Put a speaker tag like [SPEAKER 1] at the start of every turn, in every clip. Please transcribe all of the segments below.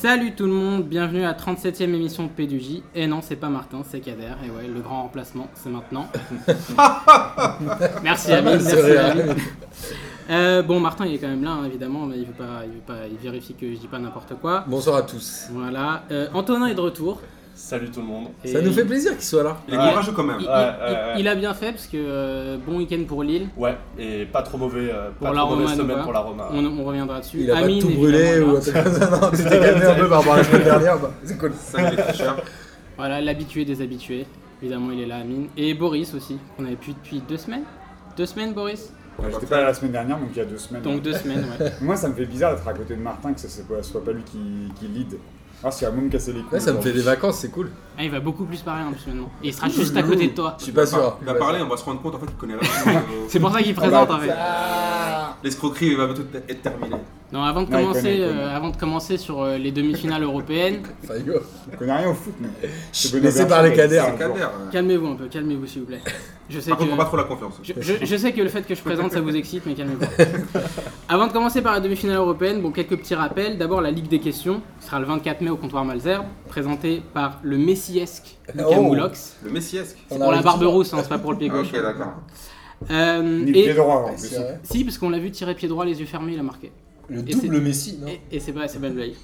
[SPEAKER 1] Salut tout le monde, bienvenue à 37 e émission de P2J. Et non, c'est pas Martin, c'est Kader. Et ouais, le grand remplacement, c'est maintenant. merci Amine, Ah,
[SPEAKER 2] mal,
[SPEAKER 1] merci
[SPEAKER 2] c'est vrai.
[SPEAKER 1] Amine. Euh, bon, Martin, il est quand même là, hein, évidemment, mais il veut pas, il veut pas, il vérifie que je dis pas n'importe quoi.
[SPEAKER 2] Bonsoir à tous.
[SPEAKER 1] Voilà, Euh, Antonin est de retour.
[SPEAKER 3] Salut tout le monde.
[SPEAKER 1] Et
[SPEAKER 2] Ça nous fait plaisir qu'il soit là.
[SPEAKER 3] Il est
[SPEAKER 1] Ouais.
[SPEAKER 3] courageux.
[SPEAKER 4] quand
[SPEAKER 1] il,
[SPEAKER 4] même.
[SPEAKER 1] il-
[SPEAKER 3] Ouais, ouais, ouais.
[SPEAKER 1] il a bien fait parce que euh, bon week-end pour Lille.
[SPEAKER 3] Ouais, et pas trop mauvais, euh,
[SPEAKER 1] Pour
[SPEAKER 3] pas
[SPEAKER 1] la
[SPEAKER 3] trop mauvaise
[SPEAKER 1] Roma, hein.
[SPEAKER 3] semaine
[SPEAKER 1] donc,
[SPEAKER 3] pour la Roma.
[SPEAKER 1] On, on reviendra dessus.
[SPEAKER 2] Il a
[SPEAKER 1] Amine,
[SPEAKER 2] pas tout brûlé
[SPEAKER 1] évidemment,
[SPEAKER 2] ou
[SPEAKER 1] là.
[SPEAKER 2] un truc comme ça. Non, c'était calmé un peu par rapport à la semaine dernière. bah, C'est cool.
[SPEAKER 4] Salut les tricheurs.
[SPEAKER 1] Voilà, l'habitué des habitués. Évidemment, il est là, Amine. Et Boris aussi, qu'on avait plus depuis deux semaines. Deux semaines, Boris
[SPEAKER 5] Ouais, J'étais pas là la semaine dernière, donc il y a deux semaines.
[SPEAKER 1] Donc deux semaines, ouais.
[SPEAKER 5] Moi, ça me fait bizarre d'être à côté de Martin, que ce soit, soit pas lui qui, qui lead. Ah, si à moi me casser les couilles.
[SPEAKER 2] Ouais, ça me fait des
[SPEAKER 5] aujourd'hui.
[SPEAKER 2] vacances, c'est cool.
[SPEAKER 1] Ah, il va beaucoup plus parler en plus maintenant. Et il sera Ah, juste à côté de toi.
[SPEAKER 2] Je suis pas sûr.
[SPEAKER 4] Il va parler, on va se rendre compte en fait qu'il connaît rien. Euh,
[SPEAKER 1] C'est pour ça qu'il présente
[SPEAKER 5] Ah
[SPEAKER 1] en fait.
[SPEAKER 4] L'escroquerie va tout être terminée.
[SPEAKER 1] Non, avant de
[SPEAKER 5] Non, il connaît,
[SPEAKER 1] commencer,
[SPEAKER 5] il
[SPEAKER 1] euh,
[SPEAKER 5] connaît.
[SPEAKER 1] avant de commencer sur euh, les demi-finales européennes,
[SPEAKER 2] Enfin, yo.
[SPEAKER 5] On connaît rien au foot, mais.
[SPEAKER 2] Chut,
[SPEAKER 5] Benoît
[SPEAKER 2] Laissez
[SPEAKER 5] Berger,
[SPEAKER 2] parler
[SPEAKER 5] il
[SPEAKER 2] Kader.
[SPEAKER 5] sait.
[SPEAKER 4] C'est Kader. euh.
[SPEAKER 1] calmez-vous un peu, calmez-vous s'il vous plaît. Je sais
[SPEAKER 4] Par
[SPEAKER 1] que
[SPEAKER 4] contre, on n'a pas trop la confiance.
[SPEAKER 1] je, je- je sais que le fait que je présente ça vous excite, mais calmez-vous. Avant de commencer par la demi-finale européenne, bon quelques petits rappels. D'abord la Ligue des questions, qui sera le 24 mai au comptoir Malzerbe, présentée par le messiesque Lucas
[SPEAKER 2] Oh.
[SPEAKER 1] Moulox.
[SPEAKER 4] Le messiesque.
[SPEAKER 2] On
[SPEAKER 1] C'est pour la
[SPEAKER 2] arrive
[SPEAKER 1] barbe
[SPEAKER 2] toujours.
[SPEAKER 1] rousse, hein, c'est pas pour le pied
[SPEAKER 4] Ah,
[SPEAKER 1] gauche.
[SPEAKER 4] ok, d'accord.
[SPEAKER 1] Euh,
[SPEAKER 5] Ni le pied
[SPEAKER 1] et...
[SPEAKER 5] droit en plus. Eh,
[SPEAKER 2] C'est vrai.
[SPEAKER 1] Si, parce qu'on l'a vu tirer pied droit, les yeux fermés, il a marqué.
[SPEAKER 2] Le
[SPEAKER 1] Et c'est-
[SPEAKER 2] double Messi, non
[SPEAKER 1] Et, et c'est pas, c'est pas une blague.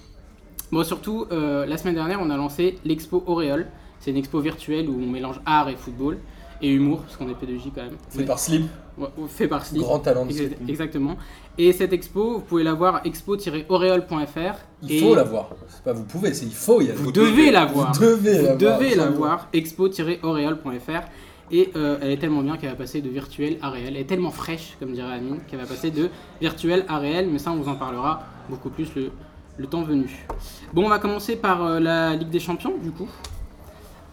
[SPEAKER 1] Bon, surtout, euh, la semaine dernière, on a lancé l'expo Auréole. C'est une expo virtuelle où on mélange art et football et humour, parce qu'on est P2J quand même.
[SPEAKER 2] Fait par Slim,
[SPEAKER 1] Ouais, ouais, fait par Slip.
[SPEAKER 2] grand talent de
[SPEAKER 1] Exa-
[SPEAKER 2] Slim.
[SPEAKER 1] Exactement. Et cette expo, vous pouvez la voir expo-auréole.fr.
[SPEAKER 2] Il
[SPEAKER 1] Et
[SPEAKER 2] faut l'avoir. C'est pas vous pouvez, c'est il faut y aller.
[SPEAKER 1] Vous devez la voir.
[SPEAKER 2] Vous devez
[SPEAKER 1] Vous
[SPEAKER 2] l'avoir.
[SPEAKER 1] devez la
[SPEAKER 2] absolument.
[SPEAKER 1] voir, expo-auréole.fr. Et euh, elle est tellement bien qu'elle va passer de virtuel à réel. Elle est tellement fraîche, comme dirait Amine, qu'elle va passer de virtuel à réel. Mais ça, on vous en parlera beaucoup plus le, le temps venu. Bon, on va commencer par euh, la Ligue des Champions, du coup.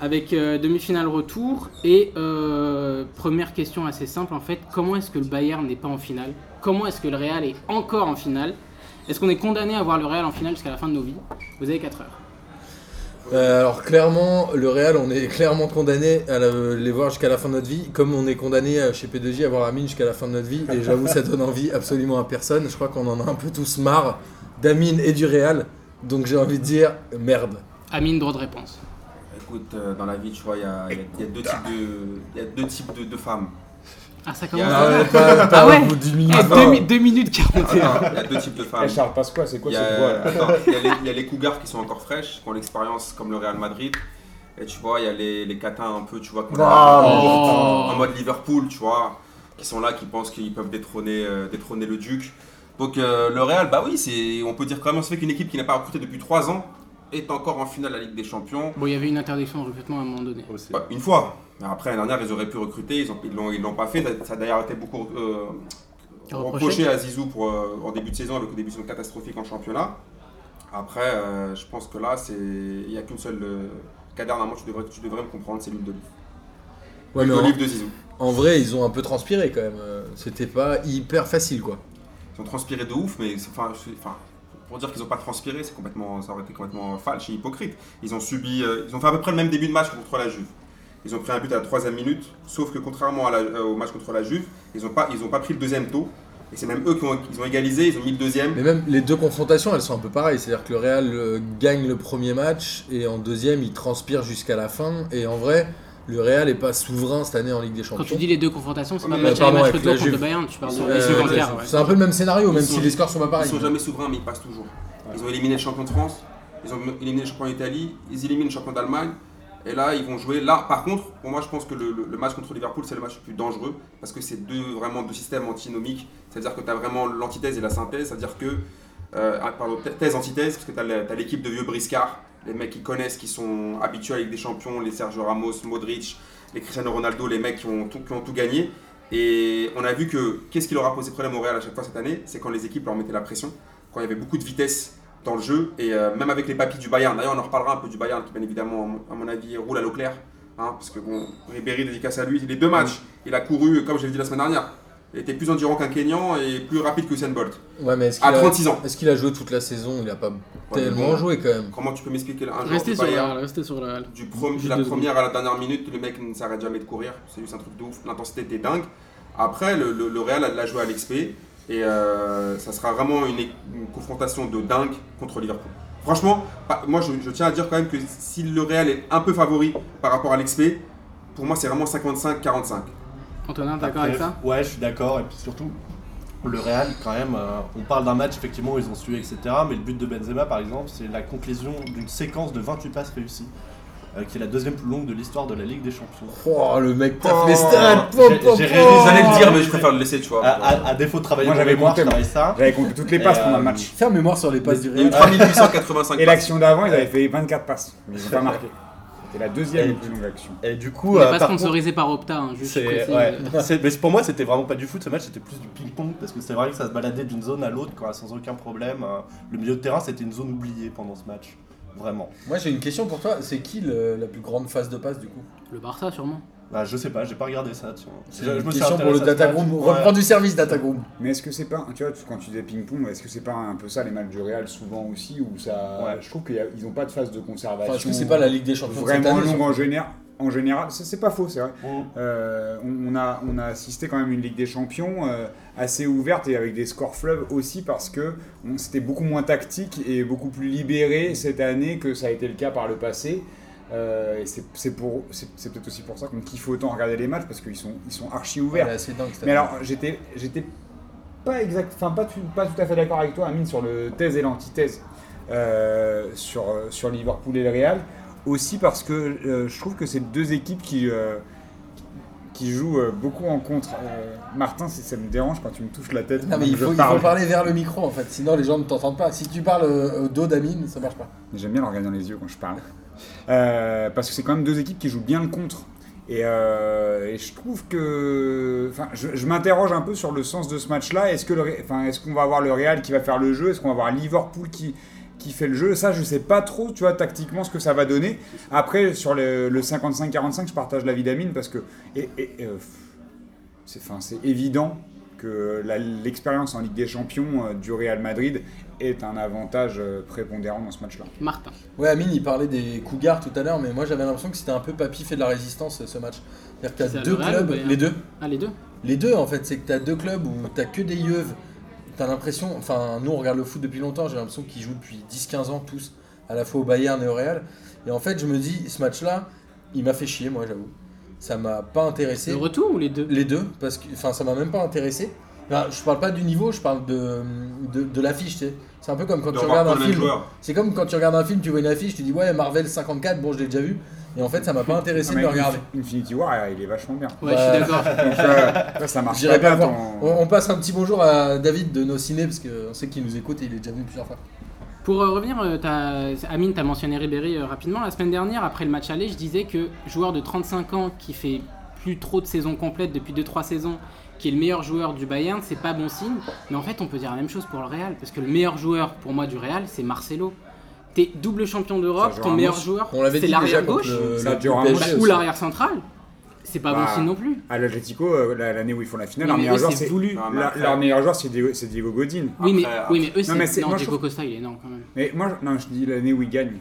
[SPEAKER 1] Avec euh, demi-finale retour. Et euh, première question assez simple, en fait. Comment est-ce que le Bayern n'est pas en finale Comment est-ce que le Real est encore en finale Est-ce qu'on est condamné à voir le Real en finale jusqu'à la fin de nos vies Vous avez 4 heures.
[SPEAKER 2] Euh, alors clairement, le Real, on est clairement condamné à la- les voir jusqu'à la fin de notre vie, comme on est condamné euh, chez P2J à voir Amine jusqu'à la fin de notre vie. Et j'avoue, ça donne envie absolument à personne. Je crois qu'on en a un peu tous marre d'Amine et du Real. Donc j'ai envie de dire merde.
[SPEAKER 1] Amine, droit de réponse.
[SPEAKER 4] Écoute, euh, dans la vie, tu vois, il y a, il y a- il y a deux types de, il y a deux types de, de femmes.
[SPEAKER 1] Ah, ça
[SPEAKER 4] Il y
[SPEAKER 1] commence.
[SPEAKER 4] a,
[SPEAKER 2] ouais, pas, pas
[SPEAKER 1] Ah ouais
[SPEAKER 2] au bout d'une minute.
[SPEAKER 1] Eh,
[SPEAKER 4] Attends.
[SPEAKER 1] deux mi- deux minutes 41.
[SPEAKER 4] Attends, il y a deux types de femmes.
[SPEAKER 5] Eh, Charles, passe quoi C'est quoi
[SPEAKER 4] Ah, Il y,
[SPEAKER 5] cette voix
[SPEAKER 4] a,
[SPEAKER 5] là
[SPEAKER 4] attends, il y a les- il y a les cougars qui sont encore fraîches, qui ont l'expérience comme le Real Madrid. Et tu vois, il y a les, les catins un peu, tu vois, qui ont
[SPEAKER 5] Ah,
[SPEAKER 4] la-
[SPEAKER 1] Oh.
[SPEAKER 4] en mode Liverpool, tu vois, qui sont là, qui pensent qu'ils peuvent détrôner, euh, détrôner le Duc. Donc euh, le Real, bah oui, c'est, on peut dire quand même, c'est fait qu'une équipe qui n'a pas recruté depuis 3 ans est encore en finale de la Ligue des Champions.
[SPEAKER 1] Bon, il y avait une interdiction de recrutement à un moment donné.
[SPEAKER 3] hein, Aussi.
[SPEAKER 4] Bah, une fois. Mais Après, l'année dernière, ils auraient pu recruter, ils ont- ils l'ont, ils l'ont pas fait. Ça, ça a d'ailleurs été beaucoup euh,
[SPEAKER 1] Reproché.
[SPEAKER 4] reproché à Zizou pour, euh, en début de saison, avec une début de saison catastrophique en championnat. Après, euh, je pense que là, c'est- il n'y a qu'une seule. Euh, Kader, normalement, tu devrais, tu devrais me comprendre, c'est l'huile d'olive.
[SPEAKER 2] Ouais, mais
[SPEAKER 4] l'huile
[SPEAKER 2] en,
[SPEAKER 4] d'olive de Zizou.
[SPEAKER 2] en vrai, ils ont un peu transpiré quand même. Euh, C'était pas hyper facile quoi.
[SPEAKER 4] Ils ont transpiré de ouf, mais c'est- enfin, c'est- enfin, pour dire qu'ils n'ont pas transpiré, c'est complètement, ça aurait été complètement falche et hypocrite. Ils ont subi, euh, ils ont fait à peu près le même début de match que contre la Juve. Ils ont pris un but à la troisième minute, sauf que contrairement à la- euh, au match contre la Juve, ils n'ont pas, ils ont pas pris le deuxième taux. Et c'est même eux qui ont, ils ont égalisé, ils ont mis le deuxième.
[SPEAKER 2] Mais même les deux confrontations, elles sont un peu pareilles. C'est-à-dire que le Real euh, gagne le premier match et en deuxième, il transpire jusqu'à la fin. Et en vrai, le Real est pas souverain cette année en Ligue des Champions.
[SPEAKER 1] Quand tu dis les deux confrontations, c'est pas
[SPEAKER 4] Ouais,
[SPEAKER 1] match à
[SPEAKER 2] pardon,
[SPEAKER 1] match
[SPEAKER 2] avec
[SPEAKER 1] retour
[SPEAKER 2] la
[SPEAKER 1] contre le
[SPEAKER 2] Juve.
[SPEAKER 1] Bayern, tu parles de
[SPEAKER 4] Ouais,
[SPEAKER 1] les deux
[SPEAKER 4] ouais,
[SPEAKER 1] en
[SPEAKER 4] ouais,
[SPEAKER 1] quart,
[SPEAKER 4] ouais.
[SPEAKER 1] ouais.
[SPEAKER 2] C'est un peu le même scénario, même
[SPEAKER 4] Ils sont-
[SPEAKER 2] si les scores sont pas
[SPEAKER 4] Ils
[SPEAKER 2] pareils.
[SPEAKER 4] sont jamais souverains, mais ils passent toujours. Ils ont éliminé le champion de France, ils ont éliminé le champion d'Italie, ils éliminent le champion d'Allemagne. Et là, ils vont jouer. Là, par contre, pour moi, je pense que le, le- le match contre Liverpool, c'est le match le plus dangereux parce que c'est deux, vraiment deux systèmes antinomiques. C'est-à-dire que tu as vraiment l'antithèse et la synthèse. C'est-à-dire que. euh, ah, pardon, thè- thèse-antithèse, parce que tu as, l'équipe de vieux briscards, les mecs qui connaissent, qui sont habitués avec des champions, les Sergio Ramos, Modric, les Cristiano Ronaldo, les mecs qui ont tout, qui ont tout gagné. Et on a vu que qu'est-ce qui leur a posé problème au Real à chaque fois cette année C'est quand les équipes leur mettaient la pression, quand il y avait beaucoup de vitesse dans le jeu, et euh, même avec les papis du Bayern. D'ailleurs, on en reparlera un peu du Bayern, qui bien évidemment, à mon- à mon avis, roule à l'eau claire. hein, parce que bon, Ribéry dédicace à lui, les deux matchs,
[SPEAKER 2] Mm.
[SPEAKER 4] il a couru, comme je l'ai dit la semaine dernière, il était plus endurant qu'un Kenyan et plus rapide que Usain Bolt.
[SPEAKER 2] Ouais, mais est-ce qu'il
[SPEAKER 4] À
[SPEAKER 2] a,
[SPEAKER 4] 36 ans.
[SPEAKER 2] est-ce qu'il a joué toute la saison Il a pas
[SPEAKER 4] mais
[SPEAKER 2] tellement
[SPEAKER 4] bon.
[SPEAKER 2] joué quand même.
[SPEAKER 4] Comment tu peux m'expliquer un joueur
[SPEAKER 1] Restez
[SPEAKER 4] du
[SPEAKER 1] sur le
[SPEAKER 4] Bayern
[SPEAKER 1] Real, restez sur le Real.
[SPEAKER 4] du prom-
[SPEAKER 1] Juste
[SPEAKER 4] de la
[SPEAKER 1] deux
[SPEAKER 4] première à la dernière minute, le mec ne s'arrête jamais de courir. C'est juste un truc de ouf. L'intensité était dingue. Après, le, le- le Real l'a joué à l'XP. Et euh, ça sera vraiment une, é- une confrontation de dingue contre Liverpool. Franchement, pas- moi je, je tiens à dire quand même que si le Real est un peu favori par rapport à l'XP, pour moi c'est vraiment 55-45.
[SPEAKER 1] Antonin, d'accord
[SPEAKER 3] Après,
[SPEAKER 1] avec ça
[SPEAKER 3] Ouais, je suis d'accord. Et puis surtout, le Real, quand même, euh, on parle d'un match, effectivement, ils ont su, etc. Mais le but de Benzema, par exemple, c'est la conclusion d'une séquence de 28 passes réussies, euh, qui est la deuxième plus longue de l'histoire de la Ligue des Champions.
[SPEAKER 2] Oh, le mec tape
[SPEAKER 4] Oh,
[SPEAKER 2] les stats.
[SPEAKER 3] j'ai-
[SPEAKER 2] Pop, pop,
[SPEAKER 3] j'ai
[SPEAKER 2] pop.
[SPEAKER 3] réalisé-
[SPEAKER 4] J'allais le dire, mais je préfère le laisser, tu vois.
[SPEAKER 2] Ah,
[SPEAKER 3] À, à- à défaut de travailler
[SPEAKER 5] Moi,
[SPEAKER 3] mon
[SPEAKER 5] j'avais
[SPEAKER 3] mémoire, je
[SPEAKER 5] compté,
[SPEAKER 3] travaille ça.
[SPEAKER 5] J'avais compté toutes les passes
[SPEAKER 3] Et,
[SPEAKER 5] pendant
[SPEAKER 3] euh,
[SPEAKER 5] le match.
[SPEAKER 2] Faire mémoire sur les passes du
[SPEAKER 4] Il y a eu
[SPEAKER 2] Real.
[SPEAKER 4] 3885
[SPEAKER 5] Et l'action d'avant, ils avaient fait 24 passes. mais Ils ont pas marqué. C'était la deuxième
[SPEAKER 3] Et-
[SPEAKER 5] plus longue action.
[SPEAKER 3] Et du
[SPEAKER 1] On
[SPEAKER 3] coup,
[SPEAKER 1] n'est
[SPEAKER 3] euh,
[SPEAKER 1] pas
[SPEAKER 3] par contre,
[SPEAKER 1] sponsorisé par Opta, hein, juste je
[SPEAKER 3] C'est
[SPEAKER 1] précise.
[SPEAKER 3] ouais. C'est- mais pour moi c'était vraiment pas du foot ce match c'était plus du ping-pong parce que c'est vrai que ça se baladait d'une zone à l'autre quoi, sans aucun problème. Euh, Le milieu de terrain c'était une zone oubliée pendant ce match. Vraiment.
[SPEAKER 2] Moi j'ai une question pour toi, c'est qui le- la plus grande phase de passe du coup
[SPEAKER 1] Le Barça, sûrement.
[SPEAKER 3] Bah, je sais pas, j'ai pas regardé ça. tiens.
[SPEAKER 2] C'est
[SPEAKER 3] Je- je
[SPEAKER 2] une
[SPEAKER 3] me suis
[SPEAKER 2] question pour le
[SPEAKER 3] intéressé à ce match.
[SPEAKER 2] Datagroup.
[SPEAKER 3] Ouais.
[SPEAKER 2] Reprends du service Datagroup.
[SPEAKER 5] Mais est-ce que c'est pas, tu vois, tu- quand tu disais ping-pong, est-ce que c'est pas un peu ça les matchs du Real souvent aussi où ça,
[SPEAKER 3] Ouais.
[SPEAKER 5] je trouve qu'ils n'ont pas de phase de conservation.
[SPEAKER 2] Enfin, est-ce que c'est pas la Ligue des Champions de cette
[SPEAKER 5] vraiment
[SPEAKER 2] année
[SPEAKER 5] longue
[SPEAKER 2] surtout
[SPEAKER 5] en général. En général, ça, c'est pas faux, c'est vrai.
[SPEAKER 3] Mm.
[SPEAKER 5] Euh, on, on a, on a assisté quand même à une Ligue des Champions euh, assez ouverte et avec des scores fleuves aussi parce que on- c'était beaucoup moins tactique et beaucoup plus libéré cette année que ça a été le cas par le passé. Euh, et c'est c'est pour- c'est- c'est peut-être aussi pour ça qu'on kiffe autant regarder les matchs parce qu'ils sont, ils sont archi ouverts.
[SPEAKER 2] Ouais, c'est dingue cette
[SPEAKER 5] Mais
[SPEAKER 2] année.
[SPEAKER 5] alors, j'étais, j'étais pas exact, enfin pas, tout- pas tout à fait d'accord avec toi, Amine, sur le thèse et l'antithèse euh, sur, sur Liverpool et le Real. Aussi parce que euh, je trouve que c'est deux équipes qui, euh, qui jouent euh, beaucoup en contre. Euh, Martin, si ça me dérange quand tu me touches la tête,
[SPEAKER 2] Non mais
[SPEAKER 5] quand
[SPEAKER 2] il
[SPEAKER 5] je
[SPEAKER 2] faut, il
[SPEAKER 5] parle.
[SPEAKER 2] faut parler vers le micro en fait, sinon les gens ne t'entendent pas. Si tu parles euh, au dos d'Amine, ça marche pas.
[SPEAKER 5] J'aime bien le regarder dans les yeux quand je parle. Euh, parce que c'est quand même deux équipes qui jouent bien le contre. Et, euh, et je trouve que. Enfin, je, je m'interroge un peu sur le sens de ce match-là. Est-ce que le Ré- enfin, est-ce qu'on va avoir le Real qui va faire le jeu Est-ce qu'on va avoir Liverpool qui, qui fait le jeu Ça, je sais pas trop, tu vois, tactiquement, ce que ça va donner. Après, sur le, le 55-45, je partage la d'Amine parce que. Et, et- et, euh, c'est enfin, c'est évident que la- l'expérience en Ligue des Champions euh, du Real Madrid est un avantage euh, prépondérant dans ce match-là.
[SPEAKER 1] Martin.
[SPEAKER 2] Ouais, Amine, il parlait des Cougars tout à l'heure, mais moi j'avais l'impression que c'était un peu papy fait de la résistance euh, ce match. C'est-à-dire que
[SPEAKER 1] C'est
[SPEAKER 2] t'as
[SPEAKER 1] à
[SPEAKER 2] deux
[SPEAKER 1] l'Oréal
[SPEAKER 2] clubs,
[SPEAKER 1] ou Bayern
[SPEAKER 2] les deux,
[SPEAKER 1] Ah, les deux
[SPEAKER 2] les deux en fait, c'est que t'as deux clubs où t'as que des yeux. T'as l'impression, enfin nous on regarde le foot depuis longtemps, j'ai l'impression qu'ils jouent depuis 10-15 ans tous, à la fois au Bayern et au Real. Et en fait, je me dis, ce match-là, il m'a fait chier, moi j'avoue. Ça m'a pas intéressé.
[SPEAKER 1] Le retour ou les deux
[SPEAKER 2] Les deux, parce que enfin, ça m'a même pas intéressé. Enfin, je parle pas du niveau, je parle de, de, de l'affiche, tu sais. C'est un peu comme quand
[SPEAKER 4] de
[SPEAKER 2] tu regardes
[SPEAKER 4] revoir
[SPEAKER 2] un
[SPEAKER 4] le même
[SPEAKER 2] film.
[SPEAKER 4] joueur.
[SPEAKER 2] C'est comme quand tu regardes un film, tu vois une affiche, tu dis ouais, Marvel 54, bon, je l'ai déjà vu. Et en fait, ça m'a pas intéressé
[SPEAKER 5] Ah,
[SPEAKER 2] de
[SPEAKER 5] mais
[SPEAKER 2] le regarder.
[SPEAKER 5] Infi- Infinity War, euh, il est vachement bien.
[SPEAKER 1] Ouais, je
[SPEAKER 2] Bah,
[SPEAKER 1] suis d'accord.
[SPEAKER 5] Donc, euh, ouais, ça marche
[SPEAKER 2] J'irai
[SPEAKER 5] pas
[SPEAKER 2] pas
[SPEAKER 5] bien.
[SPEAKER 2] le voir. Oh.
[SPEAKER 5] ton-
[SPEAKER 2] On, on passe un petit bonjour à David de nos ciné, parce qu'on sait qu'il nous écoute et il est déjà venu plusieurs fois.
[SPEAKER 1] Pour euh, revenir, euh, t'as- Amine, tu as mentionné Ribéry euh, rapidement. La semaine dernière, après le match aller, je disais que joueur de 35 ans qui fait plus trop de saisons complètes depuis 2-3 saisons, qui est le meilleur joueur du Bayern, c'est pas bon signe. Mais en fait, on peut dire la même chose pour le Real, parce que le meilleur joueur pour moi du Real, c'est Marcelo. T'es double champion d'Europe,
[SPEAKER 5] Sergio
[SPEAKER 1] ton
[SPEAKER 5] Ramos.
[SPEAKER 1] meilleur joueur,
[SPEAKER 2] On l'avait
[SPEAKER 1] c'est
[SPEAKER 2] dit déjà
[SPEAKER 1] l'arrière
[SPEAKER 2] contre
[SPEAKER 1] gauche
[SPEAKER 2] le, le
[SPEAKER 5] Sergio Ramos.
[SPEAKER 1] bah,
[SPEAKER 2] PSG
[SPEAKER 1] ou
[SPEAKER 2] aussi.
[SPEAKER 1] l'arrière central. C'est pas
[SPEAKER 5] Bah,
[SPEAKER 1] bon signe non plus.
[SPEAKER 5] À l'Atletico, euh, la- l'année où ils font la finale,
[SPEAKER 1] Oui,
[SPEAKER 5] leur
[SPEAKER 1] mais
[SPEAKER 5] meilleur
[SPEAKER 1] eux,
[SPEAKER 5] joueur,
[SPEAKER 1] c'est
[SPEAKER 5] c'est
[SPEAKER 1] voulu.
[SPEAKER 4] Non, mais
[SPEAKER 5] la-
[SPEAKER 4] après-
[SPEAKER 5] leur meilleur joueur, c'est Diego, c'est Diego Godin.
[SPEAKER 1] Oui mais,
[SPEAKER 4] après-
[SPEAKER 1] oui, mais eux, c'est.
[SPEAKER 5] mais c'est-
[SPEAKER 1] Non,
[SPEAKER 5] moi, je
[SPEAKER 1] Diego
[SPEAKER 5] trouve-
[SPEAKER 1] Costa, il est énorme quand même.
[SPEAKER 5] Mais moi, je- non, je dis l'année où ils gagnent.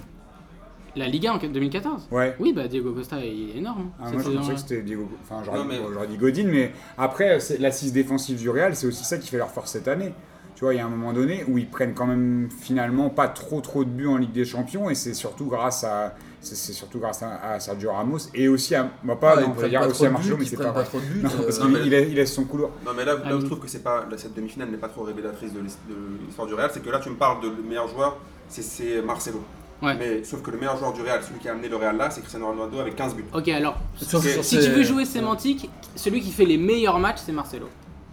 [SPEAKER 1] La Liga en 2014
[SPEAKER 5] Ouais.
[SPEAKER 1] Oui, bah Diego Costa, il est énorme. hein,
[SPEAKER 5] Ah,
[SPEAKER 1] cette
[SPEAKER 5] moi, je
[SPEAKER 1] saison-là.
[SPEAKER 5] pensais que c'était Diego. Enfin, j'aurais
[SPEAKER 4] Non, mais-
[SPEAKER 5] j'aurais dit Godin, mais après, euh, c'est- l'assise défensive du Real, c'est aussi ça qui fait leur force cette année. Tu vois, il y a un moment donné où ils prennent quand même finalement pas trop trop de buts en Ligue des Champions, et c'est surtout grâce à c'est c'est surtout grâce à, à Sergio Ramos et aussi à moi
[SPEAKER 2] Ouais,
[SPEAKER 5] pas,
[SPEAKER 2] ils
[SPEAKER 5] non,
[SPEAKER 2] prennent
[SPEAKER 5] j'allais dire
[SPEAKER 2] pas
[SPEAKER 5] aussi
[SPEAKER 2] trop
[SPEAKER 5] à
[SPEAKER 2] de
[SPEAKER 5] Marcelo,
[SPEAKER 2] buts,
[SPEAKER 5] mais
[SPEAKER 2] ils
[SPEAKER 5] c'est
[SPEAKER 2] prennent
[SPEAKER 5] pas
[SPEAKER 2] pas
[SPEAKER 5] vrai.
[SPEAKER 2] trop de buts.
[SPEAKER 5] Non, parce
[SPEAKER 2] euh,
[SPEAKER 5] qu'il
[SPEAKER 4] mais-
[SPEAKER 5] il laisse- il laisse son couloir.
[SPEAKER 4] Non, mais là, là où
[SPEAKER 1] Amine.
[SPEAKER 4] je trouve que c'est pas, la- cette demi-finale n'est pas trop révélatrice de l'his- de l'histoire du Real. C'est que là, tu me parles de le meilleur joueur, c'est- c'est Marcelo.
[SPEAKER 1] Ouais.
[SPEAKER 4] Mais sauf que le meilleur joueur du Real, celui qui a amené le Real là, c'est Cristiano Ronaldo avec 15 buts.
[SPEAKER 1] Ok, alors,
[SPEAKER 2] sauf
[SPEAKER 4] Si
[SPEAKER 2] sur
[SPEAKER 1] si
[SPEAKER 2] ces-
[SPEAKER 1] tu veux jouer sémantique, celui qui fait les meilleurs matchs, c'est Marcelo.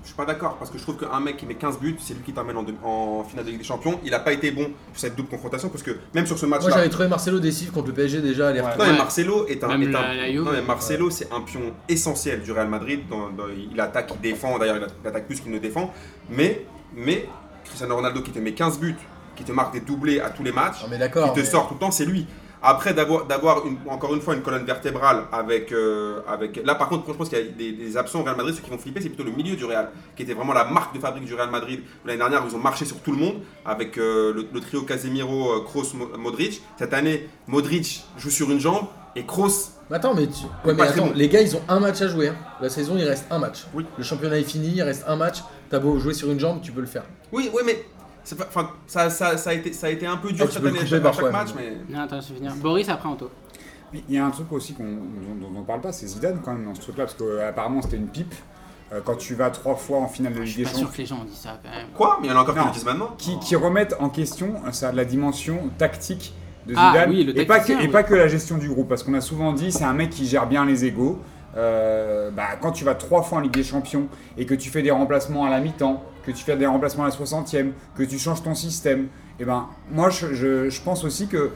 [SPEAKER 4] Je suis pas d'accord parce que je trouve qu'un mec qui met 15 buts, c'est lui qui t'amène en, demi- en finale de Ligue des Champions. Il a pas été bon sur cette double confrontation parce que même sur ce
[SPEAKER 2] Moi,
[SPEAKER 4] match-là,
[SPEAKER 2] j'avais trouvé Marcelo décisif contre le PSG déjà à l'air.
[SPEAKER 3] Ouais.
[SPEAKER 4] Non, mais
[SPEAKER 1] Ouais.
[SPEAKER 4] Marcelo est un.
[SPEAKER 1] Même
[SPEAKER 4] est un-
[SPEAKER 1] la- la Juve.
[SPEAKER 4] non, mais Marcelo, c'est un pion essentiel du Real Madrid. Dans- dans- il attaque, il défend. D'ailleurs, il atta- il attaque plus qu'il ne défend. Mais, mais Cristiano Ronaldo qui te met 15 buts, qui te marque des doublés à tous les matchs,
[SPEAKER 2] Non, mais
[SPEAKER 4] qui
[SPEAKER 2] d'accord.
[SPEAKER 4] te
[SPEAKER 2] mais-
[SPEAKER 4] sort tout le temps, c'est lui. Après d'avoir, d'avoir une- encore une fois une colonne vertébrale avec, euh, avec. Là, par contre, je pense qu'il y a des, des absents au Real Madrid. Ceux qui vont flipper, c'est plutôt le milieu du Real, qui était vraiment la marque de fabrique du Real Madrid. L'année dernière, ils ont marché sur tout le monde avec euh, le, le trio Casemiro, euh, Kroos, Mo- Modric. Cette année, Modric joue sur une jambe et Kroos
[SPEAKER 2] Mais Attends, mais, tu... ouais, mais
[SPEAKER 4] pas très
[SPEAKER 2] attends,
[SPEAKER 4] bon.
[SPEAKER 2] les gars, ils ont un match à jouer. hein. La saison, il reste un match.
[SPEAKER 4] Oui.
[SPEAKER 2] Le championnat est fini, il reste un match. T'as beau jouer sur une jambe, tu peux le faire.
[SPEAKER 4] Oui, oui, mais c'est pas- enfin, ça, ça, ça a été, ça a été un peu
[SPEAKER 2] Ah,
[SPEAKER 4] dur
[SPEAKER 2] tu
[SPEAKER 4] cette
[SPEAKER 2] peux le
[SPEAKER 4] année à
[SPEAKER 2] couper
[SPEAKER 4] chaque, à
[SPEAKER 2] parfois,
[SPEAKER 4] chaque match, mais
[SPEAKER 1] Non, attends, je vais finir. Boris, après Anto.
[SPEAKER 5] Mais Il y a un truc aussi qu'on, dont, dont on parle pas, c'est Zidane quand même dans ce truc-là, parce qu'apparemment c'était une pipe. Euh, quand tu vas trois fois en finale de
[SPEAKER 1] Ah, Je
[SPEAKER 5] Ligue
[SPEAKER 1] suis
[SPEAKER 5] des
[SPEAKER 1] pas sûr
[SPEAKER 5] Champions,
[SPEAKER 1] que les gens ont dit ça quand même.
[SPEAKER 4] quoi Mais il y en a encore qui
[SPEAKER 5] Non.
[SPEAKER 4] le disent maintenant.
[SPEAKER 5] qui, qui remettent en question euh, ça, la dimension tactique de
[SPEAKER 1] Ah,
[SPEAKER 5] Zidane.
[SPEAKER 1] oui, le
[SPEAKER 5] et, pas que,
[SPEAKER 1] tacticien,
[SPEAKER 5] et
[SPEAKER 1] oui.
[SPEAKER 5] pas que la gestion du groupe, parce qu'on a souvent dit c'est un mec qui gère bien les égaux. Euh, bah, quand tu vas trois fois en Ligue des Champions et que tu fais des remplacements à la mi-temps, que tu fais des remplacements à la 60e, que tu changes ton système, et ben moi je, je- je pense aussi que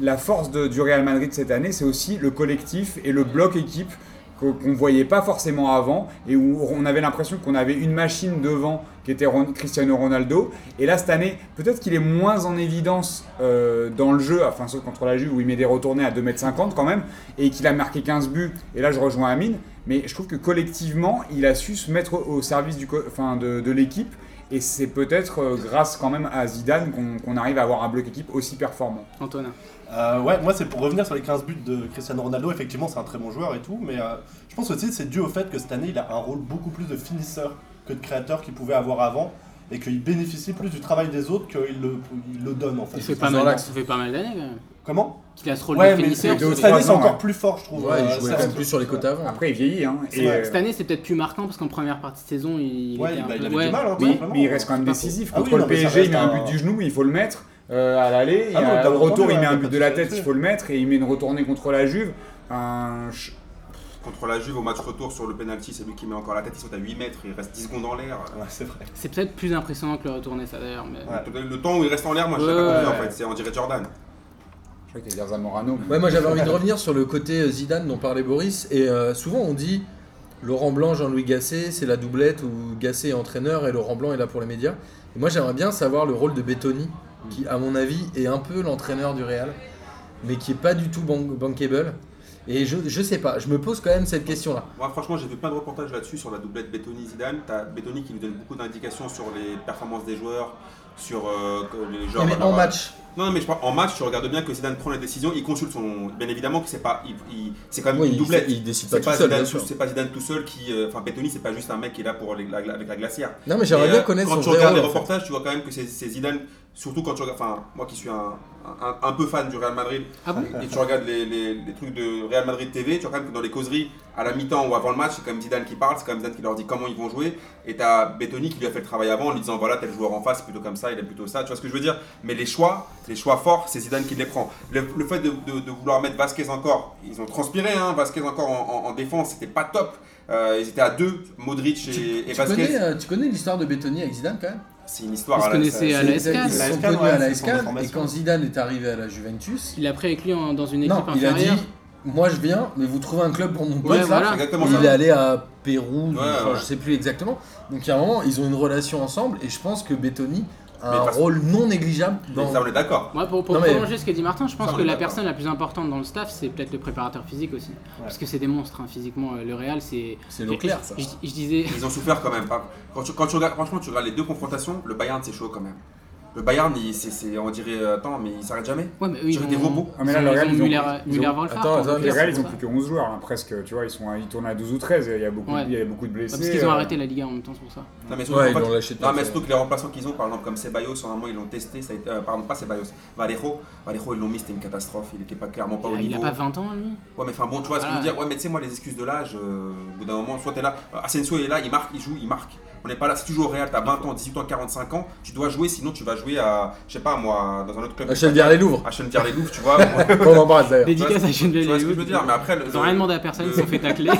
[SPEAKER 5] la force de- du Real Madrid cette année c'est aussi le collectif et le bloc équipe qu'o- qu'on ne voyait pas forcément avant et où on avait l'impression qu'on avait une machine devant qui était Ron- Cristiano Ronaldo. Et là, cette année, peut-être qu'il est moins en évidence euh, dans le jeu, enfin, sauf contre la Juve où il met des retournées à 2m50 quand même, et qu'il a marqué 15 buts. Et là, je rejoins Amine, mais je trouve que collectivement, il a su se mettre au au service du co- enfin, de, de l'équipe. Et c'est peut-être euh, grâce quand même à Zidane qu'on qu'on arrive à avoir un bloc équipe aussi performant.
[SPEAKER 1] Antonin.
[SPEAKER 3] Euh, ouais, moi c'est pour revenir sur les 15 buts de Cristiano Ronaldo, effectivement c'est un très bon joueur et tout, mais euh, je pense aussi que c'est dû au fait que cette année il a un rôle beaucoup plus de finisseur que de créateur qu'il pouvait avoir avant, et qu'il bénéficie plus du travail des autres qu'il le, il le donne en fait.
[SPEAKER 1] Ça fait
[SPEAKER 2] se
[SPEAKER 1] pas
[SPEAKER 2] dans
[SPEAKER 1] mal,
[SPEAKER 2] l'axe.
[SPEAKER 1] ça fait pas mal d'années quand même.
[SPEAKER 3] Comment
[SPEAKER 1] Qu'il a ce rôle
[SPEAKER 3] Ouais,
[SPEAKER 1] de
[SPEAKER 3] mais
[SPEAKER 1] finisseur.
[SPEAKER 3] cette
[SPEAKER 2] deux ou
[SPEAKER 1] c'est-
[SPEAKER 2] trois
[SPEAKER 3] année c'est
[SPEAKER 5] ans,
[SPEAKER 3] encore
[SPEAKER 5] ouais.
[SPEAKER 3] plus fort je trouve.
[SPEAKER 2] Ouais,
[SPEAKER 3] Euh,
[SPEAKER 2] il jouait
[SPEAKER 3] ça-
[SPEAKER 2] quand même plus sur les côtés avant.
[SPEAKER 5] Après, il vieillit, hein.
[SPEAKER 3] C'est
[SPEAKER 5] et,
[SPEAKER 3] vrai.
[SPEAKER 5] euh,
[SPEAKER 1] Cette année, c'est peut-être plus marquant parce qu'en première partie de saison, il
[SPEAKER 3] Ouais,
[SPEAKER 1] était
[SPEAKER 3] bah,
[SPEAKER 1] un
[SPEAKER 3] il
[SPEAKER 1] peu-
[SPEAKER 3] avait
[SPEAKER 1] ouais.
[SPEAKER 3] du mal hein, tout
[SPEAKER 5] Oui,
[SPEAKER 3] simplement.
[SPEAKER 5] mais il reste quand même
[SPEAKER 1] C'est pas faux.
[SPEAKER 5] décisif.
[SPEAKER 3] Ah oui,
[SPEAKER 5] Contre
[SPEAKER 3] non,
[SPEAKER 5] le
[SPEAKER 3] mais ça
[SPEAKER 5] PSG, il
[SPEAKER 3] reste
[SPEAKER 5] met un
[SPEAKER 3] un-
[SPEAKER 5] but du genou, il faut le mettre. Euh, à l'aller, il y
[SPEAKER 3] Ah non,
[SPEAKER 5] a-
[SPEAKER 3] t'as
[SPEAKER 5] au retour,
[SPEAKER 3] entendu,
[SPEAKER 5] il met
[SPEAKER 3] ouais,
[SPEAKER 5] un
[SPEAKER 3] t'as
[SPEAKER 5] but
[SPEAKER 3] tout
[SPEAKER 5] de la
[SPEAKER 3] fait
[SPEAKER 5] tête, il
[SPEAKER 3] là-dessus.
[SPEAKER 5] faut le mettre. Et il met une retournée contre la Juve. Un ch-
[SPEAKER 4] Contre la Juve au match retour sur le penalty, c'est lui qui met encore la tête, ils sont à 8 mètres, il reste 10 secondes en l'air.
[SPEAKER 3] Ouais, c'est vrai.
[SPEAKER 1] C'est peut-être plus impressionnant que le retourné, ça d'ailleurs. Mais...
[SPEAKER 3] Ouais.
[SPEAKER 4] Le temps où il reste en l'air, moi je l'ai
[SPEAKER 1] Ouais,
[SPEAKER 4] pas compris
[SPEAKER 5] ouais.
[SPEAKER 4] en fait, c'est on dirait Jordan.
[SPEAKER 5] Je crois qu'il y a Zamorano. mais-
[SPEAKER 2] Ouais, moi j'avais envie de revenir sur le côté euh, Zidane dont parlait Boris. Et euh, souvent on dit Laurent Blanc, Jean-Louis Gasset, c'est la doublette où Gasset est entraîneur et Laurent Blanc est là pour les médias. Et moi j'aimerais bien savoir le rôle de Bettoni, qui à mon avis est un peu l'entraîneur du Real, mais qui est pas du tout ban- bankable. Et je, je sais pas, je me pose quand même cette question là.
[SPEAKER 4] Moi, franchement, j'ai vu plein de reportages là-dessus sur la doublette Bettoni-Zidane. T'as Bettoni qui nous donne beaucoup d'indications sur les performances des joueurs, sur euh, que les joueurs.
[SPEAKER 2] mais
[SPEAKER 4] alors,
[SPEAKER 2] en
[SPEAKER 4] euh,
[SPEAKER 2] match,
[SPEAKER 4] Non, non, mais je parle en match, tu regardes bien que Zidane prend les décisions, il consulte son. Bien évidemment que c'est pas. il- il- c'est quand même
[SPEAKER 2] oui,
[SPEAKER 4] une
[SPEAKER 2] il-
[SPEAKER 4] doublette.
[SPEAKER 2] il, décide pas
[SPEAKER 4] C'est
[SPEAKER 2] tout
[SPEAKER 4] pas,
[SPEAKER 2] seul, bien
[SPEAKER 4] Zidane
[SPEAKER 2] sûr.
[SPEAKER 4] tout- c'est pas Zidane tout seul qui. euh, Enfin, Bettoni, c'est pas juste un mec qui est là pour les- la- avec la glacière.
[SPEAKER 2] Non, mais j'aimerais
[SPEAKER 4] Et,
[SPEAKER 2] bien
[SPEAKER 4] euh,
[SPEAKER 2] connaître
[SPEAKER 4] quand
[SPEAKER 2] son E
[SPEAKER 4] tu
[SPEAKER 2] vrai
[SPEAKER 4] regardes les
[SPEAKER 2] rôle. en fait.
[SPEAKER 4] reportages, tu vois quand même que c'est c'est Zidane, surtout quand tu regardes. Enfin, moi qui suis un, un- un peu fan du Real Madrid,
[SPEAKER 1] Ah bon
[SPEAKER 4] et tu regardes les, les- les trucs de Real Madrid TV, tu vois quand même que dans les causeries, à la mi-temps ou avant le match, c'est quand même Zidane qui parle, c'est quand même Zidane qui leur dit comment ils vont jouer. Et t'as Bettoni qui lui a fait le travail avant en lui disant voilà, tel joueur en face, c'est plutôt comme ça, il aime plutôt ça. Tu vois ce que je veux dire Mais les choix, les choix forts, c'est Zidane qui les prend. Le, le fait de, de- de vouloir mettre Vasquez encore, ils ont transpiré, hein, Vasquez encore en, en- en défense, c'était pas top. Euh, ils étaient à deux, Modric et, et
[SPEAKER 2] Tu
[SPEAKER 4] Vasquez.
[SPEAKER 2] connais, euh, tu connais l'histoire de Bettoni avec Zidane quand même
[SPEAKER 4] C'est une histoire.
[SPEAKER 1] Vous
[SPEAKER 4] à la-
[SPEAKER 1] connaissez,
[SPEAKER 4] ça-
[SPEAKER 1] à la
[SPEAKER 2] Ils-
[SPEAKER 1] SCAN.
[SPEAKER 2] Ils se
[SPEAKER 3] La
[SPEAKER 2] sont
[SPEAKER 3] SCAN,
[SPEAKER 2] connus
[SPEAKER 3] ouais,
[SPEAKER 2] à la
[SPEAKER 3] c'est son
[SPEAKER 2] SCAN et
[SPEAKER 3] information.
[SPEAKER 2] quand Zidane est arrivé à la Juventus,
[SPEAKER 1] Il a pris avec lui en- dans une équipe
[SPEAKER 2] non, il a dit
[SPEAKER 1] inférieure.
[SPEAKER 2] Moi je viens, mais vous trouvez un club pour mon pote
[SPEAKER 1] Ouais,
[SPEAKER 2] là.
[SPEAKER 1] voilà.
[SPEAKER 4] Exactement
[SPEAKER 2] Il
[SPEAKER 4] ça.
[SPEAKER 2] est allé à Pérou,
[SPEAKER 4] Ouais,
[SPEAKER 2] enfin,
[SPEAKER 4] ouais.
[SPEAKER 2] je sais plus exactement. Donc il y a un moment, ils ont une relation ensemble et je pense que Bettoni a
[SPEAKER 4] Mais
[SPEAKER 2] un
[SPEAKER 4] parce-
[SPEAKER 2] rôle non négligeable dans.
[SPEAKER 4] Mais ça, on est d'accord.
[SPEAKER 1] Moi, pour, pour
[SPEAKER 2] Non, mais-
[SPEAKER 1] prolonger ce que dit Martin, je pense
[SPEAKER 4] Ça, on
[SPEAKER 1] que
[SPEAKER 4] est
[SPEAKER 1] la
[SPEAKER 4] d'accord.
[SPEAKER 1] personne la plus importante dans le staff, c'est peut-être le préparateur physique aussi. Parce que c'est des monstres, hein, physiquement. euh, Le Real, c'est.
[SPEAKER 2] C'est l'eau claire ça.
[SPEAKER 1] Je, je disais.
[SPEAKER 4] Ils ont souffert quand même. pas- Quand tu, quand tu regardes, franchement, tu regardes les deux confrontations, le Bayern c'est chaud quand même. Le Bayern, il, c'est, c'est- on dirait, euh, attends, mais il s'arrête jamais.
[SPEAKER 1] Ouais, mais eux, ils
[SPEAKER 4] J'aurais
[SPEAKER 1] ont
[SPEAKER 4] des robots.
[SPEAKER 5] Ah, mais là, le Real, ils ont-
[SPEAKER 1] Muller,
[SPEAKER 5] ils ont-
[SPEAKER 1] Muller
[SPEAKER 2] Attends, attends,
[SPEAKER 5] Les Real, ils ont plus que 11 joueurs, là, presque. Tu vois, ils, sont à- ils tournent à 12 ou 13. Il y a beaucoup,
[SPEAKER 1] Ouais.
[SPEAKER 5] il y a beaucoup de blessés.
[SPEAKER 1] Parce qu'ils ont
[SPEAKER 5] euh,
[SPEAKER 1] arrêté la Ligue 1 en même temps, c'est pour ça.
[SPEAKER 4] Non, mais surtout,
[SPEAKER 2] Ouais,
[SPEAKER 4] en
[SPEAKER 2] ils
[SPEAKER 4] fait,
[SPEAKER 2] l'ont lâché de
[SPEAKER 4] non,
[SPEAKER 2] tête,
[SPEAKER 4] mais
[SPEAKER 2] ouais.
[SPEAKER 4] surtout que les remplaçants qu'ils ont, par exemple, comme Ceballos, à un moment, ils l'ont testé. Ça a été- euh, pardon, pas Ceballos, Vallejo. Vallejo, ils l'ont mis, c'était une catastrophe. Il était pas, clairement pas au
[SPEAKER 1] Il a
[SPEAKER 4] niveau.
[SPEAKER 1] pas Ah. 20 ans, lui
[SPEAKER 4] Ouais, mais enfin bon, tu vois ce que je veux
[SPEAKER 1] Voilà.
[SPEAKER 4] dire. Ouais, mais tu sais, moi, les excuses de l'âge, euh, au bout d'un moment, soit t'es là, euh, Asensio est là, il marque, il joue, il marque. On n'est pas là, c'est toujours au Real, t'as 20 ans, 18 ans, 45 ans, tu dois jouer, sinon tu vas jouer à, je sais pas, moi, dans un autre club.
[SPEAKER 2] Achète bien les Louvres.
[SPEAKER 4] À Chennevières les Louvres, tu vois. moi, tu
[SPEAKER 2] On embrasse d'ailleurs. Bah,
[SPEAKER 1] Dédicace à Geneviève
[SPEAKER 4] vois ce que
[SPEAKER 1] Léo.
[SPEAKER 4] je veux dire. Mais après, le-
[SPEAKER 1] Ils ont rien demandé à personne, ils se sont fait tacler.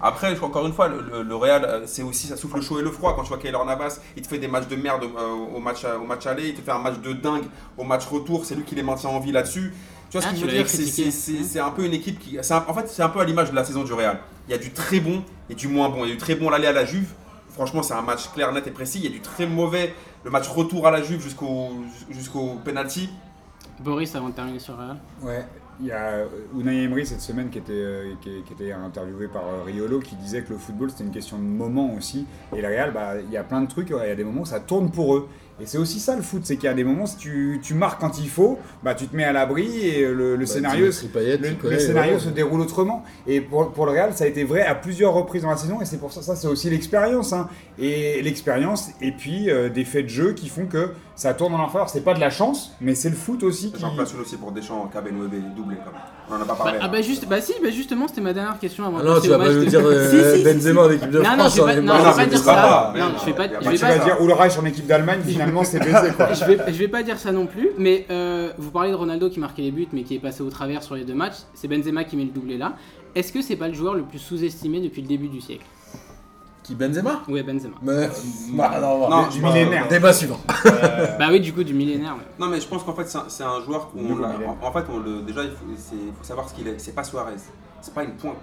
[SPEAKER 4] Après, je- encore une fois, le, le- le Real, euh, c'est aussi, ça souffle le chaud et le froid. Quand tu vois Kaylor Navas, il te fait des matchs de merde euh, au, match, à- au match aller, il te fait un match de dingue au match retour, c'est lui qui les maintient en vie là-dessus. Tu vois
[SPEAKER 1] Ah,
[SPEAKER 4] ce
[SPEAKER 1] tu
[SPEAKER 4] que je veux
[SPEAKER 1] l'avais
[SPEAKER 4] dire C'est-
[SPEAKER 1] critiqué. Hein
[SPEAKER 4] c'est- C'est c'est un peu une équipe qui. c'est un- en fait, c'est un peu à l'image de la saison du Real. Il y a du très bon et du moins bon. Il y a du très bon l'aller à la Juve. Franchement, c'est un match clair, net et précis. Il y a du très mauvais, le match retour à la Juve jusqu'au jusqu'au penalty.
[SPEAKER 1] Boris, avant de terminer sur Real.
[SPEAKER 5] Ouais, il y a euh, Unai Emery cette semaine qui était, euh, qui, qui était interviewé par euh, Riolo qui disait que le football c'était une question de moment aussi. Et le Real, bah, il y a plein de trucs, ouais, il y a des moments où ça tourne pour eux. Et c'est aussi ça le foot, c'est qu'il y a des moments, si tu, tu marques quand il faut, bah, tu te mets à l'abri et euh, le, le
[SPEAKER 2] Bah,
[SPEAKER 5] scénario,
[SPEAKER 2] Dimitri Payet,
[SPEAKER 5] le,
[SPEAKER 2] tu
[SPEAKER 5] le
[SPEAKER 2] connais,
[SPEAKER 5] scénario
[SPEAKER 2] ouais.
[SPEAKER 5] se déroule autrement. Et pour, pour le Real, ça a été vrai à plusieurs reprises dans la saison, et c'est pour ça, ça c'est aussi l'expérience. hein. Et l'expérience, et puis euh, des faits de jeu qui font que ça tourne en leur faveur. C'est pas de la chance, mais c'est le foot aussi qui.
[SPEAKER 4] J'en place une aussi pour Deschamps, Kabenwebe, doublé quand même. On en a pas
[SPEAKER 1] Mm. Bah,
[SPEAKER 4] parlé.
[SPEAKER 1] ah
[SPEAKER 4] hein.
[SPEAKER 1] bah, juste, bah si, bah justement, c'était ma dernière question avant
[SPEAKER 2] Ah
[SPEAKER 1] de
[SPEAKER 2] non,
[SPEAKER 1] passer
[SPEAKER 2] tu
[SPEAKER 1] au
[SPEAKER 2] vas pas
[SPEAKER 1] match
[SPEAKER 2] nous
[SPEAKER 1] de-
[SPEAKER 2] dire euh,
[SPEAKER 1] Si, si, si,
[SPEAKER 2] Benzema en équipe de
[SPEAKER 1] si. Non, non,
[SPEAKER 2] France. hein,
[SPEAKER 1] je vais
[SPEAKER 2] on
[SPEAKER 1] pas,
[SPEAKER 2] est
[SPEAKER 1] non,
[SPEAKER 2] marre.
[SPEAKER 1] je vais
[SPEAKER 4] non,
[SPEAKER 1] pas
[SPEAKER 4] mais
[SPEAKER 1] dire
[SPEAKER 4] c'est pas
[SPEAKER 1] ça.
[SPEAKER 4] grave.
[SPEAKER 1] Non, je vais pas, je
[SPEAKER 5] Bah,
[SPEAKER 1] vais
[SPEAKER 5] tu
[SPEAKER 1] pas
[SPEAKER 5] vas
[SPEAKER 1] ça.
[SPEAKER 5] dire Ulreich en équipe d'Allemagne, finalement c'est baisé quoi.
[SPEAKER 1] je vais, je vais pas dire ça non plus, mais euh, vous parlez de Ronaldo qui marquait les buts mais qui est passé au travers sur les deux matchs. C'est Benzema qui met le doublé là. Est-ce que c'est pas le joueur le plus sous-estimé depuis le début du siècle
[SPEAKER 2] Qui Benzema
[SPEAKER 1] Oui, Benzema.
[SPEAKER 2] Mais- Bah, non, bah.
[SPEAKER 4] Non,
[SPEAKER 5] Du
[SPEAKER 4] bah,
[SPEAKER 5] millénaire.
[SPEAKER 2] Débat suivant.
[SPEAKER 3] Euh,
[SPEAKER 1] Bah oui, du coup, du millénaire. ouais.
[SPEAKER 4] Non mais je pense qu'en fait c'est un, c'est un joueur qu'on
[SPEAKER 5] Nouveau
[SPEAKER 4] l'a-
[SPEAKER 5] Milan.
[SPEAKER 4] en, en fait on le déjà il faut, c'est- il faut savoir ce qu'il est. C'est pas Suarez, c'est pas une pointe.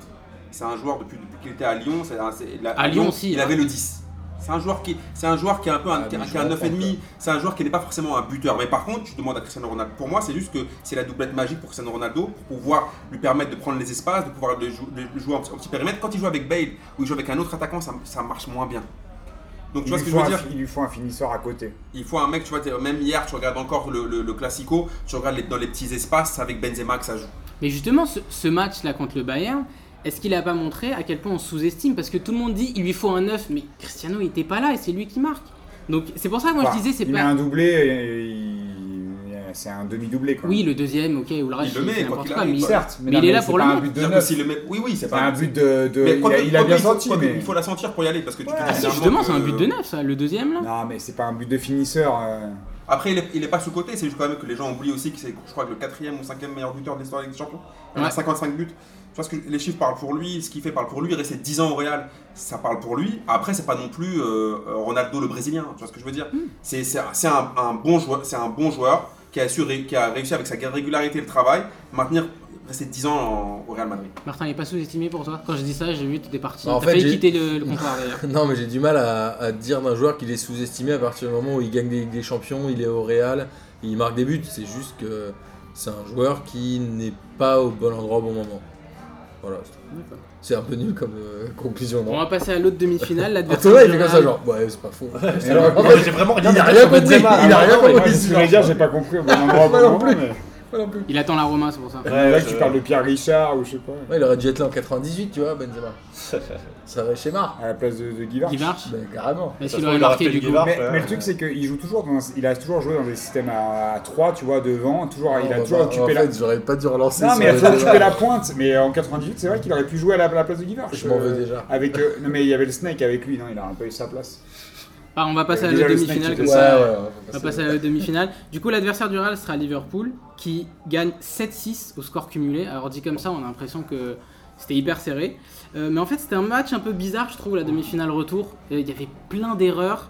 [SPEAKER 4] C'est un joueur depuis, depuis qu'il était à Lyon. c'est un- c'est- la-
[SPEAKER 1] À Lyon aussi,
[SPEAKER 4] il
[SPEAKER 1] hein.
[SPEAKER 4] avait le 10. C'est un joueur qui c'est un joueur qui est un peu un,
[SPEAKER 2] Ah,
[SPEAKER 4] qui est un-
[SPEAKER 2] mais je
[SPEAKER 4] qui est un
[SPEAKER 2] comprends
[SPEAKER 4] 9,5. C'est un joueur qui n'est pas forcément un buteur. Mais par contre tu demandes à Cristiano Ronaldo. Pour moi c'est juste que c'est la doublette magique pour Cristiano Ronaldo pour pouvoir lui permettre de prendre les espaces, de pouvoir le, jou- le jouer en, petit- en petit périmètre. Quand il joue avec Bale ou il joue avec un autre attaquant ça, ça marche moins bien. Donc tu
[SPEAKER 5] Il
[SPEAKER 4] vois
[SPEAKER 5] lui
[SPEAKER 4] ce que je
[SPEAKER 5] faut
[SPEAKER 4] veux
[SPEAKER 5] un-
[SPEAKER 4] dire
[SPEAKER 5] il lui faut un finisseur à côté.
[SPEAKER 4] il faut un mec, tu vois, t'es- même hier, tu regardes encore le, le, le Classico, tu regardes les- dans les petits espaces c'est avec Benzema que ça joue.
[SPEAKER 1] Mais justement, ce, ce match-là contre le Bayern, est-ce qu'il a pas montré à quel point on sous-estime Parce que tout le monde dit il lui faut un 9, mais Cristiano, il était pas là et c'est lui qui marque. Donc c'est pour ça que moi
[SPEAKER 5] Enfin,
[SPEAKER 1] je disais c'est
[SPEAKER 5] Bah, il met
[SPEAKER 1] pas.
[SPEAKER 5] un doublé, et il- c'est un demi-doublé quoi.
[SPEAKER 1] Oui, le deuxième, ok, ou le reste,
[SPEAKER 4] le met,
[SPEAKER 1] c'est
[SPEAKER 4] quoi
[SPEAKER 1] n'importe
[SPEAKER 4] qu'il
[SPEAKER 1] quoi.
[SPEAKER 4] arrive,
[SPEAKER 1] mais-
[SPEAKER 4] quoi.
[SPEAKER 5] certes,
[SPEAKER 1] mais
[SPEAKER 5] non,
[SPEAKER 1] il est là
[SPEAKER 5] c'est
[SPEAKER 1] pour
[SPEAKER 5] pas
[SPEAKER 1] le
[SPEAKER 5] un
[SPEAKER 1] mettre.
[SPEAKER 5] but de
[SPEAKER 4] C'est-à-dire que
[SPEAKER 5] neuf.
[SPEAKER 4] si le mec- Oui, oui, c'est
[SPEAKER 5] C'est
[SPEAKER 4] pas
[SPEAKER 5] un but de. de-
[SPEAKER 4] Mais
[SPEAKER 5] il,
[SPEAKER 4] quoique-
[SPEAKER 5] a, il a
[SPEAKER 4] quoique,
[SPEAKER 5] bien
[SPEAKER 4] il faut-
[SPEAKER 5] sorti,
[SPEAKER 4] quoique,
[SPEAKER 5] mais.
[SPEAKER 4] Il faut la sentir pour y aller parce que tu
[SPEAKER 5] Ouais.
[SPEAKER 4] te dis
[SPEAKER 1] Ah si,
[SPEAKER 4] finalement
[SPEAKER 1] justement,
[SPEAKER 4] que-
[SPEAKER 1] c'est un but de 9, ça, le deuxième là.
[SPEAKER 5] Non, mais c'est pas un but de finisseur. euh.
[SPEAKER 4] Après, il est, il est pas sous-côté, c'est juste quand même que les gens oublient aussi que c'est, je crois, que le quatrième ou cinquième meilleur buteur de l'histoire de la Ligue des Champions. Il a
[SPEAKER 1] Ouais.
[SPEAKER 4] 55 buts. Je pense que les chiffres parlent pour lui, ce qu'il fait parle pour lui. Rester 10 ans au Real, ça parle pour lui. Après, c'est pas non plus euh, Ronaldo le Brésilien, tu vois ce que je veux dire
[SPEAKER 1] Hmm.
[SPEAKER 4] C'est, c'est un- c'est un, un bon joueur, c'est un bon joueur qui a, su ré- qui a réussi avec sa régularité et le travail, maintenir, rester 10 ans en- au Real Madrid.
[SPEAKER 3] Oh,
[SPEAKER 1] Martin, il est pas sous-estimé pour toi Quand je dis ça, j'ai vu, t'es parti.
[SPEAKER 2] Bah, en
[SPEAKER 1] T'as
[SPEAKER 2] fait,
[SPEAKER 1] failli
[SPEAKER 2] j'ai-
[SPEAKER 1] quitter le, le comptoir d'ailleurs.
[SPEAKER 2] Non, mais j'ai du mal à, à dire d'un joueur qu'il est sous-estimé à partir du moment où il gagne des, Ligues des champions, il est au Real, il marque des buts. C'est juste que c'est un joueur qui n'est pas au bon endroit au bon moment. Voilà. C'est un peu nul comme euh, conclusion.
[SPEAKER 1] Bon, on
[SPEAKER 2] Non
[SPEAKER 1] va passer à l'autre demi-finale. l'adversaire
[SPEAKER 2] Antonin, il
[SPEAKER 1] du
[SPEAKER 2] fait comme ça,
[SPEAKER 1] Real.
[SPEAKER 2] genre, ouais, c'est pas faux.
[SPEAKER 5] c'est
[SPEAKER 2] Alors,
[SPEAKER 5] vrai.
[SPEAKER 2] en fait,
[SPEAKER 3] J'ai vraiment
[SPEAKER 2] il n'a
[SPEAKER 3] rien
[SPEAKER 2] rien compris, il
[SPEAKER 5] Ah,
[SPEAKER 2] n'a
[SPEAKER 5] non,
[SPEAKER 2] rien
[SPEAKER 5] mais moi,
[SPEAKER 2] compris.
[SPEAKER 5] ce que je voulais dire, j'ai pas compris. au bon endroit, au bon
[SPEAKER 2] Moi non
[SPEAKER 5] moment,
[SPEAKER 2] plus.
[SPEAKER 5] mais-
[SPEAKER 2] Voilà, plus.
[SPEAKER 1] Il attend la Roma, c'est pour ça.
[SPEAKER 3] Ouais,
[SPEAKER 5] Là,
[SPEAKER 3] je-
[SPEAKER 5] tu parles de Pierre Richard ou je sais pas.
[SPEAKER 2] Ouais, il aurait dû être là en 98, tu vois, Benzema. Ça aurait schéma.
[SPEAKER 5] À la place de, de Guy Varch.
[SPEAKER 1] Il marche
[SPEAKER 2] Ben, carrément.
[SPEAKER 1] Mais
[SPEAKER 3] Ça
[SPEAKER 1] s'il
[SPEAKER 3] se trouve,
[SPEAKER 1] aurait
[SPEAKER 3] il aurait
[SPEAKER 1] marqué
[SPEAKER 3] fait
[SPEAKER 1] du
[SPEAKER 3] le
[SPEAKER 1] coup.
[SPEAKER 3] Guevara.
[SPEAKER 5] Mais,
[SPEAKER 3] Ouais.
[SPEAKER 5] mais le truc, c'est qu'il joue toujours dans, un- il a toujours joué dans des systèmes à 3, tu vois, devant. Toujours, Ah, il a
[SPEAKER 4] Oh,
[SPEAKER 2] Non,
[SPEAKER 5] toujours
[SPEAKER 2] bah,
[SPEAKER 5] occupé
[SPEAKER 2] En
[SPEAKER 5] la.
[SPEAKER 2] fait, j'aurais pas dû relancer
[SPEAKER 5] Non,
[SPEAKER 2] sur
[SPEAKER 5] mais il a
[SPEAKER 2] les
[SPEAKER 5] toujours
[SPEAKER 2] deux.
[SPEAKER 5] occupé la pointe. Mais en 98, c'est vrai qu'il aurait pu jouer à la, à la place de Guy Varch.
[SPEAKER 2] Je m'en veux
[SPEAKER 5] euh,
[SPEAKER 2] déjà.
[SPEAKER 5] Avec, euh, non, mais il y avait le Snake avec lui, non, il a un peu eu sa place.
[SPEAKER 1] Ah, on va
[SPEAKER 3] Euh,
[SPEAKER 1] passer à
[SPEAKER 5] Déjà,
[SPEAKER 1] la
[SPEAKER 5] le
[SPEAKER 1] demi-finale
[SPEAKER 5] Snake,
[SPEAKER 1] comme
[SPEAKER 2] Ouais,
[SPEAKER 1] ça. euh,
[SPEAKER 2] ouais, ouais,
[SPEAKER 1] On va passer à la demi-finale. Du coup, l'adversaire du Real sera Liverpool qui gagne 7-6 au score cumulé. Alors, dit comme ça, on a l'impression que c'était hyper serré. Euh, mais en fait, c'était un match un peu bizarre, je trouve, la demi-finale retour. Euh, Il y avait plein d'erreurs.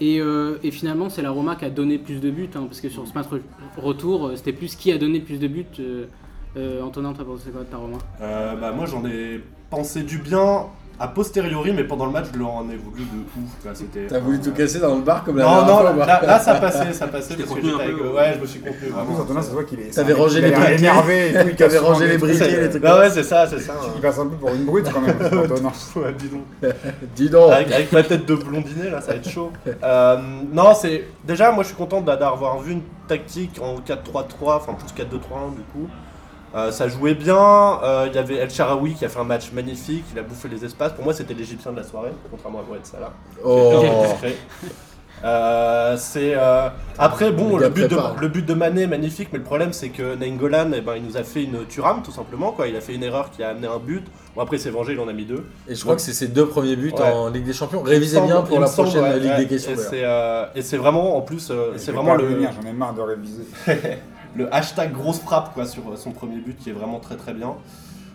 [SPEAKER 1] Et, euh, et finalement, c'est la Roma qui a donné plus de buts. hein, parce que sur ce match re- retour, euh, c'était plus qui a donné le plus de buts. Euh, euh, Antonin, t'as pensé quoi de ta Roma
[SPEAKER 3] Euh, bah, moi j'en ai pensé du bien a posteriori, mais pendant le match je leur en ai voulu de ouf. quoi, c'était-
[SPEAKER 2] T'as voulu tout
[SPEAKER 3] euh,
[SPEAKER 2] casser dans le bar comme la
[SPEAKER 3] Non,
[SPEAKER 2] dernière
[SPEAKER 3] non,
[SPEAKER 2] fois,
[SPEAKER 3] là,
[SPEAKER 2] bah.
[SPEAKER 3] là, ça passait, ça passait.
[SPEAKER 4] J'étais
[SPEAKER 3] parce que
[SPEAKER 4] contenu
[SPEAKER 3] j'étais
[SPEAKER 4] un
[SPEAKER 3] avec-
[SPEAKER 4] peu, ouais.
[SPEAKER 3] Ouais, je me suis contenu
[SPEAKER 2] Ah,
[SPEAKER 4] Ah
[SPEAKER 5] En
[SPEAKER 3] vraiment.
[SPEAKER 5] plus, Antonin, ça se voit qu'il est.
[SPEAKER 2] T'avais rangé
[SPEAKER 5] il a
[SPEAKER 2] les
[SPEAKER 5] l'air
[SPEAKER 2] briquets.
[SPEAKER 5] énervé et tout. il casse
[SPEAKER 2] T'avais
[SPEAKER 5] souvent
[SPEAKER 2] rangé
[SPEAKER 5] des
[SPEAKER 2] les
[SPEAKER 5] trucs. euh,
[SPEAKER 2] briquets, les trucs.
[SPEAKER 3] Bah ouais, c'est ça, c'est ça. hein.
[SPEAKER 5] Il passe un peu pour une brute quand même, Antonin.
[SPEAKER 3] Ouais, dis donc.
[SPEAKER 2] Dis donc.
[SPEAKER 3] Avec, avec ma tête de blondinet, là, ça va être chaud. Euh, non, c'est. Déjà, moi, je suis content d'a- d'avoir vu une tactique en 4-3-3, enfin plus 4-2-3-1 du coup. Euh, ça jouait bien. euh, Il y avait El Sharawi qui a fait un match magnifique. Il a bouffé les espaces. Pour moi, c'était l'Égyptien de la soirée, contrairement à Mohamed Salah.
[SPEAKER 2] Oh.
[SPEAKER 3] Discret. Euh, c'est euh, après bon
[SPEAKER 2] Le gars
[SPEAKER 3] le but, de,
[SPEAKER 2] prépare.
[SPEAKER 3] le but de Mané est magnifique mais le problème c'est que Nengolan eh ben, il nous a fait une Turam tout simplement quoi il a fait une erreur qui a amené un but bon après il s'est vengé il en a mis deux
[SPEAKER 2] Et je crois que c'est ses deux premiers buts
[SPEAKER 3] Ouais.
[SPEAKER 2] en Ligue des Champions. Révisez
[SPEAKER 3] Il me
[SPEAKER 2] bien
[SPEAKER 3] semble-
[SPEAKER 2] pour
[SPEAKER 3] il
[SPEAKER 2] la
[SPEAKER 3] me semble,
[SPEAKER 2] prochaine
[SPEAKER 3] ouais,
[SPEAKER 2] Ligue
[SPEAKER 3] ouais.
[SPEAKER 2] des questions.
[SPEAKER 3] Et
[SPEAKER 2] d'ailleurs.
[SPEAKER 3] c'est, euh, et c'est vraiment, en plus, euh,
[SPEAKER 5] Je
[SPEAKER 3] c'est
[SPEAKER 5] vais
[SPEAKER 3] vraiment
[SPEAKER 5] pas
[SPEAKER 3] le,
[SPEAKER 5] revenir, J'en ai marre de réviser.
[SPEAKER 3] le hashtag grosse frappe quoi, sur euh, son premier but qui est vraiment très très bien.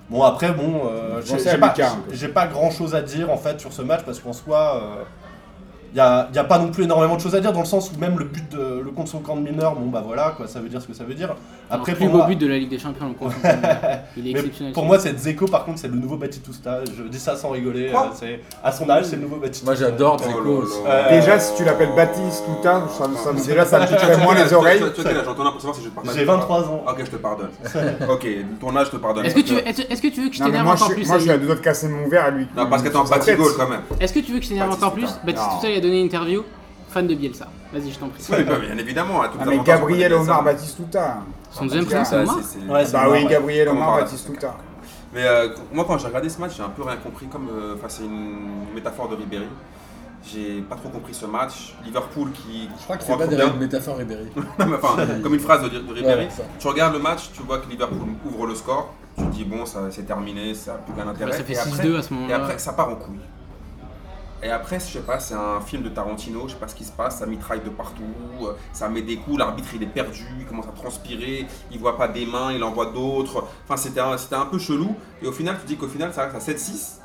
[SPEAKER 3] Bon, après, bon, euh,
[SPEAKER 5] Je
[SPEAKER 3] j'ai-
[SPEAKER 5] pensais à
[SPEAKER 3] j'ai pas,
[SPEAKER 5] Lucas. hein.
[SPEAKER 3] j'ai- j'ai pas grand chose à dire en fait sur ce match parce qu'en soi. il n'y a, y a pas non plus énormément de choses à dire dans le sens où même le but de, le contre son camp de mineur, bon bah voilà quoi, ça veut dire ce que ça veut dire. Après
[SPEAKER 1] Alors, plus
[SPEAKER 3] pour
[SPEAKER 1] beau
[SPEAKER 3] moi,
[SPEAKER 1] but de la Ligue des Champions, donc, il est
[SPEAKER 3] mais
[SPEAKER 1] exceptionnel.
[SPEAKER 3] pour moi cette Zeko par contre c'est le nouveau Batitusta, je dis ça sans rigoler,
[SPEAKER 4] Quoi
[SPEAKER 3] euh, c'est- à son âge c'est le nouveau Batitusta.
[SPEAKER 2] Moi j'adore
[SPEAKER 4] Oh
[SPEAKER 2] Zeko
[SPEAKER 4] là
[SPEAKER 2] aussi.
[SPEAKER 4] là.
[SPEAKER 3] Euh,
[SPEAKER 5] Déjà, si tu l'appelles Baptiste ou Tard, ça, me- ça me déjà, ça me piquerait moins les oreilles.
[SPEAKER 4] Tu as quel âge, Antonin, pour savoir si je te pardonne
[SPEAKER 3] J'ai
[SPEAKER 4] ou pas
[SPEAKER 3] 23 ans.
[SPEAKER 4] Ok, je te pardonne. ok, ton âge, je te pardonne.
[SPEAKER 1] Est-ce que, tu veux- est-ce- est-ce que tu veux que je
[SPEAKER 5] Non, mais
[SPEAKER 1] t'énerve
[SPEAKER 5] moi, je
[SPEAKER 1] encore
[SPEAKER 5] suis,
[SPEAKER 1] plus
[SPEAKER 5] moi, je suis à
[SPEAKER 1] Samy
[SPEAKER 5] deux doigts de casser mon verre à lui.
[SPEAKER 4] Non, parce que t'es en
[SPEAKER 5] Sur sa
[SPEAKER 4] party
[SPEAKER 5] tête.
[SPEAKER 4] goal quand même.
[SPEAKER 1] Est-ce que tu veux que je t'énerve
[SPEAKER 4] Baptiste
[SPEAKER 1] encore plus
[SPEAKER 4] Toutard.
[SPEAKER 1] Baptiste
[SPEAKER 5] Non.
[SPEAKER 1] Toutard, il a donné une interview, fan de Bielsa. Vas-y, je t'en prie.
[SPEAKER 4] Oui, bah, bien évidemment. à toutes
[SPEAKER 5] Ah,
[SPEAKER 4] les
[SPEAKER 5] mais
[SPEAKER 4] avantages qu'on
[SPEAKER 5] Gabriel
[SPEAKER 4] connaît, ça.
[SPEAKER 5] Omar bah, Batistuta.
[SPEAKER 1] Son deuxième prénom, c'est Omar.
[SPEAKER 4] c'est-
[SPEAKER 3] Ouais, c'est
[SPEAKER 5] Bah
[SPEAKER 3] Omar,
[SPEAKER 5] oui,
[SPEAKER 3] ouais.
[SPEAKER 5] Gabriel
[SPEAKER 4] Comment
[SPEAKER 5] Omar
[SPEAKER 4] parler
[SPEAKER 5] Batistuta.
[SPEAKER 4] Mais euh, moi, quand j'ai regardé ce match, j'ai un peu rien compris. Comme, euh, enfin, c'est une métaphore de Ribéry. J'ai pas trop compris ce match. Liverpool qui.
[SPEAKER 2] Je crois que c'est
[SPEAKER 4] rentre
[SPEAKER 2] pas des
[SPEAKER 4] bien.
[SPEAKER 2] règles métaphores Ribéry.
[SPEAKER 4] Enfin, comme une phrase de, de Ribéry.
[SPEAKER 2] Ouais, ça.
[SPEAKER 4] tu regardes le match, tu vois que Liverpool ouvre le score. Tu te dis, bon, ça c'est terminé, ça n'a plus aucun
[SPEAKER 1] Ouais,
[SPEAKER 4] intérêt.
[SPEAKER 1] Bah, ça fait
[SPEAKER 4] Et après-
[SPEAKER 1] 6-2 à ce
[SPEAKER 4] Et
[SPEAKER 1] moment-là.
[SPEAKER 4] après, ça part en couille. Et après, je sais pas, c'est un film de Tarantino, je sais pas ce qui se passe, ça mitraille de partout, euh, ça met des coups, l'arbitre il est perdu, il commence à transpirer, il voit pas des mains, il en voit d'autres. Enfin, c'était un, c'était un peu chelou. Et au final, tu dis qu'au final, ça reste à 7-6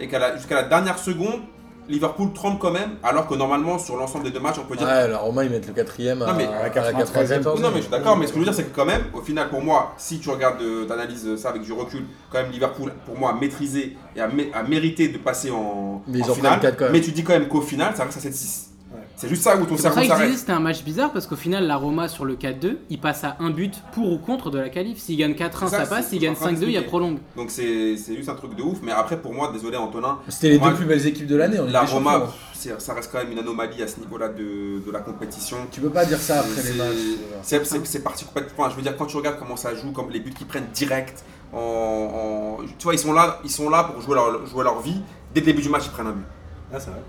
[SPEAKER 4] et qu'à la- jusqu'à la dernière seconde, Liverpool trempe quand même, alors que normalement, sur l'ensemble des deux matchs, on peut
[SPEAKER 2] Ouais,
[SPEAKER 4] dire.
[SPEAKER 2] alors Romain ils mettent le quatrième à,
[SPEAKER 4] Non, mais-
[SPEAKER 2] à la
[SPEAKER 5] 93e.
[SPEAKER 2] 94e.
[SPEAKER 4] Non mais je suis d'accord, mais ce que je veux dire c'est que quand même, au final pour moi, si tu regardes, euh, t'analyses ça avec du recul, quand même Liverpool pour moi a maîtrisé et a, mé- a mérité de passer en,
[SPEAKER 2] Mais ils
[SPEAKER 4] en
[SPEAKER 2] en prennent
[SPEAKER 4] finale.
[SPEAKER 2] quatre quand même.
[SPEAKER 4] Mais tu dis quand même qu'au final ça reste à 7-6.
[SPEAKER 3] Ouais.
[SPEAKER 4] C'est juste ça où ton
[SPEAKER 1] C'est pour
[SPEAKER 4] cerveau
[SPEAKER 1] ça que je disais
[SPEAKER 4] s'arrête.
[SPEAKER 1] c'était un match bizarre parce qu'au final, la Roma sur le 4-2, il passe à un but pour ou contre de la qualif. S'il gagne 4-1,
[SPEAKER 4] C'est
[SPEAKER 1] ça, passe.
[SPEAKER 4] ça, c'est-
[SPEAKER 1] S'il
[SPEAKER 4] je suis
[SPEAKER 1] gagne
[SPEAKER 4] en train
[SPEAKER 1] 5-2, il y a
[SPEAKER 4] d'expliquer.
[SPEAKER 1] prolongue.
[SPEAKER 4] Donc c'est c'est juste un truc de ouf, mais après pour moi, désolé Antonin,
[SPEAKER 2] C'était les
[SPEAKER 4] Moi,
[SPEAKER 2] deux plus belles équipes de l'année. en Ligue
[SPEAKER 4] la
[SPEAKER 2] des
[SPEAKER 4] Roma,
[SPEAKER 2] Champions. hein.
[SPEAKER 4] pff, c'est- ça reste quand même une anomalie à ce niveau-là de, de la compétition.
[SPEAKER 2] Tu peux pas dire ça après les
[SPEAKER 4] C'est-
[SPEAKER 2] matchs.
[SPEAKER 4] C'est, c'est, c'est parti complètement. Enfin, Je veux dire, quand tu regardes comment ça joue, comme les buts qu'ils prennent direct, en, en- tu vois, ils sont là, ils sont là pour jouer leur, jouer leur vie. Dès le début du match, ils prennent un but.
[SPEAKER 3] Ah, c'est vrai.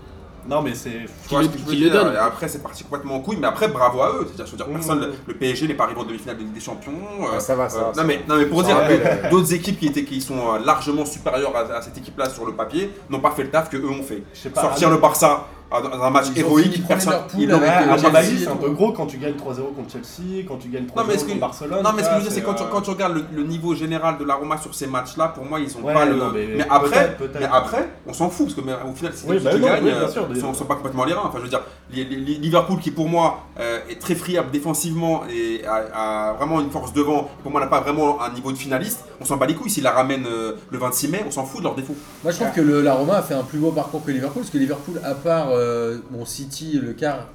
[SPEAKER 3] Non, mais c'est.
[SPEAKER 4] Tu
[SPEAKER 1] Qui
[SPEAKER 4] vois
[SPEAKER 1] le-
[SPEAKER 4] ce que je veux
[SPEAKER 1] qui le
[SPEAKER 4] dire
[SPEAKER 1] donne.
[SPEAKER 4] Et Après, c'est parti complètement en couille, mais après, bravo à eux. C'est-à-dire, je veux dire,
[SPEAKER 3] Mmh.
[SPEAKER 4] personne, le- le PSG n'est pas arrivé en demi-finale de Ligue des Champions. euh,
[SPEAKER 5] Ah, Ça va, ça
[SPEAKER 4] euh,
[SPEAKER 5] va. ça
[SPEAKER 4] non, mais, non, mais pour
[SPEAKER 5] Ça
[SPEAKER 4] dire,
[SPEAKER 5] rappelle,
[SPEAKER 4] d'autres-
[SPEAKER 5] euh,
[SPEAKER 4] d'autres équipes qui, étaient, qui sont euh, largement supérieures à, à cette équipe-là sur le papier n'ont pas fait le taf que eux ont fait.
[SPEAKER 3] Je sais pas.
[SPEAKER 4] Sortir le Barça à- dans un match
[SPEAKER 2] Ils ont fini
[SPEAKER 4] héroïque,
[SPEAKER 2] premier de
[SPEAKER 4] personne.
[SPEAKER 2] leur poule
[SPEAKER 4] ils l'ont- Ah, bah,
[SPEAKER 2] avec,
[SPEAKER 3] Ouais,
[SPEAKER 2] euh,
[SPEAKER 3] à mon avis,
[SPEAKER 2] Chelsea,
[SPEAKER 3] c'est un
[SPEAKER 2] tout.
[SPEAKER 3] peu gros quand tu gagnes 3-0 contre Chelsea, quand tu gagnes 3-0
[SPEAKER 4] hein. Non, mais est-ce que-
[SPEAKER 3] contre Barcelone.
[SPEAKER 4] Non, mais
[SPEAKER 3] tu
[SPEAKER 4] ce que je veux dire,
[SPEAKER 3] vois,
[SPEAKER 4] c'est quand tu,
[SPEAKER 3] euh,
[SPEAKER 4] quand tu regardes le, le niveau général de la Roma sur ces matchs-là, pour moi, ils ont
[SPEAKER 3] Ouais,
[SPEAKER 4] pas le.
[SPEAKER 3] non,
[SPEAKER 4] mais,
[SPEAKER 3] mais
[SPEAKER 4] après,
[SPEAKER 3] peut-être, peut-être.
[SPEAKER 4] mais après, on s'en fout, parce que mais, au final, si
[SPEAKER 3] Oui,
[SPEAKER 4] tu
[SPEAKER 3] bah
[SPEAKER 4] tu
[SPEAKER 3] non,
[SPEAKER 4] gagnes,
[SPEAKER 3] oui,
[SPEAKER 4] euh,
[SPEAKER 3] bien sûr,
[SPEAKER 4] ils
[SPEAKER 3] mais-
[SPEAKER 4] sont, sont pas complètement les reins. Enfin, je veux dire, les- les- les Liverpool, qui pour moi euh, est très friable défensivement et a, a vraiment une force devant, pour moi, n'a pas vraiment un niveau de finaliste, on s'en bat les couilles. S'ils la ramènent euh, le 26 mai, on s'en fout de leur défaut.
[SPEAKER 2] Moi je trouve que le- la Roma a fait un plus beau parcours que Liverpool parce que Liverpool, à part euh, bon, City, le quart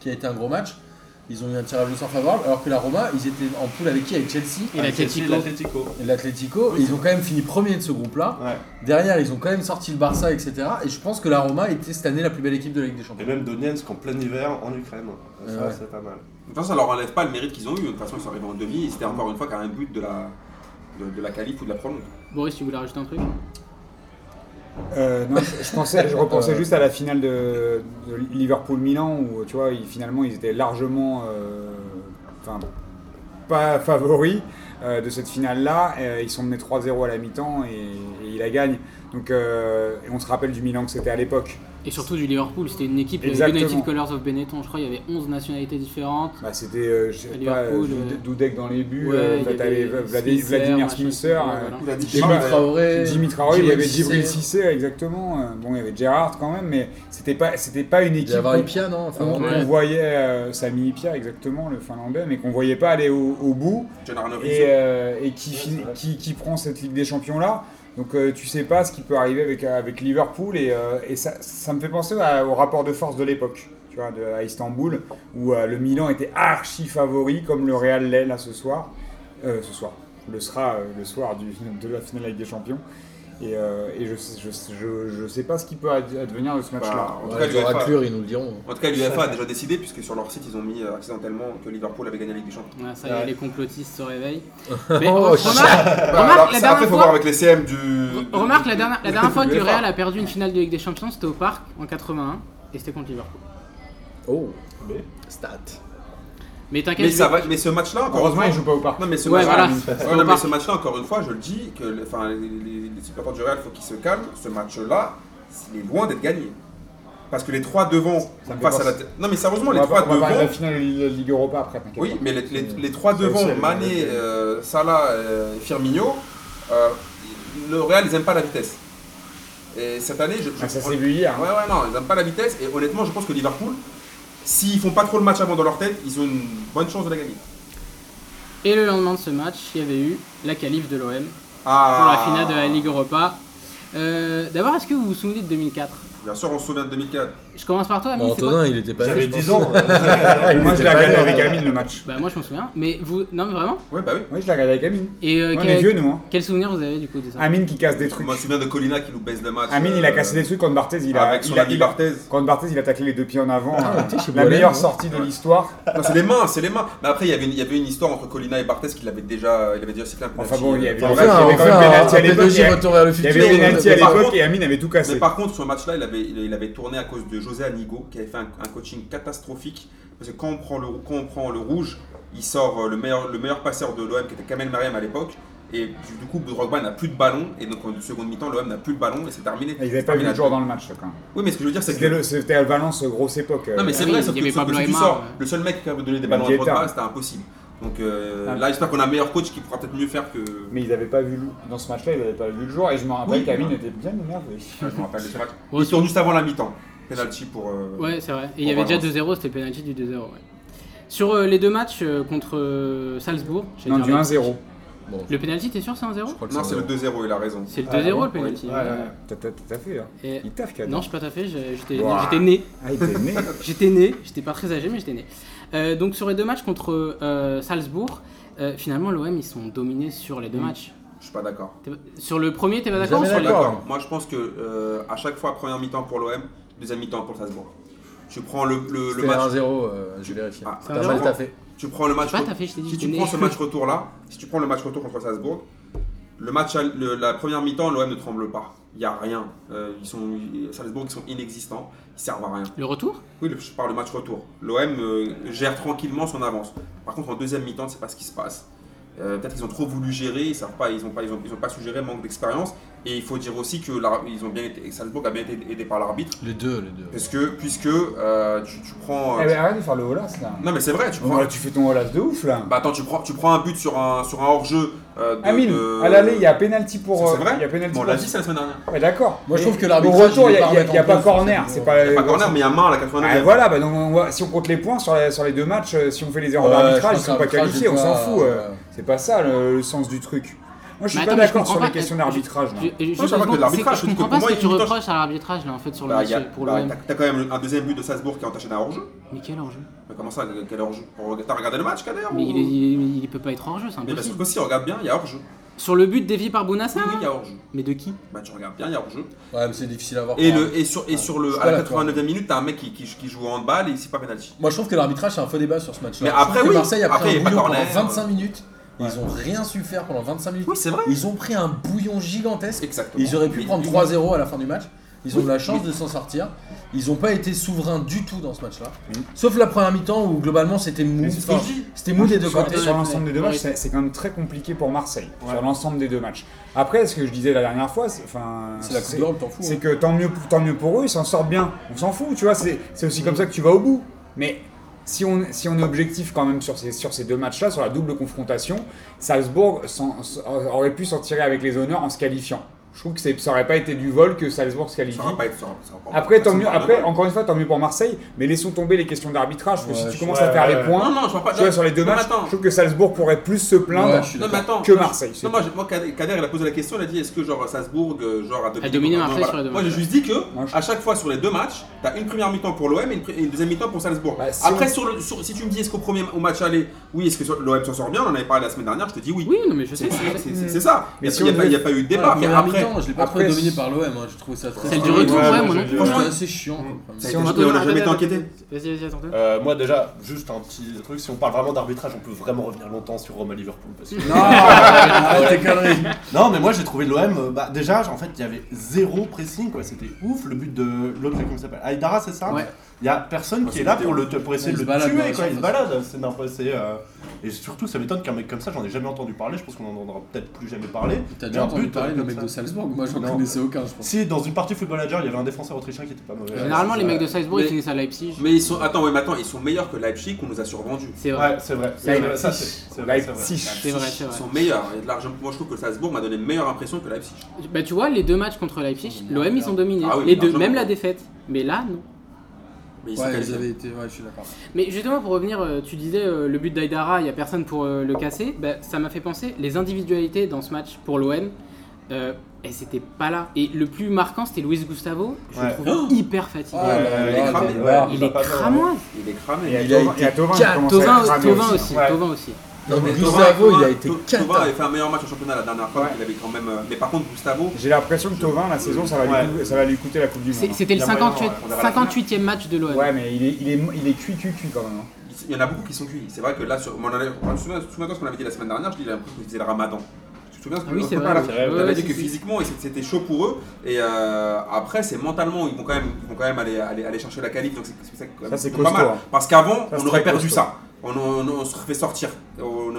[SPEAKER 2] qui a été un gros match, ils ont eu un tirage au sort favorable alors que la Roma ils étaient en poule avec qui Avec Chelsea
[SPEAKER 4] Ah,
[SPEAKER 1] Et
[SPEAKER 3] avec Chelsea,
[SPEAKER 1] l'Atletico.
[SPEAKER 3] l'Atletico.
[SPEAKER 2] et l'Atletico et ils ont quand même fini premier de ce groupe là.
[SPEAKER 3] Ouais.
[SPEAKER 2] Derrière ils ont quand même sorti le Barça etc. Et je pense que la Roma était cette année la plus belle équipe de la Ligue des
[SPEAKER 3] Et
[SPEAKER 2] Champions.
[SPEAKER 3] même Donetsk en plein hiver en Ukraine. Ça,
[SPEAKER 2] Ouais.
[SPEAKER 3] c'est pas mal.
[SPEAKER 4] De toute façon, ça leur enlève pas le mérite qu'ils ont eu. De toute façon, ils sont arrivés en demi, et c'était encore une fois qu'à un but de la, de, de la qualif ou de la prolongue.
[SPEAKER 1] Boris, tu voulais rajouter un truc
[SPEAKER 5] Euh, non, je, je pensais, je repensais
[SPEAKER 2] Euh.
[SPEAKER 5] juste à la finale de, de Liverpool-Milan où tu vois, ils- finalement, ils étaient largement, euh, enfin, pas favoris euh, de cette finale-là. Euh, ils sont menés 3-0 à la mi-temps et, et ils la gagnent. Donc, euh, et on se rappelle du Milan que c'était à l'époque.
[SPEAKER 1] Et surtout du Liverpool, c'était une équipe euh,
[SPEAKER 5] Exactement.
[SPEAKER 1] United Colors of Benetton. Je crois qu'il y avait 11 nationalités différentes.
[SPEAKER 5] Bah, c'était, euh, je sais pas, euh,
[SPEAKER 1] Liverpool,
[SPEAKER 5] Doud-
[SPEAKER 1] euh,
[SPEAKER 5] Doudek dans les buts.
[SPEAKER 1] Ouais,
[SPEAKER 5] euh,
[SPEAKER 1] il y
[SPEAKER 5] t'as- t'avais
[SPEAKER 1] avait
[SPEAKER 5] Vladi-
[SPEAKER 1] Smither,
[SPEAKER 5] Vladimir euh,
[SPEAKER 1] machin,
[SPEAKER 5] Smither.
[SPEAKER 1] ouais,
[SPEAKER 5] euh,
[SPEAKER 1] voilà.
[SPEAKER 4] Il a dit,
[SPEAKER 5] Jimmy
[SPEAKER 2] Jimmy Traoré,
[SPEAKER 5] Jimmy Traoré, il y avait Djibril
[SPEAKER 2] Djibril
[SPEAKER 5] Cissé, exactement. Euh, Bon, il y avait Gerrard quand même, mais c'était pas, c'était pas une
[SPEAKER 2] Il
[SPEAKER 5] équipe.
[SPEAKER 2] y avait
[SPEAKER 5] qu'on-
[SPEAKER 2] Ipia non enfin,
[SPEAKER 4] Ah,
[SPEAKER 5] On,
[SPEAKER 2] vraiment.
[SPEAKER 5] on voyait euh, Sami Hyypiä, exactement, le finlandais, mais qu'on voyait pas aller au, au bout
[SPEAKER 4] John Arnautovic,
[SPEAKER 5] et, euh, et qui,
[SPEAKER 3] Ouais,
[SPEAKER 5] fin-
[SPEAKER 3] c'est vrai.
[SPEAKER 5] qui, qui prend cette Ligue des Champions là. Donc euh, tu sais pas ce qui peut arriver avec, euh, avec Liverpool et, euh, et ça, ça me fait penser à- au rapport de force de l'époque, tu vois, de, à Istanbul, où euh, le Milan était archi favori comme le Real l'est là ce soir, Euh, ce soir, le sera euh, le soir du, de la finale avec des Champions. Et, euh, et je, sais- je, sais- je, je sais pas ce qui peut ad- advenir de ce match-là.
[SPEAKER 4] bah, en tout cas,
[SPEAKER 2] Ouais, les
[SPEAKER 4] l'UEFA
[SPEAKER 2] oraclures, ils nous le diront.
[SPEAKER 4] En tout cas, l'UEFA a déjà décidé, puisque sur leur site, ils ont mis euh, accidentellement que Liverpool avait gagné la Ligue des Champions.
[SPEAKER 1] Ouais, Ah, ça y est,
[SPEAKER 3] Ouais.
[SPEAKER 1] les complotistes se réveillent. Mais
[SPEAKER 2] Oh,
[SPEAKER 1] remarque,
[SPEAKER 2] shit.
[SPEAKER 1] remarque,
[SPEAKER 4] Bah,
[SPEAKER 1] la
[SPEAKER 4] alors, ça, après,
[SPEAKER 1] dernière
[SPEAKER 4] il faut voir
[SPEAKER 1] fois,
[SPEAKER 4] avec les CM du.
[SPEAKER 1] remarque, la dernière, la dernière fois que le
[SPEAKER 4] UEFA.
[SPEAKER 1] Real a perdu une finale de Ligue des Champions, c'était au Parc en 81 et c'était contre Liverpool.
[SPEAKER 2] Oh,
[SPEAKER 3] Mais-
[SPEAKER 2] stat.
[SPEAKER 1] Mais t'inquiète,
[SPEAKER 4] Mais,
[SPEAKER 1] je
[SPEAKER 4] ça
[SPEAKER 1] vais-
[SPEAKER 4] va... mais ce match-là, encore
[SPEAKER 5] Heureusement,
[SPEAKER 4] une
[SPEAKER 5] il
[SPEAKER 4] fois.
[SPEAKER 5] joue pas au parc.
[SPEAKER 4] Non, mais ce
[SPEAKER 1] Ouais,
[SPEAKER 4] match-là,
[SPEAKER 1] voilà.
[SPEAKER 4] Ouais, non, mais
[SPEAKER 1] Remarque.
[SPEAKER 4] ce match-là, encore une fois, je le dis, que les, enfin, les, les- les supporters du Real, faut qu'ils se calment. Ce match-là, il est loin d'être gagné. Parce que les trois devant,
[SPEAKER 5] Ça me
[SPEAKER 4] face
[SPEAKER 5] fait
[SPEAKER 4] à la. Non, mais sérieusement,
[SPEAKER 5] On
[SPEAKER 4] les
[SPEAKER 5] va,
[SPEAKER 4] trois
[SPEAKER 5] pas- on va parler de
[SPEAKER 4] devant.
[SPEAKER 5] la finale de Ligue Europa après, t'inquiète
[SPEAKER 4] Oui,
[SPEAKER 5] pas.
[SPEAKER 4] mais les, les- les trois
[SPEAKER 5] Ça aussi,
[SPEAKER 4] devant,
[SPEAKER 5] elle est
[SPEAKER 4] Mané,
[SPEAKER 5] malade.
[SPEAKER 4] euh, Salah, euh, Firmino, euh, le Real, ils n'aiment pas la vitesse. Et cette année, je, je-
[SPEAKER 5] Ah, ça s'est vu hier.
[SPEAKER 4] Ouais, ouais, non, ils n'aiment pas la vitesse. Et honnêtement, je pense que Liverpool, s'ils font pas trop le match avant dans leur tête, ils ont une bonne chance de la gagner.
[SPEAKER 1] Et le lendemain de ce match, il y avait eu la qualif de l'OM pour
[SPEAKER 4] Ah,
[SPEAKER 1] la finale de la Ligue Europa. Euh, D'abord, est-ce que vous vous souvenez de 2004
[SPEAKER 4] Bien sûr, on se souvient de 2004.
[SPEAKER 1] Je Je commence par toi, Amine.
[SPEAKER 2] Bon,
[SPEAKER 1] Ah, c'est quoi
[SPEAKER 2] Antonin, il était pas
[SPEAKER 3] J'avais
[SPEAKER 2] je pense.
[SPEAKER 3] 10 ans.
[SPEAKER 5] Moi, je la
[SPEAKER 2] était
[SPEAKER 5] regarde
[SPEAKER 2] pas-
[SPEAKER 5] avec Amine le match.
[SPEAKER 1] Bah, moi, je m'en souviens. Mais vous. Non, mais vraiment
[SPEAKER 4] Ouais, bah oui.
[SPEAKER 5] Oui, je la regarde avec Amine.
[SPEAKER 1] Et euh,
[SPEAKER 5] Ouais, on est
[SPEAKER 1] quel...
[SPEAKER 5] vieux, nous. Hein.
[SPEAKER 1] quel souvenir vous avez du coup de ça
[SPEAKER 5] Amine qui casse des trucs.
[SPEAKER 4] Moi, je me souviens de Colina qui nous baisse le match.
[SPEAKER 5] Amine, il a cassé des trucs contre Barthez. Il
[SPEAKER 4] Il
[SPEAKER 5] a,
[SPEAKER 4] avec son
[SPEAKER 5] il a,
[SPEAKER 4] ami
[SPEAKER 5] il a-
[SPEAKER 4] Barthez. Ah,
[SPEAKER 5] Quand Barthez, il a taclé les deux pieds en avant. euh,
[SPEAKER 2] Ah, tu sais, hein. je suis
[SPEAKER 5] la
[SPEAKER 2] Bollem,
[SPEAKER 5] meilleure
[SPEAKER 2] moi.
[SPEAKER 5] sortie de l'histoire.
[SPEAKER 4] Non, c'est les mains, c'est les mains. Mais après, il y avait une, il y avait une histoire entre Colina et Barthez qu'il avait déjà, il avait déjà sifflé un peu.
[SPEAKER 5] Enfin bon, il y avait-
[SPEAKER 2] Enfin,
[SPEAKER 5] Il y avait quand
[SPEAKER 2] enfin,
[SPEAKER 5] même
[SPEAKER 2] un
[SPEAKER 5] penalty à l'époque, il y
[SPEAKER 2] P2J
[SPEAKER 5] a-
[SPEAKER 2] retour vers le
[SPEAKER 5] Il y
[SPEAKER 2] futur.
[SPEAKER 5] avait Benanti à
[SPEAKER 4] mais par
[SPEAKER 5] l'époque
[SPEAKER 4] contre-
[SPEAKER 5] et Amine avait tout
[SPEAKER 4] Mais
[SPEAKER 5] cassé.
[SPEAKER 4] par contre, sur ce match-là, il avait, il, il avait tourné à cause de José Anigo, qui avait fait un, un coaching catastrophique. Parce que quand on prend le, quand on prend le rouge, il sort euh, le meilleur, le meilleur passeur de l'OM, qui était Kamel Mariam à l'époque. Et du du coup, Drogba n'a plus de ballon. Et donc, en seconde mi-temps, l'OM n'a plus de ballon et c'est terminé.
[SPEAKER 5] Ah, Ils n'avaient pas vu le joueur dans le match, ça, quand même.
[SPEAKER 4] Oui, mais ce que je veux dire, c'est que.
[SPEAKER 5] C'était le- C'était à Valence, grosse époque. euh,
[SPEAKER 4] Non, mais c'est
[SPEAKER 1] Ah Oui,
[SPEAKER 4] vrai,
[SPEAKER 1] il
[SPEAKER 4] sauf
[SPEAKER 1] y
[SPEAKER 4] que,
[SPEAKER 1] avait
[SPEAKER 4] sauf
[SPEAKER 1] Pablo
[SPEAKER 4] que tu
[SPEAKER 1] Aymar,
[SPEAKER 4] sors.
[SPEAKER 1] ouais.
[SPEAKER 4] Le seul mec qui avait donné des ballons à
[SPEAKER 5] Guetta.
[SPEAKER 4] Drogba, c'était impossible. Donc euh,
[SPEAKER 5] Ah.
[SPEAKER 4] là, j'espère qu'on a un meilleur coach qui pourra peut-être mieux faire que.
[SPEAKER 5] Mais ils n'avaient pas vu le- dans ce match-là, ils n'avaient pas vu le joueur et je me rappelle
[SPEAKER 4] Oui.
[SPEAKER 5] qu'Amine était bien énervé.
[SPEAKER 4] Je me rappelle, c'est vrai.
[SPEAKER 1] Ouais,
[SPEAKER 4] Il tourne juste avant la mi-temps. Penalty pour. euh,
[SPEAKER 1] Ouais, c'est vrai. Et il
[SPEAKER 4] On
[SPEAKER 5] bah,
[SPEAKER 1] y avait déjà
[SPEAKER 4] relance.
[SPEAKER 1] 2-0, c'était le penalty du 2-0. ouais. Sur euh, les deux matchs euh, contre euh, Salzbourg, j'allais
[SPEAKER 5] Non,
[SPEAKER 1] dire
[SPEAKER 5] du
[SPEAKER 1] le-
[SPEAKER 5] 1-0.
[SPEAKER 2] Bon,
[SPEAKER 1] Le penalty, t'es sûr, c'est un 0
[SPEAKER 2] je crois que
[SPEAKER 4] Non, c'est le
[SPEAKER 2] bon.
[SPEAKER 4] 2-0, il a raison.
[SPEAKER 1] C'est le 2-0
[SPEAKER 5] Ah, bon,
[SPEAKER 1] le penalty.
[SPEAKER 5] Ouais, ouais, ouais. T'as- t'as- T'as fait là.
[SPEAKER 1] Et-
[SPEAKER 5] Il taffe, Kader.
[SPEAKER 1] Non, je suis pas tout à fait, j'ai- j'étais
[SPEAKER 5] Ouah.
[SPEAKER 1] j'étais né.
[SPEAKER 5] Ah, il était né.
[SPEAKER 1] J'étais né, j'étais pas très âgé, mais j'étais né. Euh, donc sur les deux matchs contre euh, Salzbourg, euh, finalement l'OM ils sont dominés sur les deux matchs.
[SPEAKER 4] Je suis pas d'accord.
[SPEAKER 1] T'es pas- Sur le premier, t'es pas d'accord
[SPEAKER 2] Jamais
[SPEAKER 1] ou sur
[SPEAKER 4] Je suis
[SPEAKER 1] les-
[SPEAKER 2] d'accord.
[SPEAKER 4] Moi, je pense que euh, à chaque fois, première mi-temps pour l'OM, deuxième mi-temps pour Salzbourg. Tu prends le, le, le
[SPEAKER 2] C'était
[SPEAKER 4] match.
[SPEAKER 2] 1-0, euh, je vérifie.
[SPEAKER 4] Ah,
[SPEAKER 2] T'as
[SPEAKER 1] un
[SPEAKER 2] mal
[SPEAKER 1] zéro.
[SPEAKER 2] taffé.
[SPEAKER 4] Tu prends le match.
[SPEAKER 1] J'ai pas taffé, je t'ai dit
[SPEAKER 4] si
[SPEAKER 1] que
[SPEAKER 4] tu
[SPEAKER 1] j'étais
[SPEAKER 4] prends
[SPEAKER 1] né.
[SPEAKER 4] ce match retour là, si tu prends le match retour contre Salzbourg, le match, à- le- la première mi-temps, l'OM ne tremble pas. Il y a rien. Euh, ils sont Salzbourg, ils sont inexistants. Ils servent à rien.
[SPEAKER 1] Le retour
[SPEAKER 4] Oui, le- je parle le match retour. L'OM euh, gère tranquillement son avance. Par contre, en deuxième mi-temps, c'est pas ce qui se passe. Euh, Peut-être qu'ils ont trop voulu gérer, ils savent pas, ils ont pas, ils ont, ils ont pas su gérer, manque d'expérience. Et il faut dire aussi que la- ils ont bien été, Salzbourg a bien été aidé par l'arbitre,
[SPEAKER 2] Les deux, les deux.
[SPEAKER 4] parce que puisque euh, tu, tu prends, euh,
[SPEAKER 5] Eh ben, arrête de faire le Olas là.
[SPEAKER 4] non mais c'est vrai, tu
[SPEAKER 5] Bon,
[SPEAKER 4] prends,
[SPEAKER 5] là, tu fais ton Olas de ouf là.
[SPEAKER 4] bah attends, tu prends, tu prends un but sur un, sur un hors jeu.
[SPEAKER 5] Amine, à l'aller, il y a pénalti pour.
[SPEAKER 4] C'est
[SPEAKER 5] euh,
[SPEAKER 4] vrai.
[SPEAKER 5] Il y a pénalti
[SPEAKER 4] Bon, on
[SPEAKER 5] pour.
[SPEAKER 4] l'a dit c'est la semaine dernière.
[SPEAKER 5] Ouais, d'accord.
[SPEAKER 2] Moi, je
[SPEAKER 5] Mais
[SPEAKER 2] trouve que l'arbitrage,
[SPEAKER 5] Au retour,
[SPEAKER 2] il
[SPEAKER 5] il
[SPEAKER 2] est
[SPEAKER 5] n'y
[SPEAKER 2] pas
[SPEAKER 5] a, il y a-
[SPEAKER 2] remettre
[SPEAKER 5] il y a
[SPEAKER 2] en
[SPEAKER 5] pas
[SPEAKER 2] cause,
[SPEAKER 5] corner.
[SPEAKER 2] c'est
[SPEAKER 5] C'est
[SPEAKER 2] bon.
[SPEAKER 5] pas.
[SPEAKER 4] Il y a pas corner, mais il y a main à la 89.
[SPEAKER 5] Ah, voilà, bah, donc, on va- si on compte les points sur, la- sur les deux matchs, euh, si on fait les erreurs
[SPEAKER 2] Ouais, je
[SPEAKER 5] d'arbitrage,
[SPEAKER 2] pense
[SPEAKER 5] ils sont pas
[SPEAKER 2] que l'arbitrage
[SPEAKER 5] qualifiés, on
[SPEAKER 2] est
[SPEAKER 5] s'en
[SPEAKER 2] pas-
[SPEAKER 5] fout. euh,
[SPEAKER 2] ouais.
[SPEAKER 5] C'est pas ça le, le sens du truc. Moi je suis
[SPEAKER 1] Mais
[SPEAKER 5] pas
[SPEAKER 1] attends, mais je
[SPEAKER 5] d'accord
[SPEAKER 1] comprends
[SPEAKER 5] sur les
[SPEAKER 1] pas.
[SPEAKER 5] questions
[SPEAKER 1] Je-
[SPEAKER 5] d'arbitrage. là.
[SPEAKER 1] Je, je- je
[SPEAKER 4] ça va
[SPEAKER 1] comprends-
[SPEAKER 4] que l'arbitrage,
[SPEAKER 1] c'est que
[SPEAKER 4] je
[SPEAKER 1] je
[SPEAKER 4] trouve
[SPEAKER 1] comprends
[SPEAKER 4] que
[SPEAKER 1] pas
[SPEAKER 4] pour
[SPEAKER 1] ce
[SPEAKER 4] moi,
[SPEAKER 1] que
[SPEAKER 4] il
[SPEAKER 1] tu
[SPEAKER 4] y a une
[SPEAKER 1] reproches à l'arbitrage là en
[SPEAKER 5] Eh,
[SPEAKER 1] fait sur le
[SPEAKER 4] Bah, il y a-
[SPEAKER 1] match pour
[SPEAKER 4] bah,
[SPEAKER 1] l'OM.
[SPEAKER 4] t'as- T'as quand même un deuxième but de Salzbourg qui est enchaîné à hors jeu.
[SPEAKER 1] Mais quel enjeu
[SPEAKER 4] Mais comment ça, quel quel hors-jeu On regarde- T'as regardé le match, Kader
[SPEAKER 1] Mais
[SPEAKER 4] ou-
[SPEAKER 1] il, est- il- il peut pas être hors jeu, c'est
[SPEAKER 4] Mais parce
[SPEAKER 1] impossible.
[SPEAKER 4] que si on regarde bien, il y a hors-jeu.
[SPEAKER 1] Sur le but dévié par Bounassa
[SPEAKER 5] Ah
[SPEAKER 4] Oui, il y a hors-jeu.
[SPEAKER 1] Mais de qui
[SPEAKER 4] Bah, tu regardes bien, il y a hors-jeu.
[SPEAKER 2] Ouais, mais c'est difficile à voir.
[SPEAKER 4] Et,
[SPEAKER 2] pour un-
[SPEAKER 4] le, et sur, et sur
[SPEAKER 2] Je
[SPEAKER 4] le,
[SPEAKER 2] suis
[SPEAKER 4] à
[SPEAKER 2] pas
[SPEAKER 4] la
[SPEAKER 2] d'accord.
[SPEAKER 4] 89e minute, t'as un mec qui, qui, qui joue en balle et c'est pas penalty.
[SPEAKER 2] Moi, je trouve que l'arbitrage, c'est un faux débat sur ce match-là.
[SPEAKER 4] Mais
[SPEAKER 2] Je trouve
[SPEAKER 4] après,
[SPEAKER 2] que
[SPEAKER 4] oui.
[SPEAKER 2] Marseille a pris
[SPEAKER 4] Après, il y
[SPEAKER 2] un
[SPEAKER 4] a pas
[SPEAKER 2] bouillon pendant
[SPEAKER 4] corner.
[SPEAKER 2] 25 minutes.
[SPEAKER 5] Ouais.
[SPEAKER 2] Ils ont rien su faire pendant 25 minutes.
[SPEAKER 4] Oui, c'est vrai.
[SPEAKER 2] Ils ont pris un bouillon gigantesque.
[SPEAKER 4] Exactement.
[SPEAKER 2] Ils auraient pu
[SPEAKER 4] Mais-
[SPEAKER 2] prendre 3-0 à la fin du match. Ils ont eu la chance de s'en sortir. Ils n'ont pas été souverains du tout dans ce match-là.
[SPEAKER 5] Oui.
[SPEAKER 2] Sauf la première mi-temps où globalement c'était mou.
[SPEAKER 4] Mais c'est ce que
[SPEAKER 2] Enfin,
[SPEAKER 4] je dis.
[SPEAKER 2] C'était mou des deux
[SPEAKER 5] Sur-
[SPEAKER 2] côtés.
[SPEAKER 5] Sur l'ensemble des deux
[SPEAKER 1] Ouais.
[SPEAKER 5] matchs, c'est c'est quand même très compliqué pour Marseille.
[SPEAKER 3] Ouais.
[SPEAKER 5] Sur l'ensemble des deux matchs. Après, ce que je disais la dernière fois, c'est enfin,
[SPEAKER 2] C'est la Coupe
[SPEAKER 5] c'est-
[SPEAKER 2] d'Europe, t'en fous.
[SPEAKER 5] c'est
[SPEAKER 2] hein.
[SPEAKER 5] que tant mieux, tant mieux pour eux, ils s'en sortent bien. On s'en fout, tu vois. C'est c'est aussi comme ça que tu vas au bout. Mais si on, si on est objectif quand même sur ces, sur ces deux matchs-là, sur la double confrontation, Salzbourg s'en- s'en- aurait pu s'en tirer avec les honneurs en se qualifiant. Je trouve que c'est- ça aurait pas été du vol que Salzbourg se qualifie.
[SPEAKER 4] Ça va pas être ça. ça va pas-
[SPEAKER 5] Après, tant
[SPEAKER 4] ça
[SPEAKER 5] mieux,
[SPEAKER 4] va pas
[SPEAKER 5] après,
[SPEAKER 4] être-
[SPEAKER 5] encore une fois, tant mieux pour Marseille, mais laissons tomber les questions d'arbitrage, parce que
[SPEAKER 2] Ouais,
[SPEAKER 5] si tu commences
[SPEAKER 3] ouais,
[SPEAKER 5] à faire
[SPEAKER 3] ouais,
[SPEAKER 5] les
[SPEAKER 3] ouais.
[SPEAKER 5] points,
[SPEAKER 4] Non, non, je vois pas.
[SPEAKER 5] tu vois, sur les deux
[SPEAKER 4] Non, mais
[SPEAKER 5] matchs,
[SPEAKER 4] attends.
[SPEAKER 5] je trouve que Salzbourg pourrait plus se plaindre.
[SPEAKER 2] Ouais, je suis
[SPEAKER 4] Non, mais
[SPEAKER 2] d'accord.
[SPEAKER 4] attends.
[SPEAKER 5] Que Marseille, c'est
[SPEAKER 4] Non, moi, je- moi, Kader, Kader, il a posé la question, il a dit est-ce que genre Salzbourg euh, genre, a dominé,
[SPEAKER 1] A dominé
[SPEAKER 4] Non,
[SPEAKER 1] Marseille sur les deux
[SPEAKER 4] Moi, j'ai
[SPEAKER 1] matchs.
[SPEAKER 4] juste dit que
[SPEAKER 5] Moi, je-
[SPEAKER 4] à chaque fois sur les deux matchs, t'as une première mi-temps pour l'OM et une, pr- et une deuxième mi-temps pour Salzbourg.
[SPEAKER 5] Bah, si
[SPEAKER 4] Après,
[SPEAKER 5] on-
[SPEAKER 4] sur le- sur- si tu me dis est-ce qu'au premier au match aller, oui, est-ce que sur- l'OM s'en sort bien On en avait parlé la semaine dernière, je te dis oui.
[SPEAKER 1] Oui, non mais je sais.
[SPEAKER 4] C'est- C'est
[SPEAKER 1] c'est-
[SPEAKER 4] c'est- c'est ça.
[SPEAKER 5] Mais
[SPEAKER 4] Il n'y a,
[SPEAKER 5] si
[SPEAKER 4] il y a
[SPEAKER 5] on
[SPEAKER 4] pas- il y a pas
[SPEAKER 5] devait-
[SPEAKER 4] eu de
[SPEAKER 2] Moi,
[SPEAKER 4] débat.
[SPEAKER 2] la
[SPEAKER 4] mais
[SPEAKER 2] première
[SPEAKER 4] après,
[SPEAKER 2] mi-temps, je l'ai pas
[SPEAKER 5] après-
[SPEAKER 2] trop dominé par l'OM. hein. Je trouve ça très.
[SPEAKER 1] Celle du
[SPEAKER 2] Ouais,
[SPEAKER 1] retour,
[SPEAKER 2] ouais.
[SPEAKER 1] ouais,
[SPEAKER 3] moi,
[SPEAKER 1] moi
[SPEAKER 3] j'ai-
[SPEAKER 1] non.
[SPEAKER 3] j'ai-
[SPEAKER 2] Franchement,
[SPEAKER 1] Franchement,
[SPEAKER 2] c'est assez chiant. quoi.
[SPEAKER 4] Ça a été-
[SPEAKER 5] Si on-
[SPEAKER 4] on n'a jamais été inquiété.
[SPEAKER 1] Vas-y, vas-y, attends.
[SPEAKER 3] Euh, moi déjà, juste un petit truc, si on parle vraiment d'arbitrage, on peut vraiment revenir longtemps sur Roma Liverpool. Parce que...
[SPEAKER 2] Ah, t'es connerie.
[SPEAKER 3] non mais moi j'ai trouvé l'OM, euh, bah, déjà en fait il y avait zéro pressing quoi, c'était ouf le but de l'autre, là, comment il s'appelle Aïdara c'est ça
[SPEAKER 1] Ouais.
[SPEAKER 3] Il y a personne
[SPEAKER 4] Ouais,
[SPEAKER 3] qui
[SPEAKER 4] c'est
[SPEAKER 3] est là
[SPEAKER 4] Matteo.
[SPEAKER 3] pour, le, pour essayer
[SPEAKER 2] Il
[SPEAKER 3] de
[SPEAKER 2] se
[SPEAKER 3] le
[SPEAKER 2] balade dans la
[SPEAKER 3] tuer quoi, il se
[SPEAKER 2] surface.
[SPEAKER 3] balade, c'est n'importe c'est, euh, Et surtout ça m'étonne qu'un mec comme ça, j'en ai jamais entendu parler, je pense qu'on en aura peut-être plus jamais parlé.
[SPEAKER 2] T'as
[SPEAKER 3] Mais
[SPEAKER 2] déjà
[SPEAKER 3] un
[SPEAKER 2] entendu
[SPEAKER 3] but,
[SPEAKER 2] parler
[SPEAKER 3] euh,
[SPEAKER 2] de
[SPEAKER 3] comme
[SPEAKER 2] mec de
[SPEAKER 3] ça.
[SPEAKER 2] Salzbourg Moi, j'en
[SPEAKER 3] Non.
[SPEAKER 2] connaissais aucun, je pense.
[SPEAKER 3] Si dans une partie Football Manager, il y avait un défenseur autrichien qui était pas mauvais.
[SPEAKER 1] Généralement, les
[SPEAKER 3] Ouais,
[SPEAKER 1] mecs de Salzbourg ils
[SPEAKER 4] Mais-
[SPEAKER 1] finissent à Leipzig.
[SPEAKER 4] Mais ils sont. Attends, ouais, mais attends, ils sont meilleurs que Leipzig, on nous a survendus.
[SPEAKER 1] C'est vrai.
[SPEAKER 3] Ouais, c'est vrai.
[SPEAKER 5] Ça,
[SPEAKER 3] Ça,
[SPEAKER 5] il-
[SPEAKER 3] ça, c'est- c'est vrai, c'est vrai.
[SPEAKER 5] Leipzig.
[SPEAKER 1] Ah, C'est vrai, c'est
[SPEAKER 4] Ils
[SPEAKER 1] vrai.
[SPEAKER 4] sont meilleurs. Il y a de l'argent. Moi, je trouve que Salzbourg m'a donné une meilleure impression que Leipzig.
[SPEAKER 1] Bah tu vois, les deux matchs contre Leipzig, l'OM ils ont dominé.
[SPEAKER 4] Ah oui,
[SPEAKER 1] les deux,
[SPEAKER 4] largement.
[SPEAKER 1] même la défaite. Mais là, non.
[SPEAKER 4] Mais ils sont
[SPEAKER 2] Ouais, ils
[SPEAKER 4] qualifiés.
[SPEAKER 2] avaient été. Ouais, je suis d'accord.
[SPEAKER 1] Mais justement, pour revenir, euh, tu disais euh, le but d'Aïdara, il n'y a personne pour euh, le casser. Bah, ça m'a fait penser les individualités dans ce match pour l'OM. euh, elles n'étaient pas là. Et le plus marquant, c'était Luis Gustavo. Je
[SPEAKER 3] Ouais.
[SPEAKER 1] le trouve hyper fatigué.
[SPEAKER 2] Ah,
[SPEAKER 3] Ouais,
[SPEAKER 2] là,
[SPEAKER 3] il
[SPEAKER 4] est
[SPEAKER 2] là,
[SPEAKER 4] cramé.
[SPEAKER 2] des barres.
[SPEAKER 1] Il
[SPEAKER 3] bah,
[SPEAKER 1] est
[SPEAKER 3] pas mal,
[SPEAKER 1] cramois.
[SPEAKER 4] Il est
[SPEAKER 5] Et
[SPEAKER 4] cramé.
[SPEAKER 5] à
[SPEAKER 2] Il a
[SPEAKER 5] Thauvin-
[SPEAKER 2] été
[SPEAKER 5] et à Thauvin,
[SPEAKER 2] quatre-
[SPEAKER 5] il commence à être
[SPEAKER 1] Tovin
[SPEAKER 5] cramé
[SPEAKER 1] Tovin
[SPEAKER 5] aussi.
[SPEAKER 1] aussi.
[SPEAKER 3] Ouais.
[SPEAKER 1] Tovin aussi.
[SPEAKER 2] Non, mais Gustavo,
[SPEAKER 4] Thauvin-
[SPEAKER 2] il a
[SPEAKER 4] Thauvin-
[SPEAKER 2] été
[SPEAKER 4] Thauvin avait
[SPEAKER 2] 4
[SPEAKER 4] fait un meilleur match en championnat la dernière fois.
[SPEAKER 5] Ouais.
[SPEAKER 4] Il avait quand même. euh, Mais par contre, Gustavo,
[SPEAKER 5] J'ai l'impression que Tovin, la saison, ça va, lui,
[SPEAKER 3] Ouais.
[SPEAKER 5] cou- ça va lui coûter la Coupe du Monde. hein.
[SPEAKER 1] C'est- C'était le
[SPEAKER 3] Il y a moyen,
[SPEAKER 1] 58,
[SPEAKER 3] ouais,
[SPEAKER 4] on verra la
[SPEAKER 1] 58e match de l'OM.
[SPEAKER 5] Ouais, mais il est, il est, il est cuit, cuit, cuit quand même. hein.
[SPEAKER 4] il y en a beaucoup qui sont cuits. C'est vrai que là, sur... moi, on avait- je me souviens, je me souviens de ce qu'on avait dit la semaine dernière. Je dis, il a l'impression qu'ils faisaient le ramadan. Tu te souviens ce
[SPEAKER 1] Ah
[SPEAKER 4] que
[SPEAKER 1] oui, c'est
[SPEAKER 4] on
[SPEAKER 1] vrai.
[SPEAKER 4] parlait
[SPEAKER 1] oui.
[SPEAKER 3] vrai,
[SPEAKER 1] Ouais,
[SPEAKER 4] On avait
[SPEAKER 1] ouais,
[SPEAKER 4] dit
[SPEAKER 1] si,
[SPEAKER 4] que
[SPEAKER 1] si.
[SPEAKER 4] physiquement et c'est- c'était chaud pour eux et euh, après c'est mentalement ils vont quand même ils vont quand même aller aller, aller chercher la qualif donc c'est c'est pour
[SPEAKER 5] Ça, c'est
[SPEAKER 4] que pas
[SPEAKER 5] costaud,
[SPEAKER 4] mal
[SPEAKER 5] hein.
[SPEAKER 4] parce qu'avant
[SPEAKER 5] c'est
[SPEAKER 4] on aurait
[SPEAKER 5] très
[SPEAKER 4] perdu
[SPEAKER 5] costaud.
[SPEAKER 4] ça on, on- on se fait sortir on,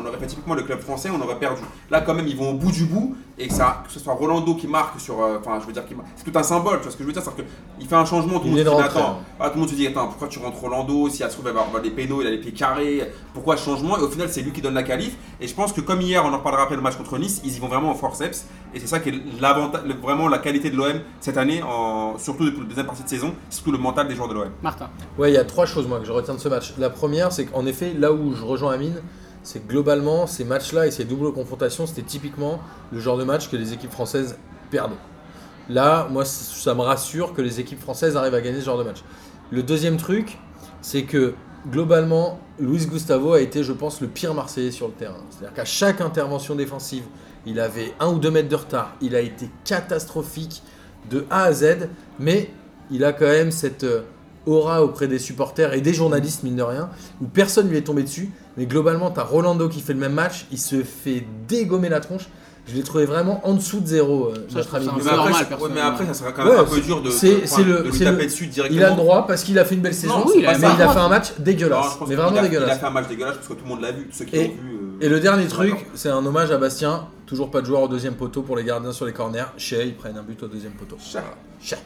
[SPEAKER 4] on aurait fait typiquement le club français on aurait perdu là quand même ils vont au bout du bout et que ça que ce soit Rolando qui marque sur euh, enfin je veux dire qui marque- c'est tout un symbole tu vois ce que je veux dire c'est que il fait un changement tout le
[SPEAKER 2] Il est
[SPEAKER 4] monde se
[SPEAKER 2] de
[SPEAKER 4] dit mais
[SPEAKER 2] rentrée,
[SPEAKER 4] attends
[SPEAKER 2] hein.
[SPEAKER 4] ah, tout le monde se dit attends pourquoi tu rentres Rolando si elle se trouve elle va avoir des pénaux il a les pieds carrés pourquoi ce changement et au final c'est lui qui donne la qualif et je pense que comme hier on en reparlera après le match contre Nice ils y vont vraiment en forceps et c'est ça qui est l'avanta- le- vraiment la qualité de l'OM cette année, en- surtout depuis la deuxième partie de saison, c'est surtout le mental des joueurs de l'OM.
[SPEAKER 1] Martin.
[SPEAKER 2] Ouais, il y a trois choses moi que je retiens de ce match. La première, c'est qu'en effet, là où je rejoins Amine, c'est que globalement, ces matchs-là et ces doubles confrontations, c'était typiquement le genre de match que les équipes françaises perdent. Là, moi, c- ça me rassure que les équipes françaises arrivent à gagner ce genre de match. Le deuxième truc, c'est que globalement, Luis Gustavo a été, je pense, le pire Marseillais sur le terrain. C'est-à-dire qu'à chaque intervention défensive, il avait un ou deux mètres de retard. Il a été catastrophique de A à Z, mais il a quand même cette euh, aura auprès des supporters et des journalistes, mine de rien, où personne lui est tombé dessus. Mais globalement, t'as Rolando qui fait le même match, il se fait dégommer la tronche. Je l'ai trouvé vraiment en dessous de zéro, euh,
[SPEAKER 1] je
[SPEAKER 2] notre
[SPEAKER 1] trouve
[SPEAKER 2] ami
[SPEAKER 1] ça
[SPEAKER 2] Luis
[SPEAKER 1] C'est normal,
[SPEAKER 4] après,
[SPEAKER 1] personne,
[SPEAKER 4] ouais, mais
[SPEAKER 1] ouais.
[SPEAKER 4] après, ça serait quand même
[SPEAKER 2] Ouais,
[SPEAKER 4] un peu
[SPEAKER 2] c'est-
[SPEAKER 4] dur de,
[SPEAKER 2] c'est-
[SPEAKER 4] enfin,
[SPEAKER 2] c'est le-
[SPEAKER 4] de lui
[SPEAKER 2] c'est
[SPEAKER 4] taper
[SPEAKER 2] le-
[SPEAKER 4] dessus
[SPEAKER 2] Il a le
[SPEAKER 4] directement.
[SPEAKER 2] droit parce qu'il a fait une belle saison.
[SPEAKER 1] oui, il a-
[SPEAKER 2] mais il a
[SPEAKER 1] droit.
[SPEAKER 2] fait un match
[SPEAKER 4] Non,
[SPEAKER 2] dégueulasse.
[SPEAKER 4] je pense
[SPEAKER 2] mais
[SPEAKER 4] qu'il
[SPEAKER 2] vraiment
[SPEAKER 4] a- Il a
[SPEAKER 2] dégueulasse.
[SPEAKER 4] fait un match dégueulasse parce que tout le monde l'a vu, ceux qui
[SPEAKER 2] Et-
[SPEAKER 4] l'ont vu. euh,
[SPEAKER 2] Et le dernier truc,
[SPEAKER 4] D'accord.
[SPEAKER 2] c'est un hommage à Bastien. Toujours pas de joueur au deuxième poteau pour les gardiens sur les corners. Chez, ils prennent un but au deuxième poteau.
[SPEAKER 4] Cher.
[SPEAKER 2] Chez.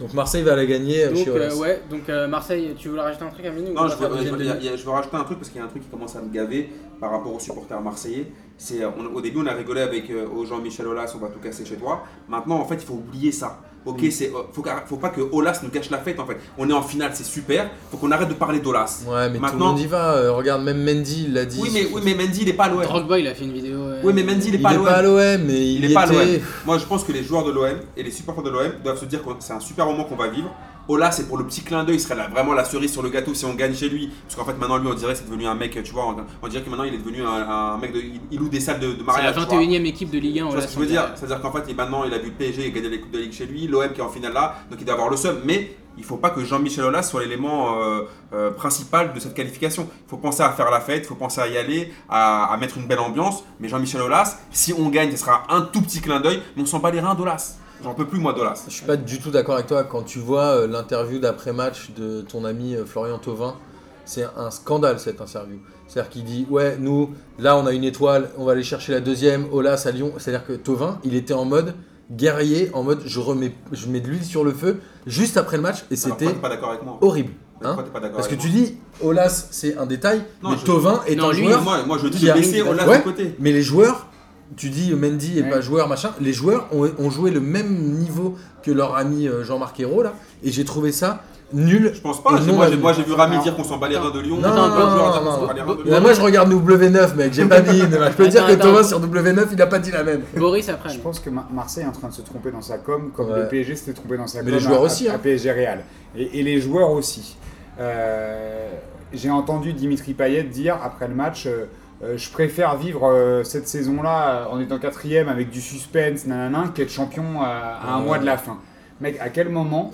[SPEAKER 2] Donc Marseille va la gagner euh,
[SPEAKER 1] Donc,
[SPEAKER 2] chez Olas.
[SPEAKER 1] euh, ouais, donc euh, Marseille, tu voulais rajouter un truc, Amine ou on
[SPEAKER 4] Non,
[SPEAKER 1] va
[SPEAKER 4] je
[SPEAKER 1] faire
[SPEAKER 4] veux,
[SPEAKER 1] deuxième
[SPEAKER 4] je veux- il y a-
[SPEAKER 1] demi
[SPEAKER 4] il y a- je veux rajouter un truc parce qu'il y a un truc qui commence à me gaver par rapport aux supporters marseillais. C'est euh, on- au début on a rigolé avec euh, oh, Jean-Michel Aulas, on va tout casser chez toi. Maintenant en fait il faut oublier ça. Ok, c'est euh, faut, qu'à- faut pas que Olas nous gâche la fête en fait. On est en finale, c'est super. Faut qu'on arrête de parler d'Olas.
[SPEAKER 2] Ouais, mais tout le
[SPEAKER 4] Maintenant-
[SPEAKER 2] monde y va. Euh, regarde, même Mendy il l'a dit.
[SPEAKER 4] Oui mais oui mais Mendy il est pas à l'OM.
[SPEAKER 1] Drogba, il a fait une vidéo. euh,
[SPEAKER 4] Oui mais Mendy il est pas à
[SPEAKER 2] il est
[SPEAKER 4] l'OM.
[SPEAKER 2] pas à l'OM, mais il,
[SPEAKER 4] Il
[SPEAKER 2] y
[SPEAKER 4] est pas à l'OM.
[SPEAKER 2] était.
[SPEAKER 4] Moi, je pense que les joueurs de l'OM et les supporters de l'OM doivent se dire que c'est un super moment qu'on va vivre. Ola, c'est pour le petit clin d'œil, il serait la- vraiment la cerise sur le gâteau si on gagne chez lui. Parce qu'en fait, maintenant, lui, on dirait que c'est devenu un mec, tu vois, on, on dirait que maintenant, il est devenu un, un mec, de, il, il loue des salles de, de
[SPEAKER 1] C'est la
[SPEAKER 4] mariage. tu vois.
[SPEAKER 1] 21ème équipe de Ligue 1.
[SPEAKER 4] Tu vois ce que je veux dire C'est-à-dire qu'en fait, il- maintenant, il a vu le PSG gagner les Coupes de Ligue chez lui, l'OM qui est en finale là, donc il doit avoir le seum. Mais il faut pas que Jean-Michel Aulas soit l'élément euh, euh, principal de cette qualification. Il faut penser à faire la fête, il faut penser à y aller, à, à mettre une belle ambiance. Mais Jean-Michel Aulas, si on gagne, ce sera un tout petit clin d'œil, mais on s'en bat les reins d'Aulas. J'en peux plus, moi, d'Aulas.
[SPEAKER 2] Je suis pas du tout d'accord avec toi quand tu vois euh, l'interview d'après-match de ton ami euh, Florian Thauvin. C'est un scandale cette interview. C'est-à-dire qu'il dit Ouais, nous, là, on a une étoile, on va aller chercher la deuxième, oh Olas à Lyon. C'est-à-dire que Thauvin, il était en mode guerrier, en mode je, remets, je mets de l'huile sur le feu juste après le match et
[SPEAKER 4] Alors,
[SPEAKER 2] c'était
[SPEAKER 4] pourquoi t'es pas d'accord avec moi
[SPEAKER 2] horrible. hein.
[SPEAKER 4] Pourquoi t'es pas d'accord
[SPEAKER 2] Parce que
[SPEAKER 4] avec
[SPEAKER 2] tu dis Olas, c'est un détail,
[SPEAKER 4] Non,
[SPEAKER 2] mais
[SPEAKER 4] je-
[SPEAKER 2] Thauvin est
[SPEAKER 1] Non,
[SPEAKER 2] un
[SPEAKER 1] lui,
[SPEAKER 2] joueur.
[SPEAKER 4] moi, Moi, moi, je dis
[SPEAKER 2] qui
[SPEAKER 4] de
[SPEAKER 2] arrive
[SPEAKER 4] laisser Aulas
[SPEAKER 2] Ouais.
[SPEAKER 4] de côté.
[SPEAKER 2] Mais les joueurs, tu dis Mendy est
[SPEAKER 5] Ouais.
[SPEAKER 2] pas joueur, machin, les joueurs ont, ont joué le même niveau que leur ami euh, Jean-Marc Ayrault, là, et j'ai trouvé ça nul.
[SPEAKER 4] Je pense pas.
[SPEAKER 2] Et
[SPEAKER 4] j'ai-
[SPEAKER 2] non,
[SPEAKER 4] moi,
[SPEAKER 2] là,
[SPEAKER 4] j'ai- moi, j'ai vu Rami
[SPEAKER 5] non.
[SPEAKER 4] dire qu'on s'en bat les reins de Lyon.
[SPEAKER 2] Non, non,
[SPEAKER 4] j'ai vu un
[SPEAKER 2] non,
[SPEAKER 4] joueur dire qu'on
[SPEAKER 2] non,
[SPEAKER 4] s'en bat les reins de Lyon.
[SPEAKER 2] Là, bah, moi je regarde W9, mec, j'ai pas dit. Je peux dire que
[SPEAKER 1] Attends,
[SPEAKER 2] Thomas
[SPEAKER 1] attends.
[SPEAKER 2] sur W9, il a pas dit la même.
[SPEAKER 1] Boris après.
[SPEAKER 5] Je pense que Mar- Marseille est en train de se tromper dans sa com, comme
[SPEAKER 2] Ouais.
[SPEAKER 5] le PSG s'était trompé dans sa
[SPEAKER 2] Mais
[SPEAKER 5] com.
[SPEAKER 2] les joueurs
[SPEAKER 5] à-
[SPEAKER 2] aussi,
[SPEAKER 5] à-
[SPEAKER 2] hein.
[SPEAKER 5] à PSG Real. Et, et les joueurs aussi. Euh, J'ai entendu Dimitri Payet dire après le match. euh, euh, je préfère vivre euh, cette saison-là euh, en étant quatrième avec du suspense, nanana, qu'être champion euh, à un
[SPEAKER 2] Ouais.
[SPEAKER 5] mois de la fin. Mec, à quel moment,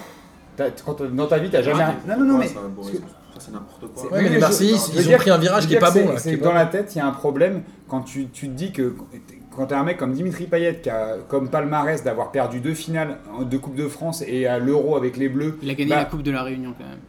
[SPEAKER 5] t'as- quand t'as- dans ta vie, t'as jamais... Non, non, non, mais...
[SPEAKER 4] Ça, Boris,
[SPEAKER 5] parce
[SPEAKER 4] ça, c'est n'importe quoi.
[SPEAKER 5] C'est-
[SPEAKER 2] Ouais, mais
[SPEAKER 5] mais
[SPEAKER 2] les
[SPEAKER 5] je-
[SPEAKER 2] Marseillais,
[SPEAKER 4] je
[SPEAKER 5] veux
[SPEAKER 2] ils ont
[SPEAKER 5] dire-
[SPEAKER 2] pris un virage
[SPEAKER 5] Je
[SPEAKER 2] qui est
[SPEAKER 5] veux
[SPEAKER 2] pas
[SPEAKER 5] dire que
[SPEAKER 2] bon.
[SPEAKER 5] c'est-
[SPEAKER 2] là,
[SPEAKER 5] c'est
[SPEAKER 2] qui est
[SPEAKER 5] que
[SPEAKER 2] pas
[SPEAKER 5] dans la tête, il y a un problème quand tu, tu te dis que quand t'as un mec comme Dimitri Payet qui a comme palmarès d'avoir perdu deux finales de Coupe de France et à l'Euro avec les Bleus,
[SPEAKER 1] Il a gagné
[SPEAKER 5] bah,
[SPEAKER 1] la Ah, Coupe de la Réunion quand même.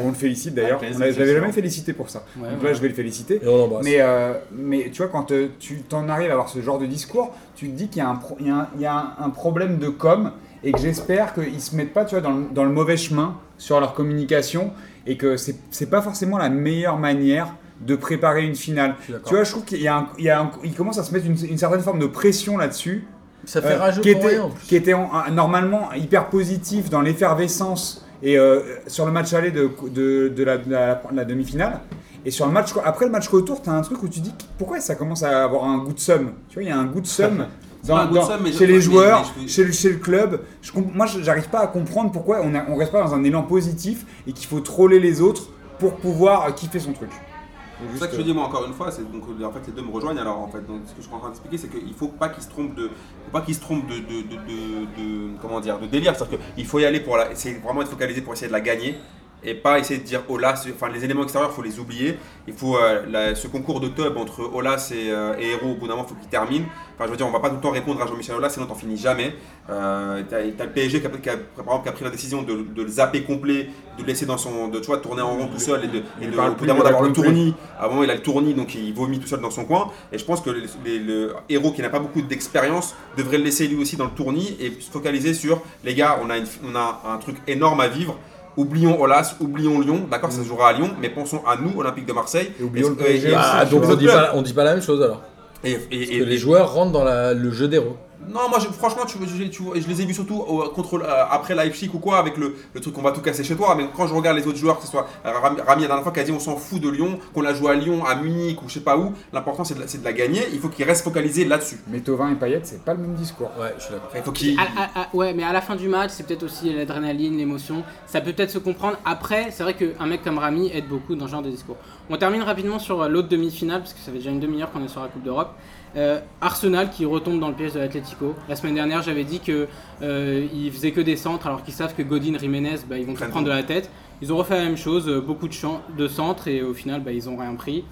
[SPEAKER 5] on le félicite d'ailleurs.
[SPEAKER 3] Avec les
[SPEAKER 5] On l'a- Je l'avais
[SPEAKER 3] exceptions.
[SPEAKER 5] jamais félicité pour ça.
[SPEAKER 1] Ouais,
[SPEAKER 5] Donc
[SPEAKER 1] ouais.
[SPEAKER 5] là, je vais le féliciter.
[SPEAKER 2] Et on l'embrasse.
[SPEAKER 5] Mais, euh, mais tu vois, quand euh, tu t'en arrives à avoir ce genre de discours, tu te dis qu'il y a un, pro- il y a un- il y a un- un problème de com et que j'espère qu'ils se mettent pas tu vois, dans, le, dans le mauvais chemin sur leur communication et que c'est c'est pas forcément la meilleure manière de préparer une finale.
[SPEAKER 2] suis d'accord.
[SPEAKER 5] Tu vois, je trouve qu'il y a un- il y a un- il commence à se mettre une, une certaine forme de pression là-dessus
[SPEAKER 2] Ça fait
[SPEAKER 5] euh,
[SPEAKER 2] rageux
[SPEAKER 5] qui
[SPEAKER 2] pour
[SPEAKER 5] était,
[SPEAKER 2] rien, en plus.
[SPEAKER 5] qui était en- un- normalement hyper positif dans l'effervescence et euh, sur le match aller de, de, de la, de la- de la demi-finale. Et sur le match, après le match retour, t'as un truc où tu dis pourquoi ça commence à avoir un goût de somme. Tu vois, il y a un goût de somme dans-
[SPEAKER 4] pas un
[SPEAKER 5] dans-
[SPEAKER 4] good sub, mais je-
[SPEAKER 5] chez les
[SPEAKER 4] mais-
[SPEAKER 5] joueurs,
[SPEAKER 4] mais je peux-
[SPEAKER 5] chez, le, chez le club. Je comp- moi, je- j'arrive pas à comprendre pourquoi on, a- on reste pas dans un élan positif et qu'il faut troller les autres pour pouvoir euh, kiffer son truc. C'est
[SPEAKER 4] C'est
[SPEAKER 5] juste,
[SPEAKER 4] ça que je
[SPEAKER 5] euh,
[SPEAKER 4] dis moi encore une fois, c'est donc en fait les deux me rejoignent alors en fait. Donc ce que je suis en train d'expliquer c'est qu'il faut pas qu'ils se trompent de, faut pas qu'ils se trompent de, de, de, de- de- comment dire, de délire. C'est-à-dire qu'il faut y aller pour la, essayer vraiment être focalisé pour essayer de la gagner et pas essayer de dire Olas, enfin les éléments extérieurs faut les oublier. Il faut euh, la- ce concours de tub entre Olas et, euh, et Hero au bout d'un moment faut qu'il termine. Enfin je veux dire on va pas tout le temps répondre à Jean-Michel Olas sinon t'en finis jamais. Euh, t'as, t'as le PSG qui a, qui a- par exemple, qui a pris la décision de, de le zapper complet, de le laisser dans son, de tu vois, tourner en rond tout seul et de, et
[SPEAKER 5] Il
[SPEAKER 4] de-
[SPEAKER 5] parle
[SPEAKER 4] au bout
[SPEAKER 5] plus,
[SPEAKER 4] d'un
[SPEAKER 5] il
[SPEAKER 4] moment
[SPEAKER 5] va
[SPEAKER 4] d'avoir le
[SPEAKER 5] complet.
[SPEAKER 4] tournis à un moment, il a le tournis, donc il vomit tout seul dans son coin. Et je pense que les- les- le héros qui n'a pas beaucoup d'expérience devrait le laisser lui aussi dans le tournis et se focaliser sur les gars, on a, une- on a un truc énorme à vivre. Oublions Olas, oublions Lyon, d'accord, ça se jouera à Lyon, mais pensons à nous, Olympique de Marseille.
[SPEAKER 5] Mm. Et oublions le
[SPEAKER 4] euh,
[SPEAKER 5] PSG
[SPEAKER 4] et-
[SPEAKER 5] aussi,
[SPEAKER 2] Ah,
[SPEAKER 4] et-
[SPEAKER 2] donc
[SPEAKER 4] et-
[SPEAKER 2] on dit, pas, on dit pas la même chose alors.
[SPEAKER 4] et- et-
[SPEAKER 2] Parce
[SPEAKER 4] et-
[SPEAKER 2] que les
[SPEAKER 4] et-
[SPEAKER 2] joueurs rentrent dans la- le jeu d'héros.
[SPEAKER 4] non, moi, je- franchement, tu, je, tu vois, je les ai vus surtout au- contre, le- euh, après Leipzig ou quoi, avec le, le truc qu'on va tout casser chez toi. Mais quand je regarde les autres joueurs, que ce soit euh, Rami, Rami, la dernière fois, qui a dit on s'en fout de Lyon, qu'on la joue à Lyon, à Munich ou je sais pas où, l'important c'est de, la- c'est de la gagner. Il faut qu'il reste focalisé là-dessus.
[SPEAKER 5] Beethoven et Payet, c'est pas le même discours.
[SPEAKER 2] Ouais, je suis d'accord.
[SPEAKER 4] Enfin, Il faut qu'il.
[SPEAKER 1] À- à- à- ouais, mais à la fin du match, c'est peut-être aussi l'adrénaline, l'émotion. Ça peut peut-être se comprendre. Après, c'est vrai qu'un mec comme Rami aide beaucoup dans ce genre de discours. On termine rapidement sur euh, l'autre demi-finale, parce que ça fait déjà une demi-heure qu'on est sur la Coupe d'Europe. Euh, Arsenal qui retombe dans le piège de l'Atlético. La semaine dernière, j'avais dit que euh, ils faisaient que des centres, alors qu'ils savent que Godin, Jiménez, bah, ils vont tout
[SPEAKER 4] Prennent
[SPEAKER 1] prendre de la tête. Ils ont refait la même chose, euh, beaucoup de, champs, de centres, et au final, bah, ils ont rien pris.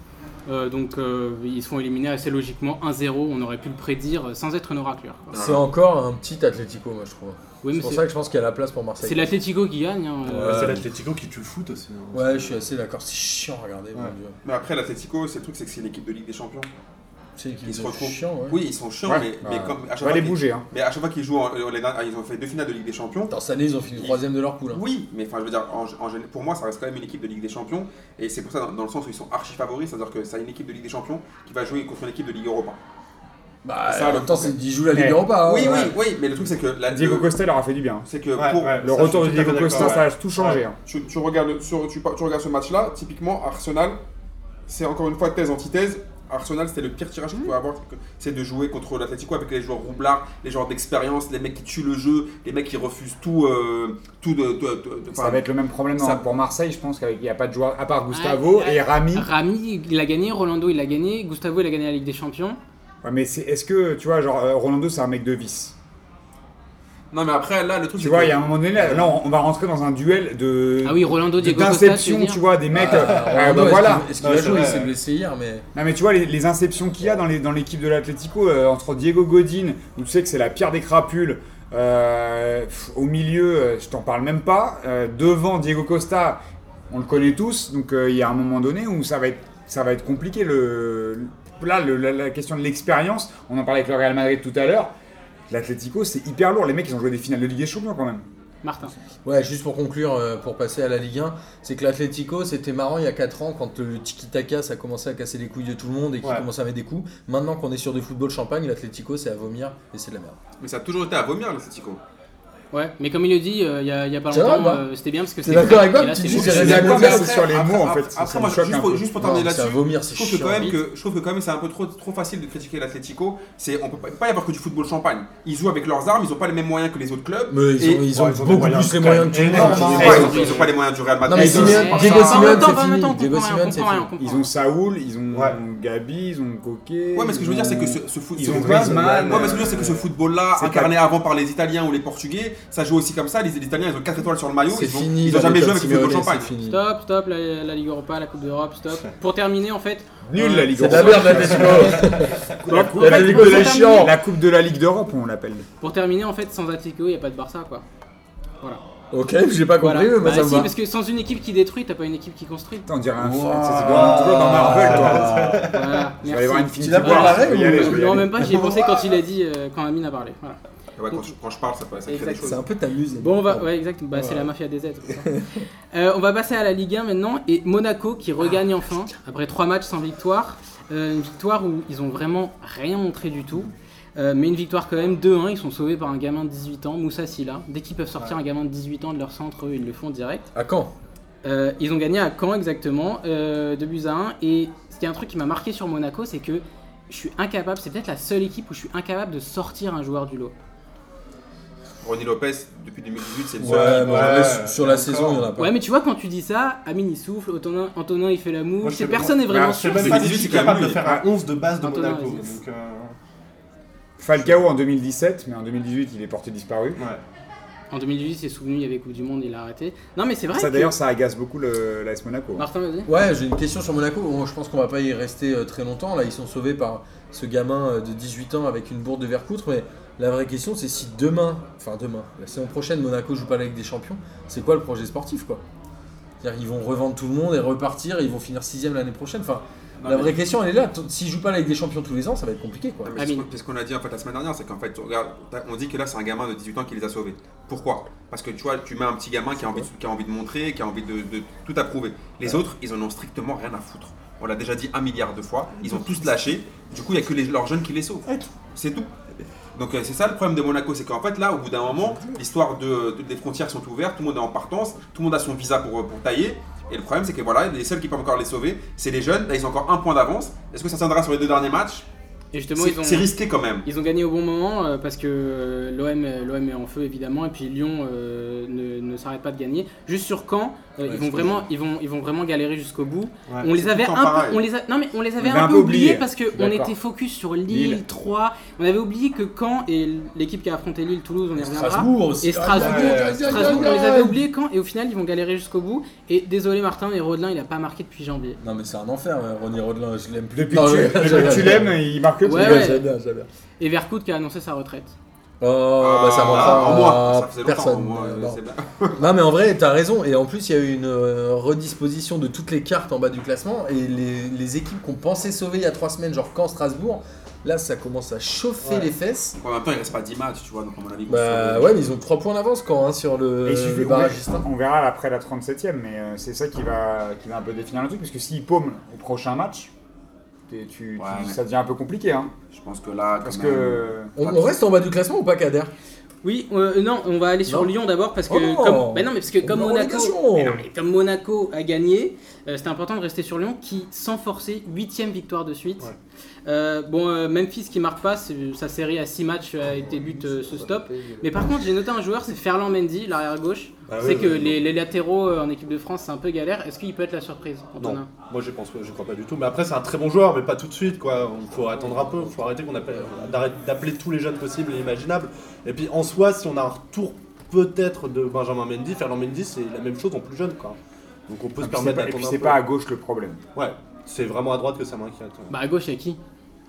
[SPEAKER 1] Euh, donc euh, ils se font éliminer assez logiquement 1-0, on aurait pu le prédire euh, sans être une oraclure. quoi.
[SPEAKER 2] C'est encore un petit Atlético, moi je trouve.
[SPEAKER 1] Oui,
[SPEAKER 2] C'est
[SPEAKER 1] mais
[SPEAKER 2] pour
[SPEAKER 1] c'est-
[SPEAKER 2] ça que je pense qu'il y a la place pour Marseille.
[SPEAKER 1] c'est l'Atlético qui gagne. hein, euh,
[SPEAKER 3] C'est l'Atletico qui tue le foot aussi. hein.
[SPEAKER 2] Ouais, je suis assez d'accord. C'est chiant à regarder, mon dieu.
[SPEAKER 4] Mais après, l'Atletico, c'est le truc, c'est que c'est l'équipe de Ligue des Champions.
[SPEAKER 2] C'est une équipe
[SPEAKER 4] Ils se
[SPEAKER 2] de
[SPEAKER 4] retrouvent.
[SPEAKER 2] chiants, ouais.
[SPEAKER 4] Oui, ils sont chiants,
[SPEAKER 5] Ouais,
[SPEAKER 4] mais,
[SPEAKER 5] bah,
[SPEAKER 4] mais comme à chaque
[SPEAKER 5] On va
[SPEAKER 4] fois
[SPEAKER 5] les
[SPEAKER 4] qu'ils-
[SPEAKER 5] bouger. Hein.
[SPEAKER 4] mais à chaque fois qu'ils jouent, en- en- les dernières- ils ont fait deux finales de Ligue des Champions.
[SPEAKER 2] Dans cette année, ils ont fini troisième de leur poule. hein.
[SPEAKER 4] Oui, mais enfin, je veux dire, en, en général, pour moi, ça reste quand même une équipe de Ligue des Champions, et c'est pour ça, dans, dans le sens où ils sont archi favoris, c'est-à-dire que c'est une équipe de Ligue des Champions qui va jouer contre une équipe de Ligue Europa.
[SPEAKER 2] Bah,
[SPEAKER 4] Ça,
[SPEAKER 2] en
[SPEAKER 4] le-
[SPEAKER 2] même temps, c'est- ils jouent la Ligue
[SPEAKER 5] Eh.
[SPEAKER 2] Europa. hein.
[SPEAKER 4] oui,
[SPEAKER 2] Ouais.
[SPEAKER 4] oui, oui, mais le truc, c'est que la,
[SPEAKER 5] Diego
[SPEAKER 4] le-
[SPEAKER 5] Costa leur a fait du bien. hein.
[SPEAKER 4] c'est que
[SPEAKER 3] Ouais,
[SPEAKER 4] pour-
[SPEAKER 3] ouais, ça,
[SPEAKER 5] Le
[SPEAKER 3] je
[SPEAKER 5] retour de
[SPEAKER 3] suis tout à
[SPEAKER 5] Diego
[SPEAKER 3] fait
[SPEAKER 5] Costa,
[SPEAKER 3] d'accord,
[SPEAKER 5] ça a tout changé. hein.
[SPEAKER 4] tu, tu regardes, sur- tu, tu regardes ce match-là, typiquement, Arsenal, c'est encore une fois thèse-antithèse. Arsenal, c'était le pire tirage qu'il pouvait avoir, c'est que- c'est de jouer contre l'Atlético avec les joueurs roublards, les joueurs d'expérience, les mecs qui tuent le jeu, les mecs qui refusent tout, euh, tout de, de- de- de-
[SPEAKER 5] Ça va être le même problème
[SPEAKER 4] ça-
[SPEAKER 5] hein. pour Marseille, je pense qu'il n'y a pas de joueur à part Gustavo
[SPEAKER 1] Ouais,
[SPEAKER 5] et Rami.
[SPEAKER 1] Rami, il a gagné, Rolando, il a gagné, Gustavo, il a gagné la Ligue des Champions.
[SPEAKER 5] Ouais, mais c'est- est-ce que tu vois, genre euh, Rolando, c'est un mec de vice.
[SPEAKER 4] Non, mais après, là, le truc,
[SPEAKER 5] Tu
[SPEAKER 4] c'est
[SPEAKER 5] vois,
[SPEAKER 4] que-
[SPEAKER 5] il y a un moment donné, là, là, on on va rentrer dans un duel
[SPEAKER 2] Euh,
[SPEAKER 5] de
[SPEAKER 1] Ah oui, Rolando,
[SPEAKER 5] de-
[SPEAKER 1] Diego Costa, tu veux
[SPEAKER 5] d'inception,
[SPEAKER 1] dire
[SPEAKER 5] tu vois, des mecs. euh,
[SPEAKER 2] Ah,
[SPEAKER 5] ah,
[SPEAKER 2] Ronaldo,
[SPEAKER 5] bah
[SPEAKER 2] est-ce
[SPEAKER 5] voilà.
[SPEAKER 2] qu'il- Est-ce qu'il
[SPEAKER 3] Ouais,
[SPEAKER 2] va
[SPEAKER 3] c'est
[SPEAKER 2] jouer Il
[SPEAKER 3] vrai.
[SPEAKER 2] s'est blessé hier, mais.
[SPEAKER 5] Non mais tu vois les, les inceptions qu'il y a dans les- dans l'équipe de l'Atlético euh, entre Diego Godin où tu sais que c'est la pire des crapules euh, pff, au milieu euh, je t'en parle même pas euh, devant Diego Costa on le connaît tous donc euh, il y a un moment donné où ça va être ça va être compliqué le là le- la, la question de l'expérience on en parlait avec le Real Madrid tout à l'heure l'Atlético c'est hyper lourd les mecs ils ont joué des finales de Ligue des Champions quand même
[SPEAKER 1] Martin.
[SPEAKER 2] Ouais, juste pour conclure, euh, pour passer à la Ligue 1, c'est que l'Atlético, c'était marrant il y a 4 ans quand le tiki-taka, ça commençait à casser les couilles de tout le monde et qu'il
[SPEAKER 3] Ouais.
[SPEAKER 2] commençait à mettre des coups. Maintenant qu'on est sur du football champagne, l'Atlético, c'est à vomir et c'est de la merde.
[SPEAKER 4] Mais ça a toujours été à vomir, l'Atlético.
[SPEAKER 1] Ouais, mais comme il le dit, euh, il y, a- il y a pas
[SPEAKER 2] C'est
[SPEAKER 1] longtemps,
[SPEAKER 2] vrai, bah.
[SPEAKER 1] euh, c'était bien parce que
[SPEAKER 2] T'es
[SPEAKER 1] c'est.
[SPEAKER 2] d'accord avec moi,
[SPEAKER 1] et là,
[SPEAKER 2] petit
[SPEAKER 1] c'est
[SPEAKER 2] Gilles,
[SPEAKER 1] bon.
[SPEAKER 2] c'est
[SPEAKER 5] Je suis
[SPEAKER 2] réservé
[SPEAKER 5] d'accord,
[SPEAKER 2] au
[SPEAKER 5] mais
[SPEAKER 2] diable.
[SPEAKER 5] c'est sur les mots en fait ça- ça
[SPEAKER 4] Après,
[SPEAKER 5] me
[SPEAKER 4] moi,
[SPEAKER 5] choque
[SPEAKER 4] juste
[SPEAKER 5] un
[SPEAKER 4] pour,
[SPEAKER 5] peu.
[SPEAKER 4] juste pour
[SPEAKER 2] Non,
[SPEAKER 4] terminer
[SPEAKER 2] c'est à
[SPEAKER 4] là-dessus,
[SPEAKER 2] vomir, c'est
[SPEAKER 4] je trouve que
[SPEAKER 2] chiant.
[SPEAKER 4] quand même que je trouve que quand même c'est un peu trop trop facile de critiquer l'Atlético. C'est on peut pas, pas y avoir que du football champagne. Ils jouent avec leurs armes, ils ont pas les mêmes moyens que les autres clubs.
[SPEAKER 2] Mais ils
[SPEAKER 4] Et-
[SPEAKER 2] ont, ils ont
[SPEAKER 3] Ouais, ils ont des
[SPEAKER 2] beaucoup
[SPEAKER 3] moyens
[SPEAKER 2] plus les
[SPEAKER 3] quand même
[SPEAKER 2] moyens que tout le
[SPEAKER 3] énormes.
[SPEAKER 2] monde.
[SPEAKER 4] Ouais,
[SPEAKER 3] Ouais,
[SPEAKER 4] ils, ont,
[SPEAKER 3] ils ont-
[SPEAKER 4] ils ont pas les moyens du Real
[SPEAKER 2] Non,
[SPEAKER 4] Madrid.
[SPEAKER 1] Eh,
[SPEAKER 2] mais
[SPEAKER 4] Ils ont-
[SPEAKER 2] Simeone-
[SPEAKER 1] Ouais,
[SPEAKER 2] Diego
[SPEAKER 1] ouais,
[SPEAKER 2] Simeone,
[SPEAKER 1] en même temps,
[SPEAKER 2] c'est
[SPEAKER 1] en même
[SPEAKER 2] fini.
[SPEAKER 1] temps, on
[SPEAKER 2] Diego
[SPEAKER 1] comprend rien,
[SPEAKER 2] Simeone,
[SPEAKER 1] on
[SPEAKER 2] c'est
[SPEAKER 1] comprend rien,
[SPEAKER 2] fini.
[SPEAKER 1] on comprend
[SPEAKER 5] Ils
[SPEAKER 1] rien.
[SPEAKER 5] ont Saoul, ils ont
[SPEAKER 3] Ouais.
[SPEAKER 5] Gabi, ils ont Coquet.
[SPEAKER 4] Ouais, mais ce que je veux dire, c'est que
[SPEAKER 5] ce
[SPEAKER 4] ce, ce foot,
[SPEAKER 5] Ils
[SPEAKER 4] ce
[SPEAKER 5] ont
[SPEAKER 4] football-
[SPEAKER 5] Griezmann.
[SPEAKER 4] Ouais, mais ce que je veux dire, c'est que ce football-là,
[SPEAKER 5] C'est
[SPEAKER 4] incarné avant par les Italiens ou les Portugais, ça joue aussi comme ça. Les, les Italiens, ils ont 4 étoiles sur le maillot.
[SPEAKER 2] C'est
[SPEAKER 4] Ils ont,
[SPEAKER 2] fini.
[SPEAKER 4] ils ont
[SPEAKER 2] la
[SPEAKER 4] jamais
[SPEAKER 2] méthode
[SPEAKER 4] joué avec le football
[SPEAKER 2] Simeone,
[SPEAKER 4] champagne.
[SPEAKER 2] C'est fini.
[SPEAKER 1] Stop, stop, la, la Ligue Europa, la Coupe d'Europe, stop. Pour terminer, en fait,
[SPEAKER 5] Nul la Ligue
[SPEAKER 2] C'est de la merde, l'Atlético.
[SPEAKER 5] La coupe,
[SPEAKER 2] La Ligue de la chiant.
[SPEAKER 5] la coupe de la Ligue d'Europe, on l'appelle.
[SPEAKER 1] pour terminer, en fait, sans Atlético, il n'y a pas de Barça, quoi. Voilà.
[SPEAKER 2] Ok, j'ai pas Bah, compris, mais
[SPEAKER 1] voilà.
[SPEAKER 2] moi
[SPEAKER 1] Bah,
[SPEAKER 2] ça me
[SPEAKER 1] si,
[SPEAKER 2] va.
[SPEAKER 1] parce que sans une équipe qui détruit, t'as pas une équipe qui construit.
[SPEAKER 5] Putain, On dirait un
[SPEAKER 2] Wow.
[SPEAKER 5] fan, ça, c'est dans- toujours dans Marvel, toi.
[SPEAKER 1] Voilà.
[SPEAKER 5] Je vais aller voir
[SPEAKER 1] Merci.
[SPEAKER 5] Infinity
[SPEAKER 2] Tu l'as
[SPEAKER 5] War,
[SPEAKER 2] pas la
[SPEAKER 5] je vais
[SPEAKER 2] règle
[SPEAKER 5] y
[SPEAKER 2] ou-
[SPEAKER 5] aller, je vais y
[SPEAKER 1] Non,
[SPEAKER 5] aller.
[SPEAKER 1] même pas, j'y ai pensé quand il a dit, euh, quand Amine a parlé. Voilà.
[SPEAKER 4] Ouais, quand, je, quand je parle, ça, peut- ça crée des
[SPEAKER 1] Exact.
[SPEAKER 4] choses.
[SPEAKER 2] C'est un peu ta muse.
[SPEAKER 1] Bon, on va, ouais, exact. Bah, c'est la mafia des aides. c'est pour ça. Euh, on va passer à la Ligue 1 maintenant et Monaco qui regagne enfin après trois matchs sans victoire. Euh, une victoire où ils ont vraiment rien montré du tout. Euh, mais une victoire quand même 2-1, ils sont sauvés par un gamin de 18 ans, Moussa Silla. Dès qu'ils peuvent sortir un gamin de 18 ans de leur centre, eux, ils le font direct.
[SPEAKER 2] À quand
[SPEAKER 1] Euh, ils ont gagné à Caen exactement, euh, 2 buts à 1. Et ce qui est un truc qui m'a marqué sur Monaco, c'est que je suis incapable, c'est peut-être la seule équipe où je suis incapable de sortir un joueur du lot.
[SPEAKER 4] Ronnie Lopez, depuis 2018, c'est le
[SPEAKER 2] Ouais,
[SPEAKER 4] seul.
[SPEAKER 2] mais
[SPEAKER 4] qui-
[SPEAKER 2] après, sur- sur la
[SPEAKER 3] encore.
[SPEAKER 2] saison, il n'y en a pas.
[SPEAKER 1] Ouais, mais tu vois, quand tu dis ça, Amine il souffle, Antonin, Antonin, il fait la moue,
[SPEAKER 3] Moi, je
[SPEAKER 1] c'est-
[SPEAKER 3] sais
[SPEAKER 1] personne
[SPEAKER 3] pas.
[SPEAKER 1] n'est vraiment
[SPEAKER 3] Bah,
[SPEAKER 1] sûr.
[SPEAKER 3] Je sais même
[SPEAKER 4] C'est
[SPEAKER 3] pas
[SPEAKER 4] difficile,
[SPEAKER 3] si je suis
[SPEAKER 4] quand même,
[SPEAKER 3] capable de
[SPEAKER 4] mais-
[SPEAKER 3] faire un 11 de base de
[SPEAKER 1] Antonin,
[SPEAKER 3] Monaco.
[SPEAKER 1] vas-y.
[SPEAKER 3] Donc, euh,
[SPEAKER 5] Falcao en 2017, mais en 2018, il est porté disparu.
[SPEAKER 3] ouais.
[SPEAKER 1] En 2018, il s'est souvenu, il y avait Coupe du Monde, il a arrêté. Non, mais c'est vrai.
[SPEAKER 5] Ça
[SPEAKER 1] que-
[SPEAKER 5] d'ailleurs, ça agace beaucoup le- l'AS Monaco.
[SPEAKER 1] Martin, vas-y.
[SPEAKER 2] Ouais, j'ai une question sur Monaco. Bon, je pense qu'on va pas y rester euh, très longtemps. Là, ils sont sauvés par ce gamin euh, de 18 ans avec une bourde de vercoutre. Mais la vraie question, c'est si demain, enfin demain, la saison prochaine, Monaco joue pas la Ligue des Champions, c'est quoi le projet sportif, quoi C'est-à-dire, ils vont revendre tout le monde et repartir. et ils vont finir sixième l'année prochaine. Enfin,
[SPEAKER 4] Non,
[SPEAKER 2] la
[SPEAKER 4] mais-
[SPEAKER 2] vraie question, elle est là. T- S'ils jouent pas la Ligue des Champions tous les ans, ça va être compliqué, quoi.
[SPEAKER 4] Non, mais c'est ce
[SPEAKER 1] Amine.
[SPEAKER 4] qu'on- c'est ce qu'on a dit en fait la semaine dernière, c'est qu'en fait, tu regardes, t'as- on dit que là c'est un gamin de 18 ans qui les a sauvés. Pourquoi Parce que tu vois, tu mets un petit gamin qui a envie de, qui a envie de montrer, qui a envie de, de tout approuver. Les autres, ils en ont strictement rien à foutre. On l'a déjà dit un milliard de fois, ils ont tous lâché, du coup il n'y a que les- leurs jeunes qui les sauvent. C'est tout. Donc euh, c'est ça le problème de Monaco, c'est qu'en fait là, au bout d'un moment, l'histoire de, de- des frontières sont ouvertes, tout le monde est en partance, tout le monde a son visa pour, euh, pour tailler. Et le problème c'est que voilà, les seuls qui peuvent encore les sauver, c'est les jeunes, là ils ont encore un point d'avance. Est-ce que ça tiendra sur les deux derniers matchs
[SPEAKER 1] Et justement, ils
[SPEAKER 4] C'est
[SPEAKER 1] ont,
[SPEAKER 4] c'est risqué quand même.
[SPEAKER 1] ils ont gagné au bon moment euh, parce que euh, l'OM euh, l'OM est en feu évidemment et puis Lyon euh, ne, ne s'arrête pas de gagner. Juste sur Caen, euh, ils vont
[SPEAKER 2] c'est
[SPEAKER 1] vraiment ils vont ils vont vraiment galérer jusqu'au bout.
[SPEAKER 3] Ouais,
[SPEAKER 1] on les
[SPEAKER 4] c'est
[SPEAKER 1] avait
[SPEAKER 4] tout
[SPEAKER 1] un
[SPEAKER 4] le
[SPEAKER 1] peu,
[SPEAKER 4] temps pareil.
[SPEAKER 1] on les a- non mais on les avait
[SPEAKER 5] avait
[SPEAKER 1] un peu oubliés parce
[SPEAKER 5] Je
[SPEAKER 1] que
[SPEAKER 5] suis
[SPEAKER 1] on
[SPEAKER 5] d'accord.
[SPEAKER 1] était focus sur Lille,
[SPEAKER 5] Lille.
[SPEAKER 1] 3, on avait oublié que Caen et l'équipe qui a affronté Lille, Toulouse, on y reviendra.
[SPEAKER 2] Strasbourg aussi. Ah,
[SPEAKER 1] Et Strasbourg,
[SPEAKER 2] Ouais,
[SPEAKER 1] Strasbourg, on les avait oubliés quand et au final ils vont galérer jusqu'au bout. Et désolé Martin, mais Rodelin il a pas marqué depuis janvier.
[SPEAKER 2] Non, mais c'est un enfer, ouais. Ronny Rodelin. Je l'aime plus.
[SPEAKER 5] Depuis
[SPEAKER 2] Non,
[SPEAKER 5] que
[SPEAKER 2] je-
[SPEAKER 5] tu- depuis que tu l'aimes, il marque que
[SPEAKER 1] Ouais,
[SPEAKER 2] Ouais,
[SPEAKER 1] ouais.
[SPEAKER 2] j'aime bien, j'aime bien.
[SPEAKER 1] Et Vercoute qui a annoncé sa retraite.
[SPEAKER 2] Oh,
[SPEAKER 4] Ah,
[SPEAKER 2] bah ça manquera
[SPEAKER 4] en moi, ça
[SPEAKER 2] à
[SPEAKER 4] faisait longtemps,
[SPEAKER 2] personne.
[SPEAKER 4] en moi, euh,
[SPEAKER 2] non.
[SPEAKER 4] c'est bien.
[SPEAKER 2] Non mais en vrai t'as raison et en plus il y a eu une euh, redisposition de toutes les cartes en bas du classement et les, les équipes qu'on pensait sauver il y a trois semaines genre Caen Strasbourg là ça commence à chauffer
[SPEAKER 3] Ouais.
[SPEAKER 2] les fesses
[SPEAKER 4] En même temps, il reste pas 10 matchs, tu vois, donc à mon avis.
[SPEAKER 2] bah
[SPEAKER 4] on se-
[SPEAKER 2] ouais mais ils ont trois points d'avance quand hein, sur le,
[SPEAKER 5] Et il suffit-
[SPEAKER 2] le
[SPEAKER 5] on
[SPEAKER 2] barragiste
[SPEAKER 5] verra- On verra après la 37ème, mais euh, c'est ça qui va, qui va un peu définir le truc, parce que s'il paume au prochain match, t'es- tu- tu-
[SPEAKER 4] Ouais, mais-
[SPEAKER 5] ça devient un peu compliqué. Hein,
[SPEAKER 4] Je pense que là, quand
[SPEAKER 5] parce
[SPEAKER 4] même,
[SPEAKER 5] que.
[SPEAKER 2] on, on reste en bas du classement ou pas Kader
[SPEAKER 1] Oui, euh, non, on va aller sur
[SPEAKER 2] Non.
[SPEAKER 1] Lyon d'abord parce que
[SPEAKER 2] Oh
[SPEAKER 1] comme, bah non, mais parce que
[SPEAKER 2] On
[SPEAKER 1] comme
[SPEAKER 2] est en
[SPEAKER 1] Monaco,
[SPEAKER 2] relégation.
[SPEAKER 1] Mais non, mais comme Monaco a gagné, euh, c'était important de rester sur Lyon qui, sans forcer, huitième victoire de suite.
[SPEAKER 3] Ouais.
[SPEAKER 1] Euh, bon, euh, Memphis qui marque pas, c'est- sa série à 6 matchs a été but euh, se stop. Mais par contre, j'ai noté un joueur, c'est Ferland Mendy, l'arrière gauche. c'est que les, les latéraux euh, en équipe de France, c'est un peu galère. Est-ce qu'il peut être la surprise, Antonin
[SPEAKER 3] Non, moi je pense que je crois pas du tout. Mais après c'est un très bon joueur, mais pas tout de suite quoi. Il faut attendre un peu. Il faut arrêter qu'on appelle d'arrêter- d'appeler tous les jeunes possibles et imaginables. Et puis en soi, si on a un retour peut-être de Benjamin Mendy, Fernand Mendy, c'est la même chose en plus jeune quoi. Donc on peut se
[SPEAKER 5] Et Ah, puis c'est
[SPEAKER 3] permettre
[SPEAKER 5] pas- et puis
[SPEAKER 3] d'attendre
[SPEAKER 5] c'est
[SPEAKER 3] un
[SPEAKER 5] pas à gauche le problème.
[SPEAKER 3] peu. Ouais, c'est vraiment à droite que ça m'inquiète.
[SPEAKER 1] Bah à gauche, il y a qui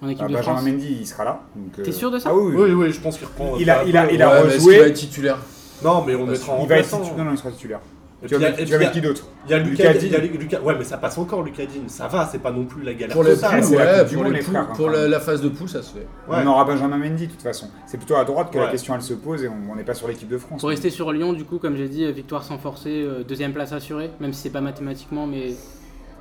[SPEAKER 1] en équipe
[SPEAKER 5] Ah,
[SPEAKER 1] de
[SPEAKER 5] Benjamin
[SPEAKER 1] France
[SPEAKER 5] Mendy, il sera là. donc, euh,
[SPEAKER 1] T'es sûr de ça
[SPEAKER 5] Ah oui, oui.
[SPEAKER 3] Oui, oui, je pense qu'il reprend.
[SPEAKER 5] Il a-
[SPEAKER 3] peu à
[SPEAKER 5] il a-
[SPEAKER 3] peu.
[SPEAKER 5] il a-
[SPEAKER 2] Ouais, mais est-ce qu'il
[SPEAKER 5] rejoué.
[SPEAKER 2] va être titulaire
[SPEAKER 3] Non, mais on le mettra en
[SPEAKER 5] Il va être
[SPEAKER 3] remplaçant.
[SPEAKER 1] hein.
[SPEAKER 5] titulaire. Non, non, il sera titulaire.
[SPEAKER 3] Et puis,
[SPEAKER 5] Tu vas
[SPEAKER 3] il y a-
[SPEAKER 5] mettre-
[SPEAKER 3] et
[SPEAKER 5] tu
[SPEAKER 3] puis,
[SPEAKER 5] vas
[SPEAKER 3] il y a-
[SPEAKER 5] mettre qui d'autre
[SPEAKER 3] Il y a
[SPEAKER 5] Lucas
[SPEAKER 3] Lucas,
[SPEAKER 5] Digne.
[SPEAKER 3] il y a Lu- Lucas- Ouais, mais ça passe encore, Lucas Digne. Ça va, c'est pas non plus la galère
[SPEAKER 2] pour, les
[SPEAKER 5] totale,
[SPEAKER 2] poules,
[SPEAKER 5] c'est la
[SPEAKER 2] ouais,
[SPEAKER 5] Coupe du
[SPEAKER 2] pour,
[SPEAKER 5] Monde,
[SPEAKER 2] les
[SPEAKER 5] les
[SPEAKER 2] poules,
[SPEAKER 5] frères, hein,
[SPEAKER 2] pour
[SPEAKER 5] quand
[SPEAKER 2] la,
[SPEAKER 5] même.
[SPEAKER 2] la phase de poule ça se fait
[SPEAKER 3] Ouais.
[SPEAKER 5] On aura Benjamin Mendy de toute façon. C'est plutôt à droite que la
[SPEAKER 3] Ouais.
[SPEAKER 5] question elle se pose et on on n'est pas sur l'équipe de France.
[SPEAKER 1] Pour rester sur Lyon, du coup, comme j'ai dit, euh, victoire sans forcer, euh, deuxième place assurée, même si c'est pas mathématiquement, mais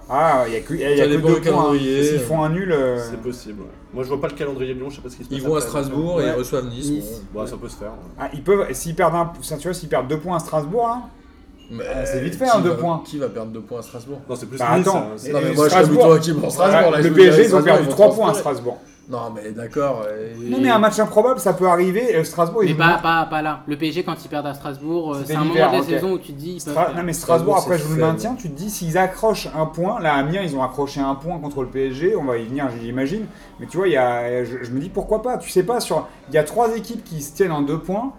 [SPEAKER 5] Ah, il y a que, il y a
[SPEAKER 2] Ça
[SPEAKER 5] que
[SPEAKER 2] dépend
[SPEAKER 5] deux
[SPEAKER 2] du
[SPEAKER 5] points. hein.
[SPEAKER 2] calendrier.
[SPEAKER 5] S'ils font un nul, euh,
[SPEAKER 3] C'est possible. ouais. Moi, je vois pas le calendrier de Lyon, je sais pas ce qui se passe.
[SPEAKER 2] ils vont à
[SPEAKER 3] après.
[SPEAKER 2] Strasbourg et
[SPEAKER 5] Ouais.
[SPEAKER 2] ils reçoivent Nice,
[SPEAKER 1] Nice.
[SPEAKER 2] bon.
[SPEAKER 3] Bah, ça peut se faire. ouais.
[SPEAKER 5] ah, ils peuvent. S'ils perdent un, ça, tu vois, s'ils perdent deux points à Strasbourg, là,
[SPEAKER 2] Mais
[SPEAKER 5] Ah, c'est vite fait,
[SPEAKER 2] qui
[SPEAKER 5] hein, deux
[SPEAKER 2] va-
[SPEAKER 5] points.
[SPEAKER 2] qui va perdre deux points à Strasbourg
[SPEAKER 3] Non, c'est plus
[SPEAKER 5] Bah,
[SPEAKER 3] Nice,
[SPEAKER 5] attends.
[SPEAKER 3] hein, c'est-
[SPEAKER 5] Et
[SPEAKER 2] non mais moi je
[SPEAKER 5] Strasbourg-
[SPEAKER 2] t'avoue toi qui pour Strasbourg
[SPEAKER 5] Voilà,
[SPEAKER 2] là, je
[SPEAKER 5] euh, le
[SPEAKER 2] veux dire,
[SPEAKER 5] PSG, ils ont
[SPEAKER 2] Strasbourg,
[SPEAKER 5] perdu
[SPEAKER 2] vont
[SPEAKER 5] trois points à
[SPEAKER 2] transpirer.
[SPEAKER 5] Strasbourg.
[SPEAKER 2] Non, mais d'accord. euh,
[SPEAKER 5] Non, mais un match improbable, ça peut arriver. euh, Strasbourg,
[SPEAKER 1] Mais bah, pas,
[SPEAKER 5] ils
[SPEAKER 1] pas, pas là. Le PSG, quand ils perdent à Strasbourg, euh,
[SPEAKER 5] C'était
[SPEAKER 1] c'est un moment de
[SPEAKER 5] l'hiver,
[SPEAKER 1] la
[SPEAKER 5] ok.
[SPEAKER 1] saison où tu te dis. ils peuvent
[SPEAKER 5] Stra-
[SPEAKER 1] faire.
[SPEAKER 5] Non mais Strasbourg,
[SPEAKER 2] Strasbourg,
[SPEAKER 5] après
[SPEAKER 2] c'est
[SPEAKER 5] je vous le
[SPEAKER 2] faible.
[SPEAKER 5] maintiens, tu te dis s'ils accrochent un point, là à Amiens ils ont accroché un point contre le PSG, on va y venir j'imagine, mais tu vois, il y a, je, je me dis pourquoi pas, tu sais pas, sur, il y a trois équipes qui se tiennent en deux points,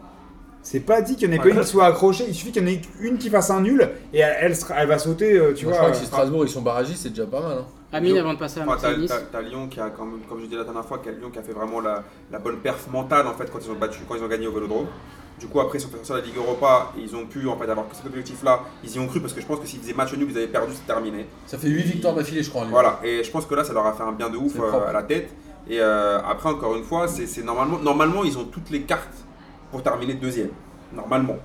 [SPEAKER 5] c'est pas dit qu'il n'y en ait
[SPEAKER 3] Ah,
[SPEAKER 5] pas une
[SPEAKER 3] que-
[SPEAKER 5] qui soit accrochée, il suffit qu'il y en ait une qui fasse un nul et elle, elle sera- elle va sauter, euh, tu
[SPEAKER 2] Moi, je
[SPEAKER 5] vois.
[SPEAKER 2] crois que si Strasbourg ils sont barragistes, c'est déjà pas mal. hein.
[SPEAKER 1] Amine, avant de passer à
[SPEAKER 4] Enfin, t'as,
[SPEAKER 1] Marseille-Nice.
[SPEAKER 4] t'as- t'as Lyon qui a, quand même, comme je disais la dernière fois, qui a Lyon qui a fait vraiment la, la bonne perf mentale en fait quand ils ont battu, quand ils ont gagné au Vélodrome. Du coup, après, ils sont passés sur la Ligue Europa, et ils ont pu en fait avoir cet objectif-là. Ils y ont cru parce que je pense que s'ils faisaient match nul, ils avaient perdu, c'est terminé.
[SPEAKER 2] Ça fait 8 victoires d'affilée, je crois. en Ligue.
[SPEAKER 4] Voilà, et je pense que là, ça leur a fait un bien de ouf
[SPEAKER 2] C'est
[SPEAKER 4] euh,
[SPEAKER 2] propre.
[SPEAKER 4] à la tête. Et euh, après, encore une fois, c'est, c'est normalement, normalement, ils ont toutes les cartes pour terminer deuxième. Normalement.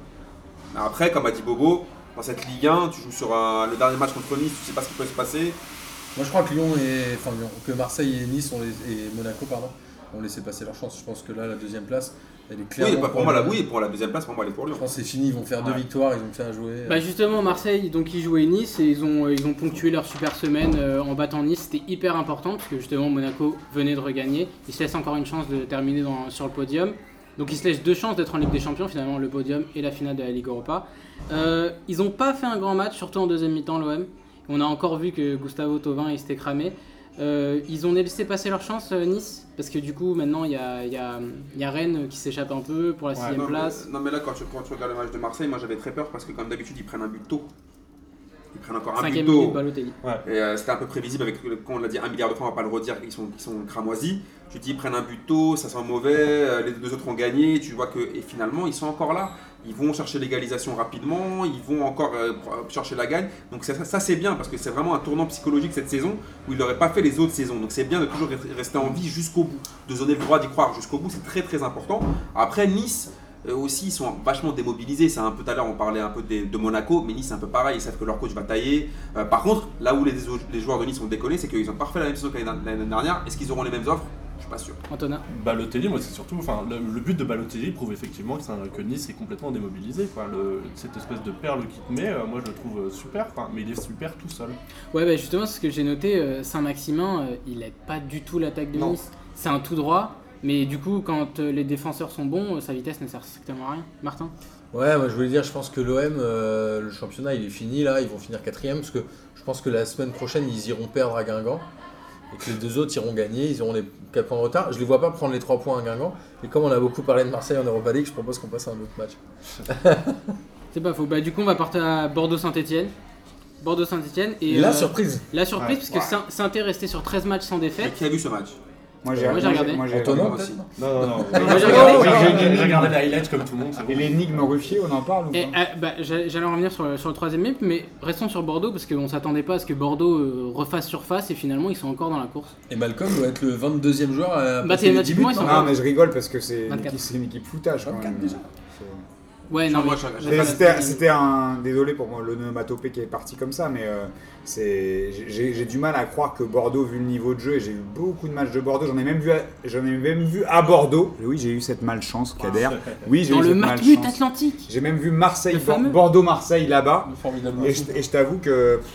[SPEAKER 4] Mais après, comme a dit Bobo, dans cette Ligue 1, tu joues sur un- le dernier match contre Nice, tu sais pas ce qui peut se passer.
[SPEAKER 2] Moi, je crois que Lyon et enfin Lyon, que Marseille et Nice ont les- et Monaco pardon, ont laissé passer leur chance. Je pense que là, la deuxième place, Elle est
[SPEAKER 4] Oui,
[SPEAKER 2] clairement
[SPEAKER 4] pas bah, pour moi, la, oui, pour la deuxième place, pour moi, elle est pour
[SPEAKER 2] Je
[SPEAKER 4] Lyon.
[SPEAKER 2] pense que c'est fini, ils vont faire deux
[SPEAKER 5] Ouais.
[SPEAKER 2] victoires, ils ont bien joué.
[SPEAKER 1] Bah justement, Marseille, donc ils jouaient Nice et ils ont, euh, ils ont ponctué leur super semaine euh, en battant Nice. C'était hyper important parce que justement Monaco venait de regagner. Ils se laissent encore une chance de terminer dans- sur le podium. Donc ils se laissent deux chances d'être en Ligue des Champions, finalement le podium et la finale de la Ligue Europa. Euh, ils n'ont pas fait un grand match, surtout en deuxième mi-temps l'OM. On a encore vu que Gustavo Tovin il s'était cramé. Euh, ils ont laissé passer leur chance euh, Nice parce que du coup maintenant il y a, il y a- il y a Rennes qui s'échappe un peu pour la
[SPEAKER 5] Ouais,
[SPEAKER 1] sixième
[SPEAKER 4] non,
[SPEAKER 1] place.
[SPEAKER 4] Mais, non, mais là, quand tu, quand tu regardes le match de Marseille, moi j'avais très peur parce que, comme d'habitude, ils prennent un but tôt. Ils prennent encore un
[SPEAKER 1] Cinquième
[SPEAKER 4] but
[SPEAKER 1] minute
[SPEAKER 4] tôt.
[SPEAKER 1] Balotelli.
[SPEAKER 4] Et euh, c'était un peu prévisible avec, le- quand on l'a dit un milliard de fois, on va pas le redire, ils sont, ils sont cramoisis. Tu te dis, ils prennent un but tôt, ça sent mauvais, euh, les deux autres ont gagné, tu vois que, et finalement, ils sont encore là. Ils vont chercher l'égalisation rapidement, ils vont encore euh, pr- chercher la gagne. Donc ça, ça- ça, c'est bien parce que c'est vraiment un tournant psychologique cette saison où ils n'auraient pas fait les autres saisons. Donc c'est bien de toujours re- rester en vie jusqu'au bout, de se donner le droit d'y croire jusqu'au bout, c'est très très important. Après, Nice, eux aussi, ils sont vachement démobilisés. C'est un peu tout à l'heure, on parlait un peu des- de Monaco, mais Nice, c'est un peu pareil. Ils savent que leur coach va tailler. Euh, par contre, là où les, les joueurs de Nice ont déconné, c'est qu'ils ont parfait la même saison que l'année- l'année dernière. Est-ce qu'ils auront les mêmes offres Je suis pas sûr.
[SPEAKER 1] Antonin.
[SPEAKER 3] Balotelli, moi c'est surtout, enfin le, le but de Balotelli prouve effectivement que, c'est un- que Nice est complètement démobilisé. Quoi. Le- cette espèce de perle qu'il te met, euh, moi je le trouve euh, super, quoi. mais il est super tout seul.
[SPEAKER 1] Ouais, bah justement, c'est ce que j'ai noté, euh, Saint-Maximin, euh, il aide pas du tout l'attaque de
[SPEAKER 4] Non.
[SPEAKER 1] Nice. C'est un tout droit, mais du coup, quand euh, les défenseurs sont bons, euh, sa vitesse ne sert strictement à rien. Martin
[SPEAKER 2] Ouais, moi je voulais dire, je pense que l'OM, euh, le championnat il est fini là, ils vont finir quatrième parce que je pense que la semaine prochaine ils iront perdre à Guingamp et que les deux autres iront gagner, ils auront les 4 points de retard. Je les vois pas prendre les 3 points à Guingamp et comme on a beaucoup parlé de Marseille en Europa League, je propose qu'on passe à un autre match.
[SPEAKER 1] C'est pas faux. Bah, du coup, on va partir à Bordeaux-Saint-Etienne. Bordeaux-Saint-Etienne. Et
[SPEAKER 2] la
[SPEAKER 1] euh,
[SPEAKER 2] surprise,
[SPEAKER 1] La surprise, parce que
[SPEAKER 5] Ouais.
[SPEAKER 1] Saint- Saint-Etienne est resté sur 13 matchs sans
[SPEAKER 4] Mais
[SPEAKER 1] défaite.
[SPEAKER 4] qui a vu ce match
[SPEAKER 5] Moi
[SPEAKER 1] j'ai regardé.
[SPEAKER 5] moi, j'ai-
[SPEAKER 2] Antonin
[SPEAKER 4] aussi.
[SPEAKER 2] peut-être
[SPEAKER 3] Non, non, non.
[SPEAKER 1] Moi, j'ai
[SPEAKER 5] regardé-
[SPEAKER 3] j'ai- j'ai regardé la highlight comme tout le monde. c'est bon.
[SPEAKER 5] Et l'énigme Ruffier, on en parle ou
[SPEAKER 1] Et,
[SPEAKER 5] pas
[SPEAKER 1] euh, bah, j'a- J'allais en revenir sur le, sur le troisième MIP, mais restons sur Bordeaux, parce qu'on s'attendait pas à ce que Bordeaux euh, refasse surface, et finalement, ils sont encore dans la course.
[SPEAKER 2] Et Malcolm doit être le 22e joueur à
[SPEAKER 1] Bah,
[SPEAKER 2] passer les 10 buts.
[SPEAKER 1] thématiquement, ils
[SPEAKER 2] non
[SPEAKER 1] sont
[SPEAKER 5] Non, mais je rigole parce que c'est une
[SPEAKER 1] 24.
[SPEAKER 5] équipe, c'est une équipe foutage. quand
[SPEAKER 2] 24
[SPEAKER 5] même.
[SPEAKER 2] déjà
[SPEAKER 5] C'est-
[SPEAKER 1] Ouais, non,
[SPEAKER 4] Moi,
[SPEAKER 1] mais-
[SPEAKER 4] je- je-
[SPEAKER 1] j'ai
[SPEAKER 5] Mais
[SPEAKER 1] pas
[SPEAKER 5] C'était
[SPEAKER 1] la-
[SPEAKER 5] c'était un. Désolé pour moi, l'onomatopée qui est parti comme ça, mais euh, c'est j'ai j'ai du mal à croire que Bordeaux, vu le niveau de jeu, et j'ai eu beaucoup de matchs de Bordeaux, j'en ai, même vu à- j'en ai même vu à Bordeaux. Et oui, j'ai eu cette malchance, Kader. Oui, j'ai
[SPEAKER 1] Dans
[SPEAKER 5] eu
[SPEAKER 1] le
[SPEAKER 5] cette
[SPEAKER 1] Matmut
[SPEAKER 5] malchance.
[SPEAKER 1] Atlantique
[SPEAKER 5] J'ai même vu Marseille,
[SPEAKER 1] Le fameux.
[SPEAKER 5] Bordeaux-Marseille là-bas.
[SPEAKER 2] Le formidable
[SPEAKER 5] Et
[SPEAKER 2] match.
[SPEAKER 5] je, et je t'avoue que pff,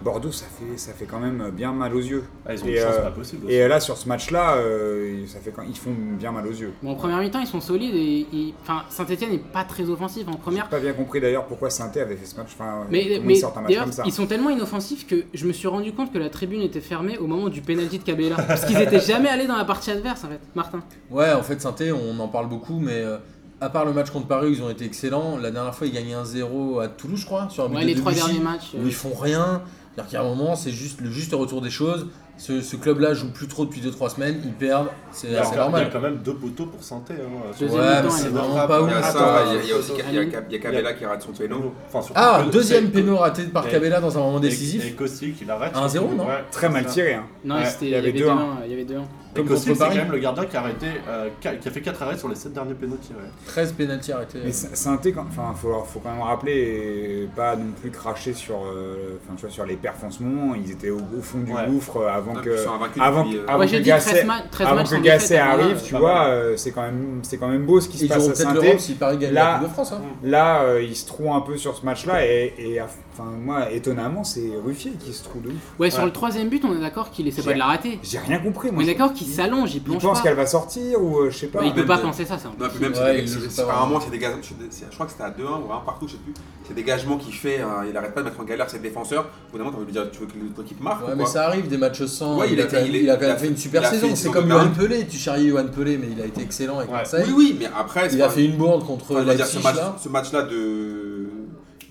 [SPEAKER 5] Bordeaux, ça fait, ça fait quand même bien mal aux yeux.
[SPEAKER 3] Ah, ils ont
[SPEAKER 5] Et,
[SPEAKER 3] une chance
[SPEAKER 5] euh,
[SPEAKER 3] pas possible. aussi.
[SPEAKER 5] Et là, sur ce match-là, euh, ça fait quand... ils font bien mal aux yeux.
[SPEAKER 1] Bon, en première mi-temps, ils sont solides et ils- enfin, Saint-Etienne n'est pas très offensif en
[SPEAKER 5] J'ai
[SPEAKER 1] première.
[SPEAKER 5] pas bien compris d'ailleurs pourquoi saint avait fait ce match. Enfin, comment
[SPEAKER 1] Mais,
[SPEAKER 5] ils
[SPEAKER 1] mais
[SPEAKER 5] sortent un match
[SPEAKER 1] d'ailleurs,
[SPEAKER 5] comme ça.
[SPEAKER 1] ils sont tellement inoffensifs que je me suis rendu compte que la tribune était fermée au moment du pénalty de Cabella. parce qu'ils étaient jamais allés dans la partie adverse, en fait. Martin.
[SPEAKER 2] Ouais, en fait, saint on en parle beaucoup, mais euh, à part le match contre Paris, ils ont été excellents. La dernière fois, ils gagnaient 1-0 à Toulouse, je crois, sur un but
[SPEAKER 1] Ouais,
[SPEAKER 2] Oh, de
[SPEAKER 1] les trois
[SPEAKER 2] Debussy,
[SPEAKER 1] derniers matchs. euh,
[SPEAKER 2] Où ils font rien. C'est-à-dire qu'à un moment, c'est juste le juste retour des choses. Ce, ce club-là joue plus trop depuis 2-3 semaines, ils perdent, c'est
[SPEAKER 5] euh,
[SPEAKER 3] il, y a
[SPEAKER 2] assez
[SPEAKER 3] quand, il y a
[SPEAKER 2] normal.
[SPEAKER 3] quand même deux poteaux pour Santé. Hein, sur-
[SPEAKER 1] Deuxième
[SPEAKER 2] Ouais, mais
[SPEAKER 1] mi-temps,
[SPEAKER 2] c'est
[SPEAKER 1] elle est
[SPEAKER 2] vraiment
[SPEAKER 3] frappe.
[SPEAKER 2] pas
[SPEAKER 4] Il y
[SPEAKER 2] ouf.
[SPEAKER 4] a ça, il y a- il y a aussi il y a-
[SPEAKER 1] Attends.
[SPEAKER 4] il y a Cabella qui rate son péno.
[SPEAKER 3] Enfin, surtout
[SPEAKER 2] Ah,
[SPEAKER 3] que-
[SPEAKER 2] deuxième
[SPEAKER 3] c'est-
[SPEAKER 2] péno raté par
[SPEAKER 3] Et-
[SPEAKER 2] Cabella dans un moment
[SPEAKER 3] et-
[SPEAKER 2] décisif.
[SPEAKER 3] Et Kostic, il arrête.
[SPEAKER 2] 1-0, non
[SPEAKER 3] Ouais,
[SPEAKER 5] Très mal
[SPEAKER 3] c'est ça.
[SPEAKER 5] tiré. hein.
[SPEAKER 1] Non,
[SPEAKER 3] Ouais,
[SPEAKER 1] c'était-
[SPEAKER 5] il
[SPEAKER 1] il
[SPEAKER 5] y avait deux, hein.
[SPEAKER 1] deux,
[SPEAKER 5] un.
[SPEAKER 1] un, il y avait deux, un.
[SPEAKER 3] Et
[SPEAKER 2] Comme
[SPEAKER 3] Kostic,
[SPEAKER 2] contre
[SPEAKER 3] c'est quand
[SPEAKER 2] Paris.
[SPEAKER 3] même le gardien qui a, arrêté, euh, qui a- qui a fait 4 arrêts sur les 7 derniers pénaux tirés.
[SPEAKER 2] 13 pénalty arrêtés.
[SPEAKER 5] Mais Saint-Étienne, quand... enfin, faut, leur- faut quand même rappeler et pas non plus cracher sur, euh, enfin, tu vois, sur les perfs en ce moment. Ils étaient au, au fond du
[SPEAKER 3] Ouais.
[SPEAKER 5] gouffre euh, avant
[SPEAKER 4] Ah,
[SPEAKER 5] que,
[SPEAKER 4] ils sont invaincus
[SPEAKER 5] avant,
[SPEAKER 4] depuis, euh,
[SPEAKER 5] avant
[SPEAKER 1] Ouais,
[SPEAKER 5] que
[SPEAKER 1] j'ai dit 13
[SPEAKER 5] Gasset,
[SPEAKER 1] ma- 13
[SPEAKER 5] avant
[SPEAKER 1] matchs
[SPEAKER 5] que
[SPEAKER 1] sans
[SPEAKER 5] Gasset
[SPEAKER 1] défaite, voilà.
[SPEAKER 5] arrive, tu
[SPEAKER 3] pas
[SPEAKER 5] vois,
[SPEAKER 3] mal.
[SPEAKER 5] euh, c'est quand même, c'est quand même beau ce qui se
[SPEAKER 2] Ils
[SPEAKER 5] passe
[SPEAKER 2] auront
[SPEAKER 5] à
[SPEAKER 2] peut-être
[SPEAKER 5] Saint-Étienne.
[SPEAKER 2] l'Europe si Paris gagne
[SPEAKER 5] Là-
[SPEAKER 2] la Coupe de France. hein.
[SPEAKER 5] Là, euh, il se trouve un peu sur ce match-là, et, et, ah, enfin, moi, étonnamment, c'est Ruffier qui se trouve de ouf.
[SPEAKER 1] Ouais, sur
[SPEAKER 3] Ouais.
[SPEAKER 1] le troisième but, on est d'accord qu'il essaie pas
[SPEAKER 5] J'ai-
[SPEAKER 1] de la rater.
[SPEAKER 5] J'ai rien compris,
[SPEAKER 1] On
[SPEAKER 5] moi.
[SPEAKER 1] est
[SPEAKER 5] Je-
[SPEAKER 1] d'accord qu'il s'allonge, il
[SPEAKER 5] Il
[SPEAKER 1] plonge
[SPEAKER 5] pense
[SPEAKER 1] pas.
[SPEAKER 5] qu'elle va sortir, ou euh, je sais pas.
[SPEAKER 1] Ouais, Il peut pas
[SPEAKER 4] de-
[SPEAKER 1] penser ça, c'est un
[SPEAKER 4] Non, puis même,
[SPEAKER 2] Ouais,
[SPEAKER 4] c'est des-
[SPEAKER 2] il le joue
[SPEAKER 4] c'est- c'est-
[SPEAKER 2] pas
[SPEAKER 4] par
[SPEAKER 2] vraiment.
[SPEAKER 4] moment, c'est des gaz- c'est- c'est- je crois que c'était à 2-1 ou à 1 partout, je sais plus. C'est des gagements qu'il fait, hein, il arrête pas de mettre en galère ses défenseurs. Au bout d'un moment, t'as envie de dire, tu veux que l'autre équipe marque
[SPEAKER 2] Ouais,
[SPEAKER 4] ou
[SPEAKER 2] mais
[SPEAKER 4] quoi
[SPEAKER 2] ça arrive, des matchs sans.
[SPEAKER 4] Ouais,
[SPEAKER 2] il,
[SPEAKER 4] il
[SPEAKER 2] a
[SPEAKER 4] a
[SPEAKER 2] quand
[SPEAKER 4] été-
[SPEAKER 2] même-
[SPEAKER 4] il est-
[SPEAKER 2] il a quand même
[SPEAKER 4] il a
[SPEAKER 2] fait une
[SPEAKER 4] fait-
[SPEAKER 2] super
[SPEAKER 4] il a fait
[SPEAKER 2] saison.
[SPEAKER 4] une
[SPEAKER 2] C'est
[SPEAKER 4] saison
[SPEAKER 2] comme
[SPEAKER 4] de dingue.
[SPEAKER 2] Johan Pelé. Tu charries Johan Pelé, mais il a été excellent avec
[SPEAKER 3] Ouais.
[SPEAKER 2] Marseille.
[SPEAKER 4] Oui, oui, mais après, c'est
[SPEAKER 2] Il a
[SPEAKER 4] pas-
[SPEAKER 2] fait une bourde contre
[SPEAKER 4] Enfin, je veux dire,
[SPEAKER 2] Leipzig.
[SPEAKER 4] ce, match,
[SPEAKER 2] là.
[SPEAKER 4] ce match-là de,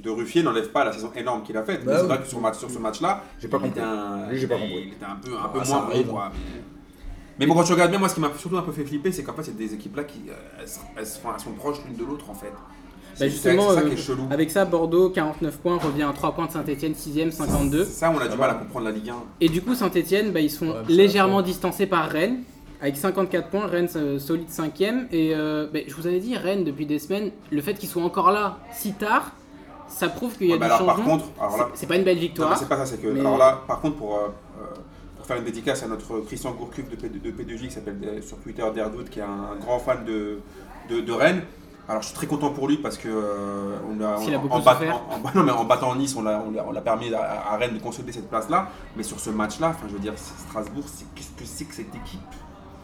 [SPEAKER 4] de Ruffier n'enlève pas la saison énorme qu'il a faite.
[SPEAKER 2] Bah
[SPEAKER 4] mais c'est
[SPEAKER 2] oui.
[SPEAKER 4] vrai que sur, match- sur ce match-là,
[SPEAKER 5] J'ai pas
[SPEAKER 4] il était
[SPEAKER 5] compris.
[SPEAKER 4] un,
[SPEAKER 5] Lui, j'ai pas
[SPEAKER 4] il-
[SPEAKER 5] compris.
[SPEAKER 4] il était un peu, un
[SPEAKER 2] Ah,
[SPEAKER 4] peu
[SPEAKER 2] ça
[SPEAKER 4] moins
[SPEAKER 2] arrive,
[SPEAKER 4] bon,
[SPEAKER 2] hein.
[SPEAKER 4] quoi. Mais bon, quand tu regardes bien, moi, ce qui m'a surtout un peu fait flipper, c'est qu'en fait, c'est des équipes-là qui euh, elles, sont- elles sont- elles sont proches l'une de l'autre, en fait. C'est-
[SPEAKER 1] justement,
[SPEAKER 4] c'est ça
[SPEAKER 1] euh,
[SPEAKER 4] qui est chelou.
[SPEAKER 1] Avec ça, Bordeaux, 49 points, revient à 3 points de Saint-Etienne, 6ème, 52.
[SPEAKER 4] Ça, on a du mal à comprendre la Ligue 1.
[SPEAKER 1] Et du coup, Saint-Etienne, bah, ils sont
[SPEAKER 2] Ouais, mais c'est
[SPEAKER 1] légèrement
[SPEAKER 2] la fin.
[SPEAKER 1] distancés par Rennes, avec 54 points. Rennes, euh, solide 5 Et euh, bah, je vous avais dit, Rennes, depuis des semaines, le fait qu'ils soient encore là si tard, ça prouve qu'il y a
[SPEAKER 4] Ouais, bah
[SPEAKER 1] du
[SPEAKER 4] alors,
[SPEAKER 1] changement.
[SPEAKER 4] par contre, alors là,
[SPEAKER 1] C'est- c'est pas une belle
[SPEAKER 4] Non, mais
[SPEAKER 1] victoire.
[SPEAKER 4] c'est pas ça, c'est que.
[SPEAKER 1] Mais-
[SPEAKER 4] Alors là, par contre, pour, euh, euh, pour faire une dédicace à notre Christian Gourcuff de, P- de P2J qui s'appelle euh, sur Twitter Derdout, qui est un grand fan de, de, de Rennes. Alors je suis très content pour lui parce que euh, on l'a-
[SPEAKER 1] S'il a
[SPEAKER 4] en,
[SPEAKER 1] beaucoup
[SPEAKER 4] en bat-
[SPEAKER 1] souffert.
[SPEAKER 4] en- en- non, mais en battant Nice, on l'a on l'a- on l'a permis à, à Rennes de consolider cette place-là. Mais sur ce match-là, enfin je veux dire, c'est- Strasbourg, c'est- qu'est-ce que c'est que cette équipe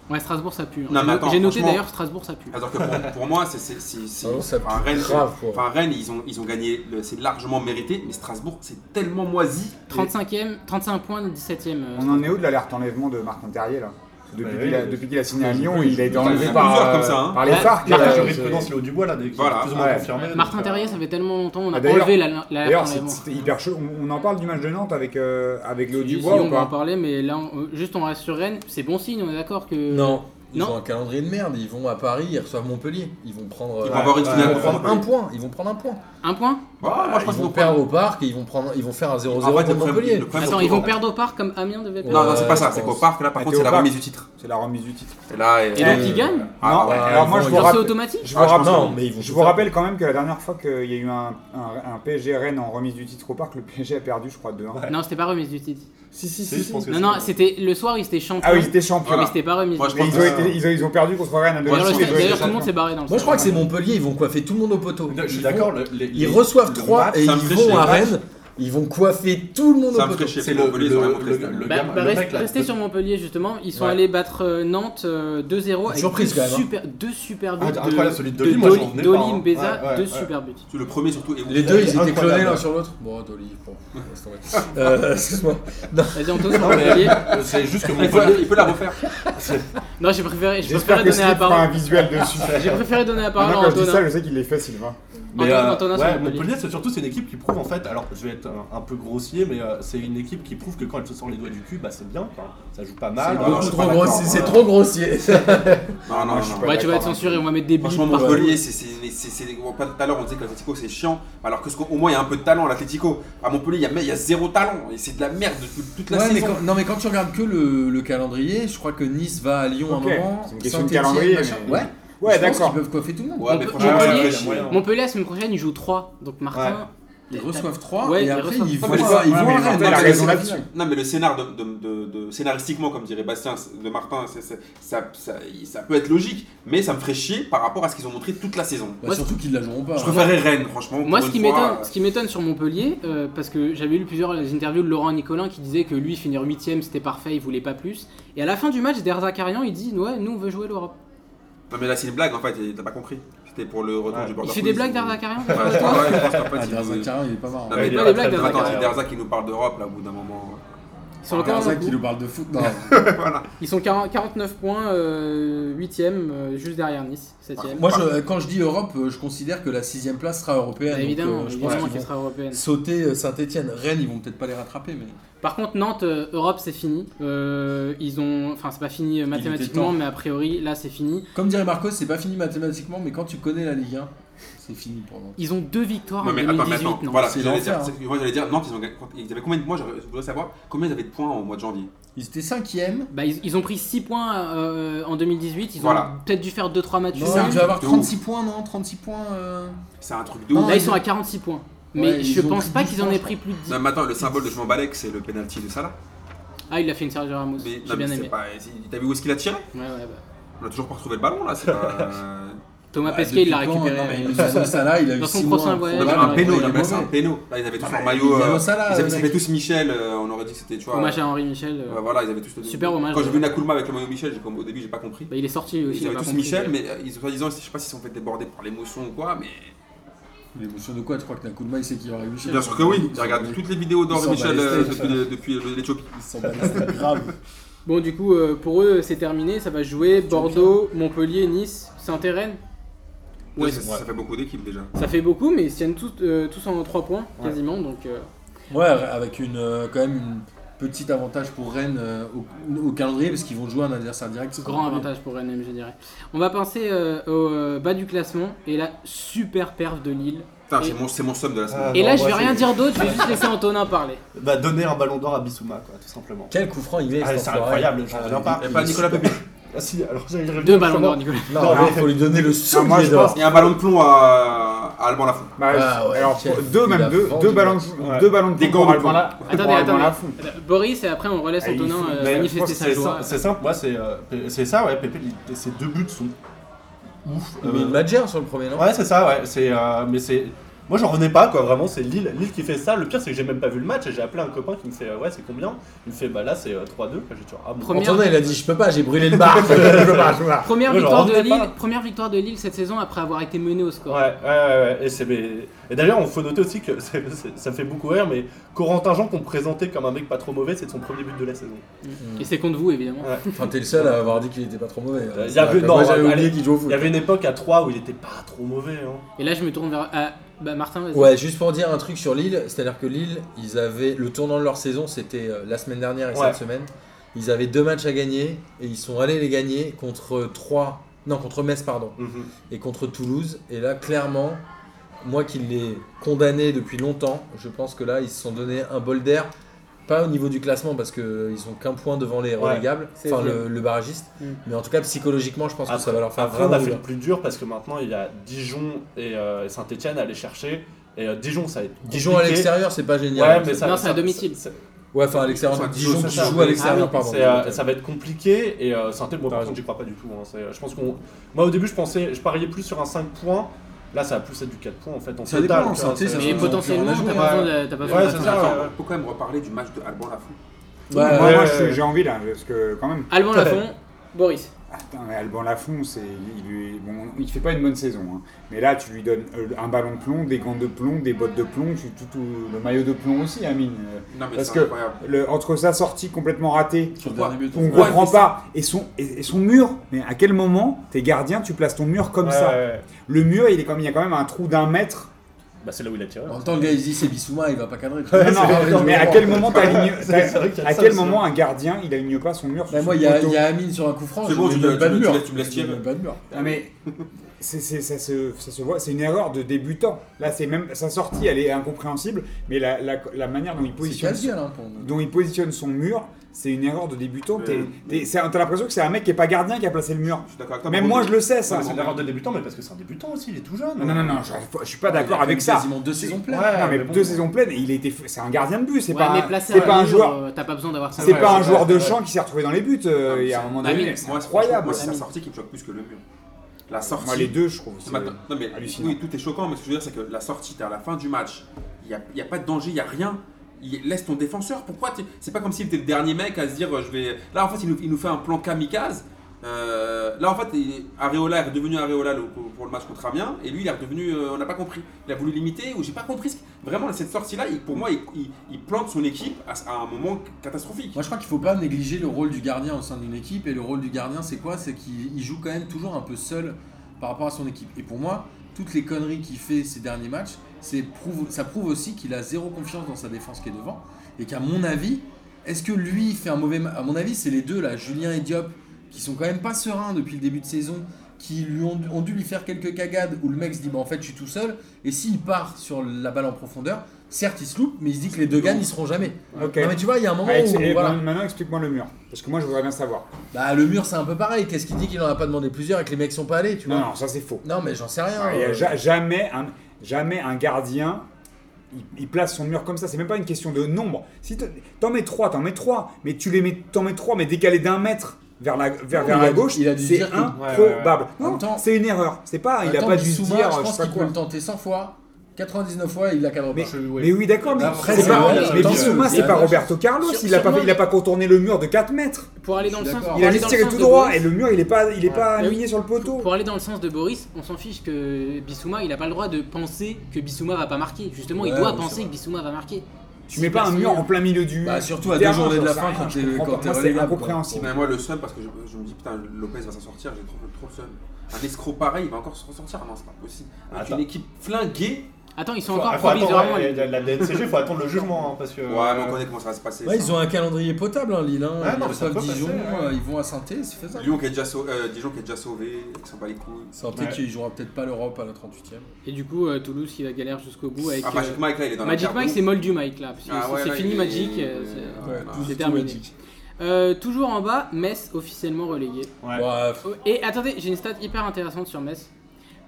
[SPEAKER 1] Ouais, Strasbourg ça pue. hein.
[SPEAKER 4] Non,
[SPEAKER 1] J'ai-
[SPEAKER 4] mais attends,
[SPEAKER 1] J'ai noté
[SPEAKER 4] franchement-
[SPEAKER 1] d'ailleurs Strasbourg ça pue.
[SPEAKER 4] Alors que pour, pour moi, c'est- c'est c'est- c'est-
[SPEAKER 2] Ah non, ça
[SPEAKER 4] enfin,
[SPEAKER 2] pue
[SPEAKER 4] Rennes,
[SPEAKER 2] grave,
[SPEAKER 4] c'est-
[SPEAKER 2] quoi.
[SPEAKER 4] enfin, Rennes, ils ont ils ont gagné, le- c'est largement mérité. Mais Strasbourg, c'est tellement moisi.
[SPEAKER 1] 35e, 35 points, 17e. euh,
[SPEAKER 5] On en est où de l'alerte enlèvement de Martin Terrier là Depuis
[SPEAKER 3] Bah
[SPEAKER 5] qu'il
[SPEAKER 3] oui,
[SPEAKER 5] a,
[SPEAKER 3] oui.
[SPEAKER 5] depuis qu'il a signé à
[SPEAKER 3] Je-
[SPEAKER 5] Lyon,
[SPEAKER 3] je-
[SPEAKER 5] il a été
[SPEAKER 4] je-
[SPEAKER 5] enlevé
[SPEAKER 4] je-
[SPEAKER 5] par,
[SPEAKER 4] plusieurs
[SPEAKER 5] euh,
[SPEAKER 4] comme ça, hein.
[SPEAKER 5] par les
[SPEAKER 1] Ouais,
[SPEAKER 5] FARC.
[SPEAKER 1] Martin
[SPEAKER 3] La
[SPEAKER 5] euh,
[SPEAKER 3] jurisprudence Léo Dubois, là, des- qui
[SPEAKER 4] Voilà.
[SPEAKER 3] est plus ou moins
[SPEAKER 5] Ouais.
[SPEAKER 3] confirmée. donc,
[SPEAKER 1] Martin
[SPEAKER 3] euh,
[SPEAKER 1] Terrier, ça fait tellement longtemps, on
[SPEAKER 5] Ah,
[SPEAKER 1] a
[SPEAKER 5] d'ailleurs-
[SPEAKER 1] enlevé la- la-
[SPEAKER 5] D'ailleurs,
[SPEAKER 1] l'alerte
[SPEAKER 5] c'est-
[SPEAKER 1] enlèvement.
[SPEAKER 5] c'était hyper chaud. On, on en parle du match de Nantes avec, euh, avec Léo
[SPEAKER 1] Si,
[SPEAKER 5] Dubois
[SPEAKER 1] si,
[SPEAKER 5] ou
[SPEAKER 1] on va en
[SPEAKER 5] pas
[SPEAKER 1] parler, mais là, on- euh, juste on reste sur Rennes. C'est bon signe, on est d'accord que.
[SPEAKER 2] Non. Ils
[SPEAKER 1] Non.
[SPEAKER 2] ont un calendrier de merde, ils vont à Paris, ils reçoivent Montpellier, ils vont prendre,
[SPEAKER 4] Ils vont
[SPEAKER 2] euh,
[SPEAKER 4] avoir une
[SPEAKER 3] ouais,
[SPEAKER 2] ils
[SPEAKER 4] finale
[SPEAKER 2] vont
[SPEAKER 4] contre
[SPEAKER 2] prendre un
[SPEAKER 4] Montpellier.
[SPEAKER 2] point, ils vont prendre un point.
[SPEAKER 1] Un point
[SPEAKER 4] Voilà, moi, je pense
[SPEAKER 2] ils
[SPEAKER 4] qu'ils
[SPEAKER 2] vont
[SPEAKER 4] prendre-
[SPEAKER 2] perdre au parc et ils vont, prendre, ils vont faire un 0-0
[SPEAKER 3] Ah,
[SPEAKER 4] En fait,
[SPEAKER 2] contre
[SPEAKER 4] le problème-
[SPEAKER 2] Montpellier.
[SPEAKER 4] le problème,
[SPEAKER 1] Attends,
[SPEAKER 4] c'est
[SPEAKER 1] ils vont
[SPEAKER 4] qu'on-
[SPEAKER 1] perdre au parc comme Amiens devait perdre.
[SPEAKER 4] Non, non, c'est pas ça,
[SPEAKER 2] Ouais,
[SPEAKER 4] c'est
[SPEAKER 2] je
[SPEAKER 4] qu'au
[SPEAKER 2] pense.
[SPEAKER 4] parc, là, par
[SPEAKER 5] Mais
[SPEAKER 4] contre,
[SPEAKER 5] t'es
[SPEAKER 4] c'est
[SPEAKER 5] au
[SPEAKER 4] la
[SPEAKER 5] parc.
[SPEAKER 4] remise du titre.
[SPEAKER 5] C'est la remise du titre.
[SPEAKER 4] Et là,
[SPEAKER 1] Et donc, ils gagnent
[SPEAKER 4] Ah,
[SPEAKER 5] Non,
[SPEAKER 4] ouais.
[SPEAKER 5] alors
[SPEAKER 2] ils
[SPEAKER 5] moi, je
[SPEAKER 2] vont-
[SPEAKER 5] vous
[SPEAKER 1] Genre, c'est
[SPEAKER 5] rappelle.
[SPEAKER 1] automatique
[SPEAKER 5] Je
[SPEAKER 4] Ah,
[SPEAKER 5] vous,
[SPEAKER 4] je
[SPEAKER 5] rappelle,
[SPEAKER 4] pense
[SPEAKER 2] Non, mais ils vont
[SPEAKER 5] je
[SPEAKER 2] tout
[SPEAKER 5] vous
[SPEAKER 2] faire.
[SPEAKER 5] rappelle quand même que la dernière fois qu'il y a eu un, un, un PSG Rennes en remise du titre au parc, le PSG a perdu, je crois, 2-1.
[SPEAKER 1] Non, c'était pas remise du titre.
[SPEAKER 2] Si, si,
[SPEAKER 3] si,
[SPEAKER 2] si.
[SPEAKER 3] je pense que
[SPEAKER 1] Non,
[SPEAKER 3] c'est-
[SPEAKER 1] non, c'était le soir, ils étaient champions.
[SPEAKER 5] Ah oui, ils étaient champions.
[SPEAKER 1] Mais
[SPEAKER 4] Voilà.
[SPEAKER 1] c'était pas remise.
[SPEAKER 4] Moi,
[SPEAKER 1] du
[SPEAKER 4] je
[SPEAKER 1] titre.
[SPEAKER 5] Mais
[SPEAKER 4] pense
[SPEAKER 5] ils
[SPEAKER 4] que-
[SPEAKER 5] ont, été- ils, ont, ils ont perdu contre Rennes
[SPEAKER 4] Moi,
[SPEAKER 5] à
[SPEAKER 4] je
[SPEAKER 1] D'ailleurs,
[SPEAKER 4] pense
[SPEAKER 1] le-
[SPEAKER 4] qu'ils ont été
[SPEAKER 1] D'ailleurs, tout le monde s'est barré dans le
[SPEAKER 2] Moi, je
[SPEAKER 1] stade.
[SPEAKER 2] crois que c'est Montpellier, ils vont coiffer tout le monde au poteau.
[SPEAKER 3] Je suis
[SPEAKER 2] Ils
[SPEAKER 3] d'accord.
[SPEAKER 2] vont-
[SPEAKER 3] le- les-
[SPEAKER 2] Ils
[SPEAKER 3] les-
[SPEAKER 2] reçoivent
[SPEAKER 3] le
[SPEAKER 2] 3
[SPEAKER 3] match,
[SPEAKER 2] et
[SPEAKER 3] ça me fait
[SPEAKER 2] ils vont
[SPEAKER 3] chier.
[SPEAKER 2] à Rennes, ils vont coiffer tout le monde
[SPEAKER 4] Ça
[SPEAKER 2] au
[SPEAKER 4] me
[SPEAKER 2] poteau.
[SPEAKER 4] fait chier.
[SPEAKER 3] C'est
[SPEAKER 4] Chez
[SPEAKER 3] le,
[SPEAKER 4] Montpellier,
[SPEAKER 3] le-
[SPEAKER 4] ils auraient montré
[SPEAKER 3] le-
[SPEAKER 4] ça.
[SPEAKER 3] le
[SPEAKER 4] Bah,
[SPEAKER 1] Bah,
[SPEAKER 3] gamin-
[SPEAKER 1] bah,
[SPEAKER 3] le
[SPEAKER 1] reste-
[SPEAKER 3] mec, là,
[SPEAKER 1] restez sur Montpellier justement, ils sont
[SPEAKER 2] Ouais.
[SPEAKER 1] allés battre euh, Nantes euh, 2-0 avec
[SPEAKER 2] Surprise,
[SPEAKER 1] deux,
[SPEAKER 2] quand même, hein.
[SPEAKER 1] super, deux super buts.
[SPEAKER 3] Ah, incroyable, celui de Dolly, moi, j'en venais pas,
[SPEAKER 1] Dolly,
[SPEAKER 3] hein.
[SPEAKER 1] Mbeza,
[SPEAKER 3] Ouais, ouais,
[SPEAKER 1] deux
[SPEAKER 3] ouais.
[SPEAKER 1] super buts.
[SPEAKER 4] C'est le premier surtout. Et
[SPEAKER 2] Les deux, ils étaient
[SPEAKER 3] Incroyable.
[SPEAKER 2] clonés l'un sur l'autre. Bon, Dolly, bon, laisse tomber. Euh, Excuse-moi.
[SPEAKER 1] Vas-y, Antoine, sur
[SPEAKER 3] Non, mais,
[SPEAKER 1] Montpellier.
[SPEAKER 3] euh, C'est juste que
[SPEAKER 4] Il peut,
[SPEAKER 3] Montpellier.
[SPEAKER 4] il peut la refaire.
[SPEAKER 1] Non, j'ai préféré, j'ai
[SPEAKER 5] J'espère
[SPEAKER 1] préféré
[SPEAKER 5] que
[SPEAKER 1] donner la
[SPEAKER 5] Steve fera un
[SPEAKER 1] parole.
[SPEAKER 5] visuel dessus.
[SPEAKER 1] J'ai préféré donner la parole à
[SPEAKER 5] Maintenant, quand je dis
[SPEAKER 1] Antonin.
[SPEAKER 5] ça, je sais qu'il les fait, Sylvain.
[SPEAKER 3] Mais
[SPEAKER 1] Antonin,
[SPEAKER 3] euh,
[SPEAKER 1] Antonin sur
[SPEAKER 3] ouais,
[SPEAKER 1] Montpellier.
[SPEAKER 3] Montpellier, c'est surtout c'est une équipe qui prouve en fait. Alors, je vais être un, un peu grossier, mais euh, c'est une équipe qui prouve que quand elle se sort les doigts du cul, bah c'est bien. quoi. Ça joue pas mal.
[SPEAKER 4] beaucoup
[SPEAKER 3] Alors, je
[SPEAKER 2] C'est
[SPEAKER 3] suis
[SPEAKER 2] trop
[SPEAKER 3] pas
[SPEAKER 2] grossier,
[SPEAKER 3] d'accord.
[SPEAKER 2] C'est trop grossier.
[SPEAKER 4] Non, non,
[SPEAKER 5] Moi,
[SPEAKER 4] non.
[SPEAKER 5] je suis
[SPEAKER 4] non.
[SPEAKER 5] pas-
[SPEAKER 1] Ouais, tu vas être censuré, on va mettre des billes
[SPEAKER 4] Franchement,
[SPEAKER 1] partout.
[SPEAKER 4] Montpellier, c'est. c'est- c'est- c'est- c'est- on- pas- Tout à l'heure, on disait que l'Atletico c'est chiant, alors que ce qu'au- au moins il y a un peu de talent à l'Atletico. À Montpellier, il y a- il y, a zéro talent, et c'est de la merde depuis toute la
[SPEAKER 2] Ouais, mais
[SPEAKER 4] saison.
[SPEAKER 2] quand- non, mais quand tu regardes que le, le calendrier, je crois que Nice va à Lyon
[SPEAKER 5] Ok,
[SPEAKER 2] un moment.
[SPEAKER 5] c'est une question de
[SPEAKER 2] Saint-Étienne,
[SPEAKER 5] calendrier,
[SPEAKER 2] machin.
[SPEAKER 5] mais-
[SPEAKER 2] Ouais,
[SPEAKER 5] Ouais,
[SPEAKER 2] je pense
[SPEAKER 5] d'accord.
[SPEAKER 2] qu'ils peuvent coiffer tout le monde.
[SPEAKER 4] Ouais, mais
[SPEAKER 1] Mont-
[SPEAKER 4] franchement, ça
[SPEAKER 1] Montpellier,
[SPEAKER 4] fait chier.
[SPEAKER 3] ouais, ouais.
[SPEAKER 1] Montpellier, la semaine prochaine, ils jouent 3. Donc Martin,
[SPEAKER 2] Ils reçoivent 3
[SPEAKER 1] Ouais,
[SPEAKER 2] et
[SPEAKER 1] ils
[SPEAKER 2] après
[SPEAKER 1] reçoivent
[SPEAKER 2] ils vont
[SPEAKER 4] trois.
[SPEAKER 2] ils vont à
[SPEAKER 5] Ouais, mais
[SPEAKER 2] Rennes.
[SPEAKER 5] Martin, il a
[SPEAKER 2] mais
[SPEAKER 5] raison
[SPEAKER 2] c'est-
[SPEAKER 5] là-dessus.
[SPEAKER 4] Non, mais le scénar, de, de- de- de- scénaristiquement, comme dirait Bastien, c'est- de Martin, c'est- c'est- ça, ça- il- ça peut être logique, mais ça me ferait chier par rapport à ce qu'ils ont montré toute la saison.
[SPEAKER 2] Bah,
[SPEAKER 1] Moi,
[SPEAKER 2] surtout qu'ils la joueront pas.
[SPEAKER 4] Je préférais Rennes, franchement.
[SPEAKER 1] Moi,
[SPEAKER 4] pour
[SPEAKER 1] ce
[SPEAKER 4] une
[SPEAKER 1] qui
[SPEAKER 4] fois,
[SPEAKER 1] m'étonne,
[SPEAKER 4] euh,
[SPEAKER 1] ce qui m'étonne sur Montpellier, euh, parce que j'avais lu plusieurs interviews de Laurent Nicolin qui disait que lui finir huitième c'était parfait, il voulait pas plus. Et à la fin du match, Derzakarian il dit ouais, nous on veut jouer l'Europe.
[SPEAKER 4] euh, Non, mais là, c'est une blague en fait, et t'as pas compris. C'était pour le retour
[SPEAKER 3] Ouais.
[SPEAKER 4] du
[SPEAKER 1] Il
[SPEAKER 4] Border
[SPEAKER 1] fait des
[SPEAKER 4] Collies.
[SPEAKER 1] blagues Derzakarian
[SPEAKER 4] Ouais, je pense- ouais, je pense qu'en fait,
[SPEAKER 2] Ah,
[SPEAKER 4] il-
[SPEAKER 2] Derzakin, il est pas marrant.
[SPEAKER 4] Non,
[SPEAKER 3] Ouais,
[SPEAKER 4] mais
[SPEAKER 3] il
[SPEAKER 1] pas les
[SPEAKER 3] est pas
[SPEAKER 1] blagues
[SPEAKER 3] très
[SPEAKER 1] d'Arda
[SPEAKER 4] Attends,
[SPEAKER 3] d'accord.
[SPEAKER 4] c'est Derza qui nous parle d'Europe là au bout d'un moment.
[SPEAKER 1] Ils sont, encore
[SPEAKER 2] Derzakin
[SPEAKER 1] dans le
[SPEAKER 2] qui
[SPEAKER 1] coup.
[SPEAKER 2] nous parle de foot. Non.
[SPEAKER 1] Ils sont 40 49 points, 8 e juste derrière Nice, 7 e
[SPEAKER 2] Moi, je- quand je dis Europe, euh, je considère que la sixième place sera européenne. donc,
[SPEAKER 1] Bah, évidemment,
[SPEAKER 2] euh, je pense
[SPEAKER 1] évidemment
[SPEAKER 2] qu'ils
[SPEAKER 1] qu'elle
[SPEAKER 2] vont
[SPEAKER 1] sera européenne.
[SPEAKER 2] sauter Saint-Etienne. Rennes, ils vont peut-être pas les rattraper, mais.
[SPEAKER 1] Par contre, Nantes, euh, Europe, c'est fini. Euh, ils ont, enfin, c'est pas fini euh, mathématiquement,
[SPEAKER 2] temps.
[SPEAKER 1] mais a priori, là, c'est fini.
[SPEAKER 2] Comme dirait Marcos, c'est pas fini mathématiquement, mais quand tu connais la Ligue 1, c'est fini pour Nantes.
[SPEAKER 1] Ils ont deux victoires
[SPEAKER 4] Non,
[SPEAKER 1] en
[SPEAKER 4] mais
[SPEAKER 1] 2018.
[SPEAKER 4] attends, mais attends.
[SPEAKER 1] Nantes.
[SPEAKER 4] Voilà,
[SPEAKER 2] C'est
[SPEAKER 4] c'est j'allais dire.
[SPEAKER 2] l'enfer,
[SPEAKER 3] hein.
[SPEAKER 4] c'est- Moi, j'allais dire, Nantes, ils, ont gagné- ils avaient combien de. Moi, j'aurais- je voudrais savoir combien ils avaient de points au mois de janvier.
[SPEAKER 2] Ils étaient cinquième.
[SPEAKER 1] Bah, ils, ils ont pris 6 points euh, en 2018, ils
[SPEAKER 4] Voilà.
[SPEAKER 1] ont peut-être dû faire 2-3 matchs.
[SPEAKER 2] Non,
[SPEAKER 1] nuls.
[SPEAKER 2] ils devaient avoir
[SPEAKER 4] de
[SPEAKER 2] 36 points, non 36 points. euh,
[SPEAKER 4] C'est un truc de
[SPEAKER 2] Non,
[SPEAKER 4] ouf.
[SPEAKER 1] Là, ils sont à 46 points. Mais
[SPEAKER 2] Ouais,
[SPEAKER 1] je
[SPEAKER 2] ils ont
[SPEAKER 1] pense
[SPEAKER 2] pris
[SPEAKER 1] pas
[SPEAKER 2] 12
[SPEAKER 1] qu'ils en
[SPEAKER 2] points,
[SPEAKER 1] aient
[SPEAKER 2] je
[SPEAKER 1] pris plus de 10.
[SPEAKER 4] Non, mais attends, le symbole de Jean Balek, c'est le penalty de Salah.
[SPEAKER 1] Ah, il a fait une Sergio Ramos,
[SPEAKER 4] Mais
[SPEAKER 1] j'ai
[SPEAKER 4] non, mais
[SPEAKER 1] bien
[SPEAKER 4] c'est
[SPEAKER 1] aimé.
[SPEAKER 4] pas. c'est- T'as vu où est-ce qu'il a tiré
[SPEAKER 1] Ouais, ouais, bah.
[SPEAKER 4] On a toujours pas retrouvé le ballon là. C'est pas.
[SPEAKER 1] Thomas
[SPEAKER 2] bah,
[SPEAKER 1] Pesquet, il l'a
[SPEAKER 2] depuis quand,
[SPEAKER 1] récupéré.
[SPEAKER 2] non, mais
[SPEAKER 1] euh,
[SPEAKER 2] il faisait ça là, il a eu
[SPEAKER 1] Dans son
[SPEAKER 2] six
[SPEAKER 1] prochain
[SPEAKER 2] mois. hein.
[SPEAKER 1] voyage,
[SPEAKER 4] On avait
[SPEAKER 1] Ouais,
[SPEAKER 4] un péno,
[SPEAKER 2] il
[SPEAKER 4] il
[SPEAKER 2] est
[SPEAKER 4] appelait ça un
[SPEAKER 2] mauvais.
[SPEAKER 4] péno. Là, ils avaient tous
[SPEAKER 2] Ah,
[SPEAKER 4] leur
[SPEAKER 2] bah,
[SPEAKER 4] maillot.
[SPEAKER 2] Emiliano
[SPEAKER 4] euh,
[SPEAKER 2] Sala,
[SPEAKER 4] Ils avaient-
[SPEAKER 2] le
[SPEAKER 4] ils
[SPEAKER 2] mec.
[SPEAKER 4] avaient tous Michel, euh, on aurait dit que c'était, tu vois.
[SPEAKER 1] Hommage à Henri Michel. euh,
[SPEAKER 4] Ouais, voilà, ils avaient tous le
[SPEAKER 1] Super hommage.
[SPEAKER 4] Quand j'ai vu Nakulma avec le maillot Michel, j'ai comme- au début, j'ai pas compris.
[SPEAKER 1] bah, il est sorti lui aussi.
[SPEAKER 4] Ils
[SPEAKER 1] j'ai
[SPEAKER 4] avaient
[SPEAKER 1] pas
[SPEAKER 4] tous
[SPEAKER 1] compris,
[SPEAKER 4] Michel,
[SPEAKER 1] mais-
[SPEAKER 4] mais euh, ils, soi-disant, je sais pas s'ils sont fait déborder par l'émotion ou quoi, mais.
[SPEAKER 2] L'émotion de quoi Tu crois que Nakoulma il sait qu'il y aura Michel
[SPEAKER 4] Bien sûr que oui, j'ai regardé toutes les vidéos d'Henri
[SPEAKER 2] s'en
[SPEAKER 4] Michel
[SPEAKER 2] bat les
[SPEAKER 4] euh,
[SPEAKER 2] steaks,
[SPEAKER 4] depuis, depuis, euh, l'Éthiopie.
[SPEAKER 2] Ils s'en battent, c'est grave.
[SPEAKER 1] Bon, du coup, euh, pour eux, c'est terminé. Ça va jouer Bordeaux, Montpellier, Nice, Saint-Etienne. Ouais,
[SPEAKER 4] ça, ça fait beaucoup d'équipes déjà.
[SPEAKER 1] Ça fait beaucoup, mais ils se tiennent tous, euh, tous en 3 points quasiment. Donc, euh,
[SPEAKER 2] Ouais, avec une, euh, quand même une petite avantage pour Rennes euh, au, au calendrier parce qu'ils vont jouer un adversaire direct. c'est
[SPEAKER 1] grand
[SPEAKER 2] pas mal.
[SPEAKER 1] avantage pour Rennes, je dirais. On va penser euh, au euh, bas du classement et la super perf de Lille.
[SPEAKER 4] Putain,
[SPEAKER 1] Et-
[SPEAKER 4] c'est mon, c'est mon somme de la semaine.
[SPEAKER 3] Ah,
[SPEAKER 1] Et
[SPEAKER 3] non,
[SPEAKER 1] là, je
[SPEAKER 3] moi,
[SPEAKER 1] vais rien
[SPEAKER 3] c'est-
[SPEAKER 1] dire d'autre, je vais juste laisser Antonin parler.
[SPEAKER 3] Bah, donner un ballon d'or à Bissouma, quoi, tout simplement.
[SPEAKER 2] Quel coup franc il met
[SPEAKER 3] Ah,
[SPEAKER 2] cet
[SPEAKER 3] c'est
[SPEAKER 2] enfoiré.
[SPEAKER 3] incroyable, j'en
[SPEAKER 2] Ah,
[SPEAKER 3] reviens
[SPEAKER 2] il-
[SPEAKER 3] pas.
[SPEAKER 2] il
[SPEAKER 4] Et
[SPEAKER 2] est
[SPEAKER 4] pas Nicolas
[SPEAKER 2] super-
[SPEAKER 4] Pépé.
[SPEAKER 3] Ah si, alors j'allais y revenir
[SPEAKER 1] Deux ballons
[SPEAKER 3] justement.
[SPEAKER 1] d'or, Nicolas.
[SPEAKER 2] Non, mais il faut lui donner le
[SPEAKER 5] moi,
[SPEAKER 2] soulier
[SPEAKER 5] je
[SPEAKER 2] d'or.
[SPEAKER 4] Il y a un ballon de plomb à, à, à Alban Lafont.
[SPEAKER 5] Bah,
[SPEAKER 2] Ah ouais,
[SPEAKER 5] alors,
[SPEAKER 2] quel
[SPEAKER 5] deux,
[SPEAKER 2] fou, il a
[SPEAKER 5] même deux,
[SPEAKER 2] vendu,
[SPEAKER 5] deux
[SPEAKER 2] ouais.
[SPEAKER 5] ballons,
[SPEAKER 3] Ouais.
[SPEAKER 5] deux ballons de
[SPEAKER 6] Des
[SPEAKER 5] concours
[SPEAKER 6] gants de
[SPEAKER 5] Alban-
[SPEAKER 6] là.
[SPEAKER 5] concours
[SPEAKER 1] Attendez,
[SPEAKER 5] Alban
[SPEAKER 1] attendez.
[SPEAKER 5] Lafont.
[SPEAKER 1] Euh, Boris, et après on relaisse
[SPEAKER 5] Ah, il
[SPEAKER 1] Antonin
[SPEAKER 5] faut-
[SPEAKER 1] euh,
[SPEAKER 3] Mais je pense
[SPEAKER 1] manifester
[SPEAKER 3] que
[SPEAKER 1] sa
[SPEAKER 3] c'est
[SPEAKER 1] joie.
[SPEAKER 3] sim- c'est simple, moi c'est euh, P- c'est ça, ouais, Pépé, il- ses deux buts sont ouf.
[SPEAKER 2] Mais
[SPEAKER 3] euh,
[SPEAKER 2] il m'a gère sur le premier, non
[SPEAKER 3] Ouais, c'est ça, ouais. C'est, euh, mais c'est. Moi, j'en revenais pas, quoi. Vraiment, c'est Lille, Lille qui fait ça. Le pire, c'est que j'ai même pas vu le match et j'ai appelé un copain qui me fait, euh, ouais, c'est combien Il me fait, bah là, c'est euh, 3-2. Quoi. J'ai dit, ah bon.
[SPEAKER 1] Premier-
[SPEAKER 2] Antonin, il a dit Je peux pas, j'ai brûlé le bar. je peux pas, je peux pas.
[SPEAKER 1] Première
[SPEAKER 3] Moi, je
[SPEAKER 1] victoire, de
[SPEAKER 3] revenais
[SPEAKER 1] Lille,
[SPEAKER 3] pas.
[SPEAKER 1] première victoire de Lille cette saison après avoir été mené au score.
[SPEAKER 3] Ouais, ouais, ouais, ouais. Et, c'est, mais- et d'ailleurs, on faut noter aussi que c'est- c'est- ça fait beaucoup rire, mais Corentin Jean, qu'on présentait comme un mec pas trop mauvais, c'est son premier but de la saison.
[SPEAKER 1] Et c'est contre vous évidemment.
[SPEAKER 2] Enfin, t'es le seul à avoir dit qu'il était pas trop mauvais.
[SPEAKER 3] Euh, y avait-
[SPEAKER 2] Moi,
[SPEAKER 3] non,
[SPEAKER 2] j'avais
[SPEAKER 3] allez,
[SPEAKER 2] oublié qu'il jouait au
[SPEAKER 3] Il
[SPEAKER 2] foot.
[SPEAKER 3] y avait une époque à 3 où il était pas trop mauvais. Hein.
[SPEAKER 1] Et là je me tourne vers ah, bah, Martin. vas-y.
[SPEAKER 2] Ouais, juste pour dire un truc sur Lille, c'est-à-dire que Lille, ils avaient le tournant de leur saison, c'était euh, la semaine dernière et
[SPEAKER 3] Ouais.
[SPEAKER 2] cette semaine. Ils avaient deux matchs à gagner et ils sont allés les gagner contre trois, non contre Metz pardon,
[SPEAKER 3] Mm-hmm.
[SPEAKER 2] et contre Toulouse. Et là, clairement, moi qui les condamnais depuis longtemps, je pense que là, ils se sont donné un bol d'air. Pas au niveau du classement parce qu'ils ont qu'un point devant les
[SPEAKER 3] Ouais,
[SPEAKER 2] relégables,
[SPEAKER 1] c'est
[SPEAKER 2] enfin
[SPEAKER 1] vrai.
[SPEAKER 2] le, le barragiste,
[SPEAKER 1] Mm.
[SPEAKER 2] mais en tout cas psychologiquement, je pense que ça va leur faire
[SPEAKER 3] Après, on a
[SPEAKER 2] vraiment du
[SPEAKER 3] fait le
[SPEAKER 2] bien.
[SPEAKER 3] plus dur parce que maintenant, il y a Dijon et Saint-Etienne à aller chercher. Et euh, Dijon, ça va être
[SPEAKER 2] Dijon à
[SPEAKER 3] compliqué.
[SPEAKER 2] l'extérieur, c'est pas
[SPEAKER 3] Ouais,
[SPEAKER 2] génial.
[SPEAKER 3] mais ça,
[SPEAKER 1] Non, c'est à
[SPEAKER 3] ça-
[SPEAKER 1] domicile.
[SPEAKER 3] ça-
[SPEAKER 2] Ouais, enfin à l'extérieur,
[SPEAKER 4] Enfin,
[SPEAKER 2] Dijon
[SPEAKER 3] c'est
[SPEAKER 2] qui
[SPEAKER 3] ça.
[SPEAKER 2] joue à l'extérieur,
[SPEAKER 1] Ah oui,
[SPEAKER 2] pardon.
[SPEAKER 3] C'est, euh, ça va être compliqué et euh, saint moi
[SPEAKER 2] T'as
[SPEAKER 3] par
[SPEAKER 2] raison.
[SPEAKER 3] contre j'y crois pas du tout. hein. C'est, euh, je pense qu'on, moi au début je pensais, je pariais plus sur un 5 points. Là ça va plus être du 4 points en fait. En
[SPEAKER 2] Ça
[SPEAKER 3] total,
[SPEAKER 2] dépend,
[SPEAKER 3] tu
[SPEAKER 2] ça,
[SPEAKER 3] vois,
[SPEAKER 2] tu sais,
[SPEAKER 3] c'est-
[SPEAKER 2] ça
[SPEAKER 1] Mais
[SPEAKER 2] se-
[SPEAKER 1] potentiellement
[SPEAKER 2] on a joué,
[SPEAKER 1] t'as pas
[SPEAKER 3] ouais.
[SPEAKER 1] besoin de- t'as pas
[SPEAKER 3] Ouais,
[SPEAKER 1] besoin
[SPEAKER 3] c'est
[SPEAKER 1] de-
[SPEAKER 3] ça,
[SPEAKER 4] Attends,
[SPEAKER 3] ouais.
[SPEAKER 4] faut quand même reparler du match de Alban Lafont.
[SPEAKER 2] Ouais,
[SPEAKER 5] Moi,
[SPEAKER 2] ouais,
[SPEAKER 5] moi,
[SPEAKER 2] ouais.
[SPEAKER 5] je- j'ai envie là, parce que quand même,
[SPEAKER 1] Alban Lafont, Boris.
[SPEAKER 5] ah, putain, mais Alban Lafont, c'est, il, lui- bon, il fait pas une bonne saison. hein. Mais là, tu lui donnes euh, un ballon de plomb, des gants de plomb, des bottes de plomb, tu- tout, tout- le maillot de plomb aussi, Amine. Euh,
[SPEAKER 4] Non, mais
[SPEAKER 5] Parce
[SPEAKER 4] c'est
[SPEAKER 5] que-
[SPEAKER 4] incroyable.
[SPEAKER 5] le- entre sa sortie complètement ratée,
[SPEAKER 4] Tu vois,
[SPEAKER 5] on ne
[SPEAKER 4] Ouais,
[SPEAKER 5] comprend
[SPEAKER 4] mais
[SPEAKER 5] pas, et son, et, et son mur, mais à quel moment t'es gardien, tu places ton mur comme
[SPEAKER 3] Ouais,
[SPEAKER 5] ça
[SPEAKER 3] ouais.
[SPEAKER 5] Le mur, il, est comme, il y a quand même un trou d'un mètre.
[SPEAKER 3] Bah, c'est là où il a tiré.
[SPEAKER 2] En même temps, le gars, il se dit c'est Bissouma, il va pas cadrer.
[SPEAKER 5] Non, non, mais à quel moment t'alignes-
[SPEAKER 3] C'est
[SPEAKER 5] t'as-
[SPEAKER 3] vrai qu'il y a
[SPEAKER 5] À
[SPEAKER 3] ça
[SPEAKER 5] quel
[SPEAKER 3] aussi, hein.
[SPEAKER 5] moment un gardien, il aligne pas son mur sur
[SPEAKER 2] Bah,
[SPEAKER 5] son
[SPEAKER 2] moi, il y, a-
[SPEAKER 5] poteau
[SPEAKER 2] il y a Amine sur un coup franc.
[SPEAKER 4] C'est
[SPEAKER 2] je
[SPEAKER 4] bon,
[SPEAKER 2] lui
[SPEAKER 4] tu
[SPEAKER 2] donne
[SPEAKER 4] me-
[SPEAKER 2] pas
[SPEAKER 4] tu
[SPEAKER 2] de
[SPEAKER 4] me- tu
[SPEAKER 2] mur.
[SPEAKER 4] me laisses- tu me laisses
[SPEAKER 2] Je lui
[SPEAKER 4] tirer.
[SPEAKER 2] donne pas de mur.
[SPEAKER 5] Non mais c'est, c'est- ça, se, ça se voit, c'est une erreur de débutant. Là, c'est même sa sortie, elle est incompréhensible, mais la, la- la manière dont il
[SPEAKER 2] C'est
[SPEAKER 5] positionne,
[SPEAKER 2] casse-gueule, hein, pour nous.
[SPEAKER 5] dont il positionne son mur, c'est une erreur de débutant. T'es,
[SPEAKER 4] Euh,
[SPEAKER 5] t'es- c'est- t'as l'impression que c'est un mec qui est pas gardien qui a placé le mur.
[SPEAKER 4] Je suis d'accord avec toi.
[SPEAKER 5] Même
[SPEAKER 4] par
[SPEAKER 5] moi, je
[SPEAKER 4] contre,
[SPEAKER 5] le sais
[SPEAKER 3] Ça,
[SPEAKER 5] ça.
[SPEAKER 3] c'est une erreur de débutant, mais parce que c'est un débutant aussi, il est tout jeune.
[SPEAKER 5] Non, non, non, non, je, je suis pas d'accord avec
[SPEAKER 2] Il y a
[SPEAKER 5] ça.
[SPEAKER 2] quasiment deux saisons pleines.
[SPEAKER 3] Ouais,
[SPEAKER 5] Non, mais
[SPEAKER 3] mais bon.
[SPEAKER 5] deux saisons pleines, et il était, f- c'est un gardien de but, c'est
[SPEAKER 1] Ouais,
[SPEAKER 5] pas,
[SPEAKER 1] mais
[SPEAKER 5] un,
[SPEAKER 1] placé
[SPEAKER 5] c'est
[SPEAKER 1] à
[SPEAKER 5] pas un
[SPEAKER 1] Lille,
[SPEAKER 5] joueur,
[SPEAKER 1] euh, T'as pas besoin d'avoir ça.
[SPEAKER 5] c'est
[SPEAKER 3] ouais,
[SPEAKER 5] pas un
[SPEAKER 3] c'est
[SPEAKER 5] joueur
[SPEAKER 3] vrai,
[SPEAKER 5] de
[SPEAKER 3] c'est
[SPEAKER 5] champ qui s'est retrouvé dans les buts.
[SPEAKER 4] Non,
[SPEAKER 5] euh,
[SPEAKER 4] mais
[SPEAKER 5] Il y a un
[SPEAKER 4] c'est-
[SPEAKER 5] moment
[SPEAKER 1] Amine,
[SPEAKER 5] donné, c'est
[SPEAKER 4] Moi, c'est-
[SPEAKER 5] incroyable.
[SPEAKER 4] Moi, c'est la sortie qui me choque plus que le mur. La sortie.
[SPEAKER 5] Moi, les deux, je trouve. c'est-
[SPEAKER 4] Maintenant- non, mais
[SPEAKER 5] hallucinant.
[SPEAKER 4] oui, tout est choquant, mais ce que je veux dire, c'est que la sortie, t'es à la fin du match, il n'y a, y a pas de danger, il n'y a rien. Il- laisse ton défenseur. Pourquoi t'es- C'est pas comme s'il était le dernier mec à se dire euh, je vais. Là, en fait, il nous, il nous fait un plan kamikaze. Euh, là, en fait, il- Areola est redevenu Areola le- pour, pour le match contre Amiens, et lui, il est redevenu. euh, on n'a pas compris. Il a voulu limiter, ou j'ai pas compris. ce qui- Vraiment, cette sortie-là, il- pour moi, il, il- il plante son équipe à, à un moment catastrophique.
[SPEAKER 2] Moi, je crois qu'il faut pas négliger le rôle du gardien au sein d'une équipe. Et le rôle du gardien, c'est quoi C'est qu'il il joue quand même toujours un peu seul par rapport à son équipe. Et pour moi, toutes les conneries qu'il fait ces derniers matchs, c'est prouve- ça prouve aussi qu'il a zéro confiance dans sa défense qui est devant. Et qu'à mon avis, est-ce que lui fait un mauvais. ma- À mon avis, c'est les deux, là, Julien et Diop, qui sont quand même pas sereins depuis le début de saison, qui lui ont, ont dû lui faire quelques cagades où le mec se dit, bah, en fait, je suis tout seul. Et s'il part sur la balle en profondeur, certes, il se loupe, mais il se dit que les deux gars n'y seront jamais.
[SPEAKER 5] Ok.
[SPEAKER 2] Non, mais tu vois, il y a un moment
[SPEAKER 5] Ouais,
[SPEAKER 2] où.
[SPEAKER 5] et
[SPEAKER 2] Oh, voilà.
[SPEAKER 5] maintenant- Maintenant, explique-moi le mur. Parce que moi, je voudrais bien savoir.
[SPEAKER 2] Bah le mur c'est un peu pareil, qu'est-ce qu'il dit qu'il en a pas demandé plusieurs et que les mecs sont pas allés, tu vois
[SPEAKER 5] Non, non, ça, c'est faux.
[SPEAKER 2] Non, mais j'en sais rien.
[SPEAKER 5] Il y a
[SPEAKER 2] euh.
[SPEAKER 5] ja- jamais, un, jamais un gardien. Il, il place son mur comme ça, c'est même pas une question de nombre. Si te- t'en mets trois, t'en mets trois, mais tu les mets, t'en mets trois, mais décalés d'un mètre vers la, vers,
[SPEAKER 2] Non, il
[SPEAKER 5] vers la
[SPEAKER 2] a dû-
[SPEAKER 5] gauche,
[SPEAKER 2] il a dû
[SPEAKER 5] c'est
[SPEAKER 2] dire que-
[SPEAKER 5] improbable.
[SPEAKER 2] ouais. En même temps-
[SPEAKER 5] Non, c'est une erreur. C'est pas, Ah, il a
[SPEAKER 2] Attends,
[SPEAKER 5] pas dû se
[SPEAKER 2] Bissouma,
[SPEAKER 5] dire,
[SPEAKER 2] je
[SPEAKER 5] je
[SPEAKER 2] pense
[SPEAKER 5] sais pas
[SPEAKER 2] qu'il peut
[SPEAKER 5] quoi.
[SPEAKER 2] le tenter 100 fois, 99 fois il la cadre pas.
[SPEAKER 5] Mais, mais oui, d'accord, mais,
[SPEAKER 2] Après,
[SPEAKER 5] c'est
[SPEAKER 2] c'est
[SPEAKER 5] pas-
[SPEAKER 2] vrai,
[SPEAKER 5] mais
[SPEAKER 2] en même temps,
[SPEAKER 5] Bissouma,
[SPEAKER 2] euh,
[SPEAKER 5] c'est
[SPEAKER 2] la
[SPEAKER 5] pas
[SPEAKER 2] gauche-
[SPEAKER 5] Roberto Carlos.
[SPEAKER 1] Sur-
[SPEAKER 5] il, a pas,
[SPEAKER 1] sûrement-
[SPEAKER 5] il a pas contourné le mur de 4 mètres.
[SPEAKER 1] Pour aller dans le
[SPEAKER 2] Je suis
[SPEAKER 1] sens.
[SPEAKER 2] d'accord.
[SPEAKER 1] pour
[SPEAKER 5] Il a
[SPEAKER 1] aller
[SPEAKER 5] juste
[SPEAKER 1] dans le
[SPEAKER 5] tiré
[SPEAKER 1] sens
[SPEAKER 5] tout
[SPEAKER 1] de
[SPEAKER 5] droit
[SPEAKER 1] Boris-
[SPEAKER 5] et le mur, il est pas, il est pas
[SPEAKER 1] Ah oui.
[SPEAKER 5] aligné sur le poteau.
[SPEAKER 1] Pour aller dans le sens de Boris, on s'en fiche que Bissouma, il n'a pas le droit de penser que Bissouma va pas marquer. Justement, il
[SPEAKER 2] Ouais,
[SPEAKER 1] doit
[SPEAKER 2] oui, c'est
[SPEAKER 1] penser
[SPEAKER 2] vrai.
[SPEAKER 1] que Bissouma va marquer.
[SPEAKER 5] Tu mets pas un mur en plein milieu du.
[SPEAKER 2] Bah, surtout à
[SPEAKER 5] terrain,
[SPEAKER 2] deux journées de la
[SPEAKER 5] j'en
[SPEAKER 2] fin,
[SPEAKER 5] sais
[SPEAKER 2] quand
[SPEAKER 5] rien,
[SPEAKER 2] t'es-
[SPEAKER 5] je comprends
[SPEAKER 2] quand
[SPEAKER 5] pas.
[SPEAKER 2] t'es
[SPEAKER 5] Moi, C'est
[SPEAKER 2] relégable, quoi.
[SPEAKER 5] incompréhensible.
[SPEAKER 4] Mais moi, le seul, parce que je, je me dis, putain, Lopez va s'en sortir, j'ai trop, trop le seum. Un escroc pareil, il va encore se ressortir. Non, c'est pas possible. Avec
[SPEAKER 3] Attends.
[SPEAKER 4] une équipe flinguée.
[SPEAKER 1] Attends, ils sont
[SPEAKER 3] Faut-
[SPEAKER 1] encore
[SPEAKER 3] faut attendre,
[SPEAKER 1] provisoirement.
[SPEAKER 3] ouais, il y a de la DNCG, faut attendre le jugement hein, parce que.
[SPEAKER 4] Ouais, mais on connaît comment ça va se passer.
[SPEAKER 2] Ouais,
[SPEAKER 4] ça.
[SPEAKER 2] ils ont un calendrier potable, hein, Lille. Hein.
[SPEAKER 3] Ouais, non,
[SPEAKER 2] ils
[SPEAKER 3] mais ça
[SPEAKER 2] reçoivent
[SPEAKER 3] peut
[SPEAKER 2] Dijon,
[SPEAKER 3] passer, ouais.
[SPEAKER 2] euh, ils vont à saint c'est faisable.
[SPEAKER 4] Lyon qui est déjà sauvé, euh, Dijon qui est déjà sauvé, qui s'en bat les couilles.
[SPEAKER 2] Sortez
[SPEAKER 3] Ouais.
[SPEAKER 2] qu'ils joueront peut-être pas l'Europe à la 38ème.
[SPEAKER 1] Et du coup, euh, Toulouse qui va galère jusqu'au bout avec.
[SPEAKER 4] Ah,
[SPEAKER 1] euh,
[SPEAKER 4] Magic Mike là, il est dans
[SPEAKER 1] Magic
[SPEAKER 4] la
[SPEAKER 1] Mike, c'est molle du Mike là. parce que
[SPEAKER 4] Ah
[SPEAKER 1] c'est-
[SPEAKER 4] ouais,
[SPEAKER 1] c'est
[SPEAKER 4] là,
[SPEAKER 1] fini
[SPEAKER 4] il est-
[SPEAKER 1] Magic. euh, c'est-
[SPEAKER 4] Ouais,
[SPEAKER 1] c'est terminé. Euh, toujours en bas, Metz officiellement relégué. Oh,
[SPEAKER 3] Ouais.
[SPEAKER 2] Bref.
[SPEAKER 1] Et attendez, j'ai une stat hyper intéressante sur Metz.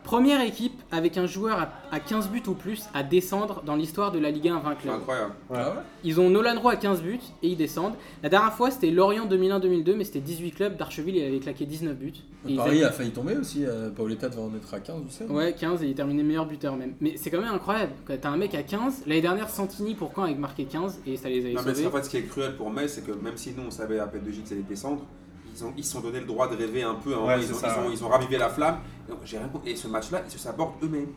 [SPEAKER 1] Première équipe avec un joueur à, à 15 buts ou plus à descendre dans l'histoire de la Ligue 1
[SPEAKER 4] C'est
[SPEAKER 1] vainqueur.
[SPEAKER 4] incroyable.
[SPEAKER 2] ah
[SPEAKER 1] Ils ont Nolan Roy à 15 buts et ils descendent. La dernière fois, c'était Lorient 2001-2002, mais c'était 18 clubs. D'Archeville, il avait claqué 19 buts. Et ils
[SPEAKER 2] Paris
[SPEAKER 1] avaient-
[SPEAKER 2] a failli tomber aussi. euh, Paoletta devait en être à 15 ou 16.
[SPEAKER 1] Ouais, 15 et il terminait meilleur buteur même. Mais c'est quand même incroyable. quoi. T'as un mec à 15. L'année dernière, Santini pour Caen avec marqué 15 et ça les avait
[SPEAKER 4] Non, mais c'est-
[SPEAKER 1] sauvés.
[SPEAKER 4] en fait, ce qui est cruel pour Metz, c'est que même si nous, on savait à P2J qu'ils allaient descendre, ils ont, ils se sont donné le droit de rêver un peu. hein.
[SPEAKER 3] Ouais,
[SPEAKER 4] ils,
[SPEAKER 3] c'est
[SPEAKER 4] ont,
[SPEAKER 3] ça,
[SPEAKER 4] ils ont-
[SPEAKER 3] ouais.
[SPEAKER 4] ils ont ravivé la flamme. Et, donc, j'ai rien compris. Et ce match-là, ils se sabordent eux-mêmes.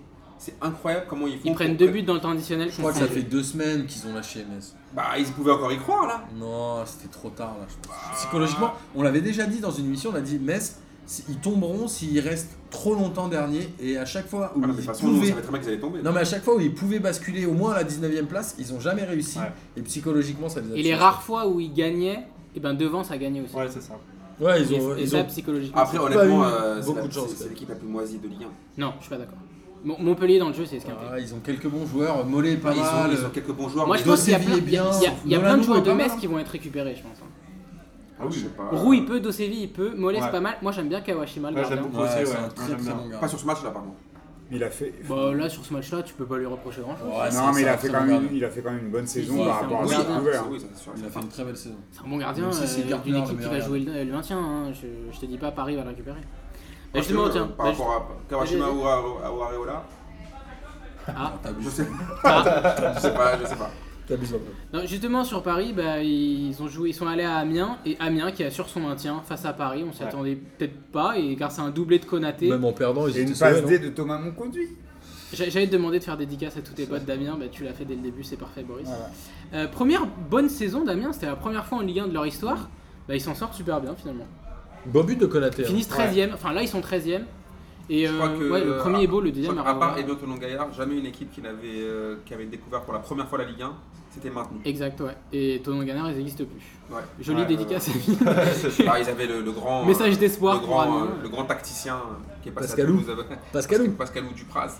[SPEAKER 4] C'est incroyable comment ils font.
[SPEAKER 1] Ils
[SPEAKER 4] pour
[SPEAKER 1] prennent
[SPEAKER 4] que-
[SPEAKER 1] deux buts dans le temps additionnel.
[SPEAKER 2] Je crois que ça fait deux semaines qu'ils ont lâché Metz.
[SPEAKER 4] Bah, ils pouvaient encore y croire, là.
[SPEAKER 2] Non, c'était trop tard là. Je pense. Psychologiquement, on l'avait déjà dit dans une émission, on a dit Metz, si- ils tomberont s'ils restent trop longtemps dernier. Et à chaque fois où
[SPEAKER 4] Ah, non, mais de
[SPEAKER 2] ils
[SPEAKER 4] toute façon, nous, on
[SPEAKER 2] pouvaient,
[SPEAKER 4] savait très bien qu'ils allaient tomber.
[SPEAKER 2] non mais à chaque fois où ils pouvaient basculer au moins à la 19e place, ils ont jamais réussi.
[SPEAKER 3] Ouais.
[SPEAKER 2] Et psychologiquement, ça les a.
[SPEAKER 1] Et les
[SPEAKER 2] tués.
[SPEAKER 1] rares fois où ils gagnaient, et ben devant, ça gagnait aussi.
[SPEAKER 3] Ouais, c'est ça.
[SPEAKER 2] Ouais,
[SPEAKER 1] Et-
[SPEAKER 2] ils ont.
[SPEAKER 1] et
[SPEAKER 2] ils
[SPEAKER 1] ça,
[SPEAKER 2] ont- Ah.
[SPEAKER 1] psychologiquement.
[SPEAKER 4] Après,
[SPEAKER 1] c'est-
[SPEAKER 4] honnêtement,
[SPEAKER 2] eu
[SPEAKER 4] euh, c'est
[SPEAKER 2] beaucoup
[SPEAKER 4] la-
[SPEAKER 2] de chance,
[SPEAKER 4] c'est- c'est
[SPEAKER 2] quoi.
[SPEAKER 4] l'équipe la plus moisie de Ligue 1.
[SPEAKER 1] Non, je suis pas d'accord. Mon- Montpellier, dans le jeu, c'est esquinté.
[SPEAKER 2] Ah, ils ont quelques bons joueurs, Mollet pas
[SPEAKER 4] ils, ont,
[SPEAKER 2] mal.
[SPEAKER 4] ils ont quelques bons joueurs.
[SPEAKER 1] Moi,
[SPEAKER 4] mais
[SPEAKER 1] je pense qu'il y a
[SPEAKER 2] Dosseville
[SPEAKER 1] plein,
[SPEAKER 2] est bien,
[SPEAKER 1] il y a- il y a plein
[SPEAKER 2] Nolano
[SPEAKER 1] de joueurs
[SPEAKER 2] est
[SPEAKER 1] de
[SPEAKER 2] pas
[SPEAKER 1] Metz
[SPEAKER 2] mal. hein.
[SPEAKER 1] qui vont être récupérés, je pense. hein.
[SPEAKER 4] Ah oui, je sais pas.
[SPEAKER 1] Roux, il peut, Dosevi, il peut, Mollet, c'est
[SPEAKER 3] Ouais.
[SPEAKER 1] pas mal. Moi, j'aime bien Kawashima, le
[SPEAKER 3] Ouais, je
[SPEAKER 1] gardien.
[SPEAKER 3] l'aime beaucoup
[SPEAKER 2] Ouais,
[SPEAKER 3] aussi,
[SPEAKER 2] c'est
[SPEAKER 3] ouais.
[SPEAKER 2] un
[SPEAKER 3] Moi,
[SPEAKER 2] très
[SPEAKER 3] j'aime
[SPEAKER 2] très
[SPEAKER 3] bien.
[SPEAKER 2] bon gars.
[SPEAKER 4] Pas sur ce match-là, par contre.
[SPEAKER 5] Il a fait.
[SPEAKER 1] Bah, là, sur ce match-là, tu peux pas lui reprocher grand-chose.
[SPEAKER 2] Ouais, c'est-
[SPEAKER 5] non, mais
[SPEAKER 2] c'est
[SPEAKER 5] il
[SPEAKER 2] un
[SPEAKER 5] a
[SPEAKER 2] très
[SPEAKER 5] fait, quand
[SPEAKER 2] bon
[SPEAKER 5] même
[SPEAKER 2] gardien.
[SPEAKER 5] une, il a fait quand même une bonne saison
[SPEAKER 1] si,
[SPEAKER 5] par
[SPEAKER 1] c'est
[SPEAKER 5] rapport
[SPEAKER 1] un
[SPEAKER 5] à
[SPEAKER 1] bon
[SPEAKER 4] Oui,
[SPEAKER 5] ce
[SPEAKER 1] gardien.
[SPEAKER 5] qu'il pouvait, hein.
[SPEAKER 4] oui, ça, c'est sûr.
[SPEAKER 2] Il a fait une très belle saison.
[SPEAKER 1] C'est un bon gardien
[SPEAKER 2] Même si c'est
[SPEAKER 1] euh,
[SPEAKER 2] Gardner,
[SPEAKER 1] d'une
[SPEAKER 2] le
[SPEAKER 1] équipe qui va
[SPEAKER 2] meilleur
[SPEAKER 1] jouer le, le maintien. hein. Je, je te dis pas Paris va le récupérer. Bah,
[SPEAKER 4] Parce que,
[SPEAKER 1] justement,
[SPEAKER 4] euh,
[SPEAKER 1] tiens.
[SPEAKER 4] Par
[SPEAKER 1] bah, juste-
[SPEAKER 4] rapport à Kawashima
[SPEAKER 1] Vas-y,
[SPEAKER 4] ou à- ou à Areola,
[SPEAKER 2] Ah, T'abuses.
[SPEAKER 4] je sais
[SPEAKER 1] Ah.
[SPEAKER 4] je sais pas, je sais pas.
[SPEAKER 2] T'abuses un peu.
[SPEAKER 1] Non, justement, sur Paris, bah, ils, ont joué, ils sont allés à Amiens. Et Amiens qui assure son maintien face à Paris. On s'y
[SPEAKER 3] Ouais.
[SPEAKER 1] attendait peut-être pas. Et grâce à un doublé de Konaté,
[SPEAKER 2] Même en perdant, ils
[SPEAKER 5] Et
[SPEAKER 2] étaient
[SPEAKER 5] une passe
[SPEAKER 2] sauvés, non
[SPEAKER 5] D de Thomas Monconduit.
[SPEAKER 1] j'a- j'allais te demander de faire dédicace à tous tes potes d'Amiens. Bah, tu l'as fait dès le début, c'est parfait, Boris. Euh, première bonne saison d'Amiens. C'était la première fois en Ligue 1 de leur histoire. Bah, ils s'en sortent super bien finalement.
[SPEAKER 2] Bon but de Konaté.
[SPEAKER 1] Ils
[SPEAKER 2] hein.
[SPEAKER 1] finissent 13ème. Enfin, là, ils sont 13ème. Et
[SPEAKER 4] Je crois
[SPEAKER 1] euh,
[SPEAKER 4] que,
[SPEAKER 1] ouais, le premier
[SPEAKER 4] à-
[SPEAKER 1] est beau, le deuxième
[SPEAKER 4] je crois
[SPEAKER 1] à
[SPEAKER 4] qu'à part
[SPEAKER 1] revoir.
[SPEAKER 4] Edo Toulon Gaillard, jamais une équipe qui, n'avait, euh, qui avait découvert pour la première fois la Ligue 1 s'était maintenue.
[SPEAKER 1] Exact, ouais. Et Tonon Gagnard, ils n'existent plus.
[SPEAKER 4] Ouais.
[SPEAKER 1] Jolie
[SPEAKER 3] Ouais,
[SPEAKER 1] dédicace.
[SPEAKER 4] Ah, ils avaient le, le grand. euh,
[SPEAKER 1] Message
[SPEAKER 4] le
[SPEAKER 1] d'espoir pour
[SPEAKER 4] grand,
[SPEAKER 1] Amiens.
[SPEAKER 4] euh, le grand tacticien euh, qui est passé
[SPEAKER 2] Pascalou.
[SPEAKER 4] à Toulouse. avec-
[SPEAKER 2] Pascalou.
[SPEAKER 4] Pascalou Dupraz.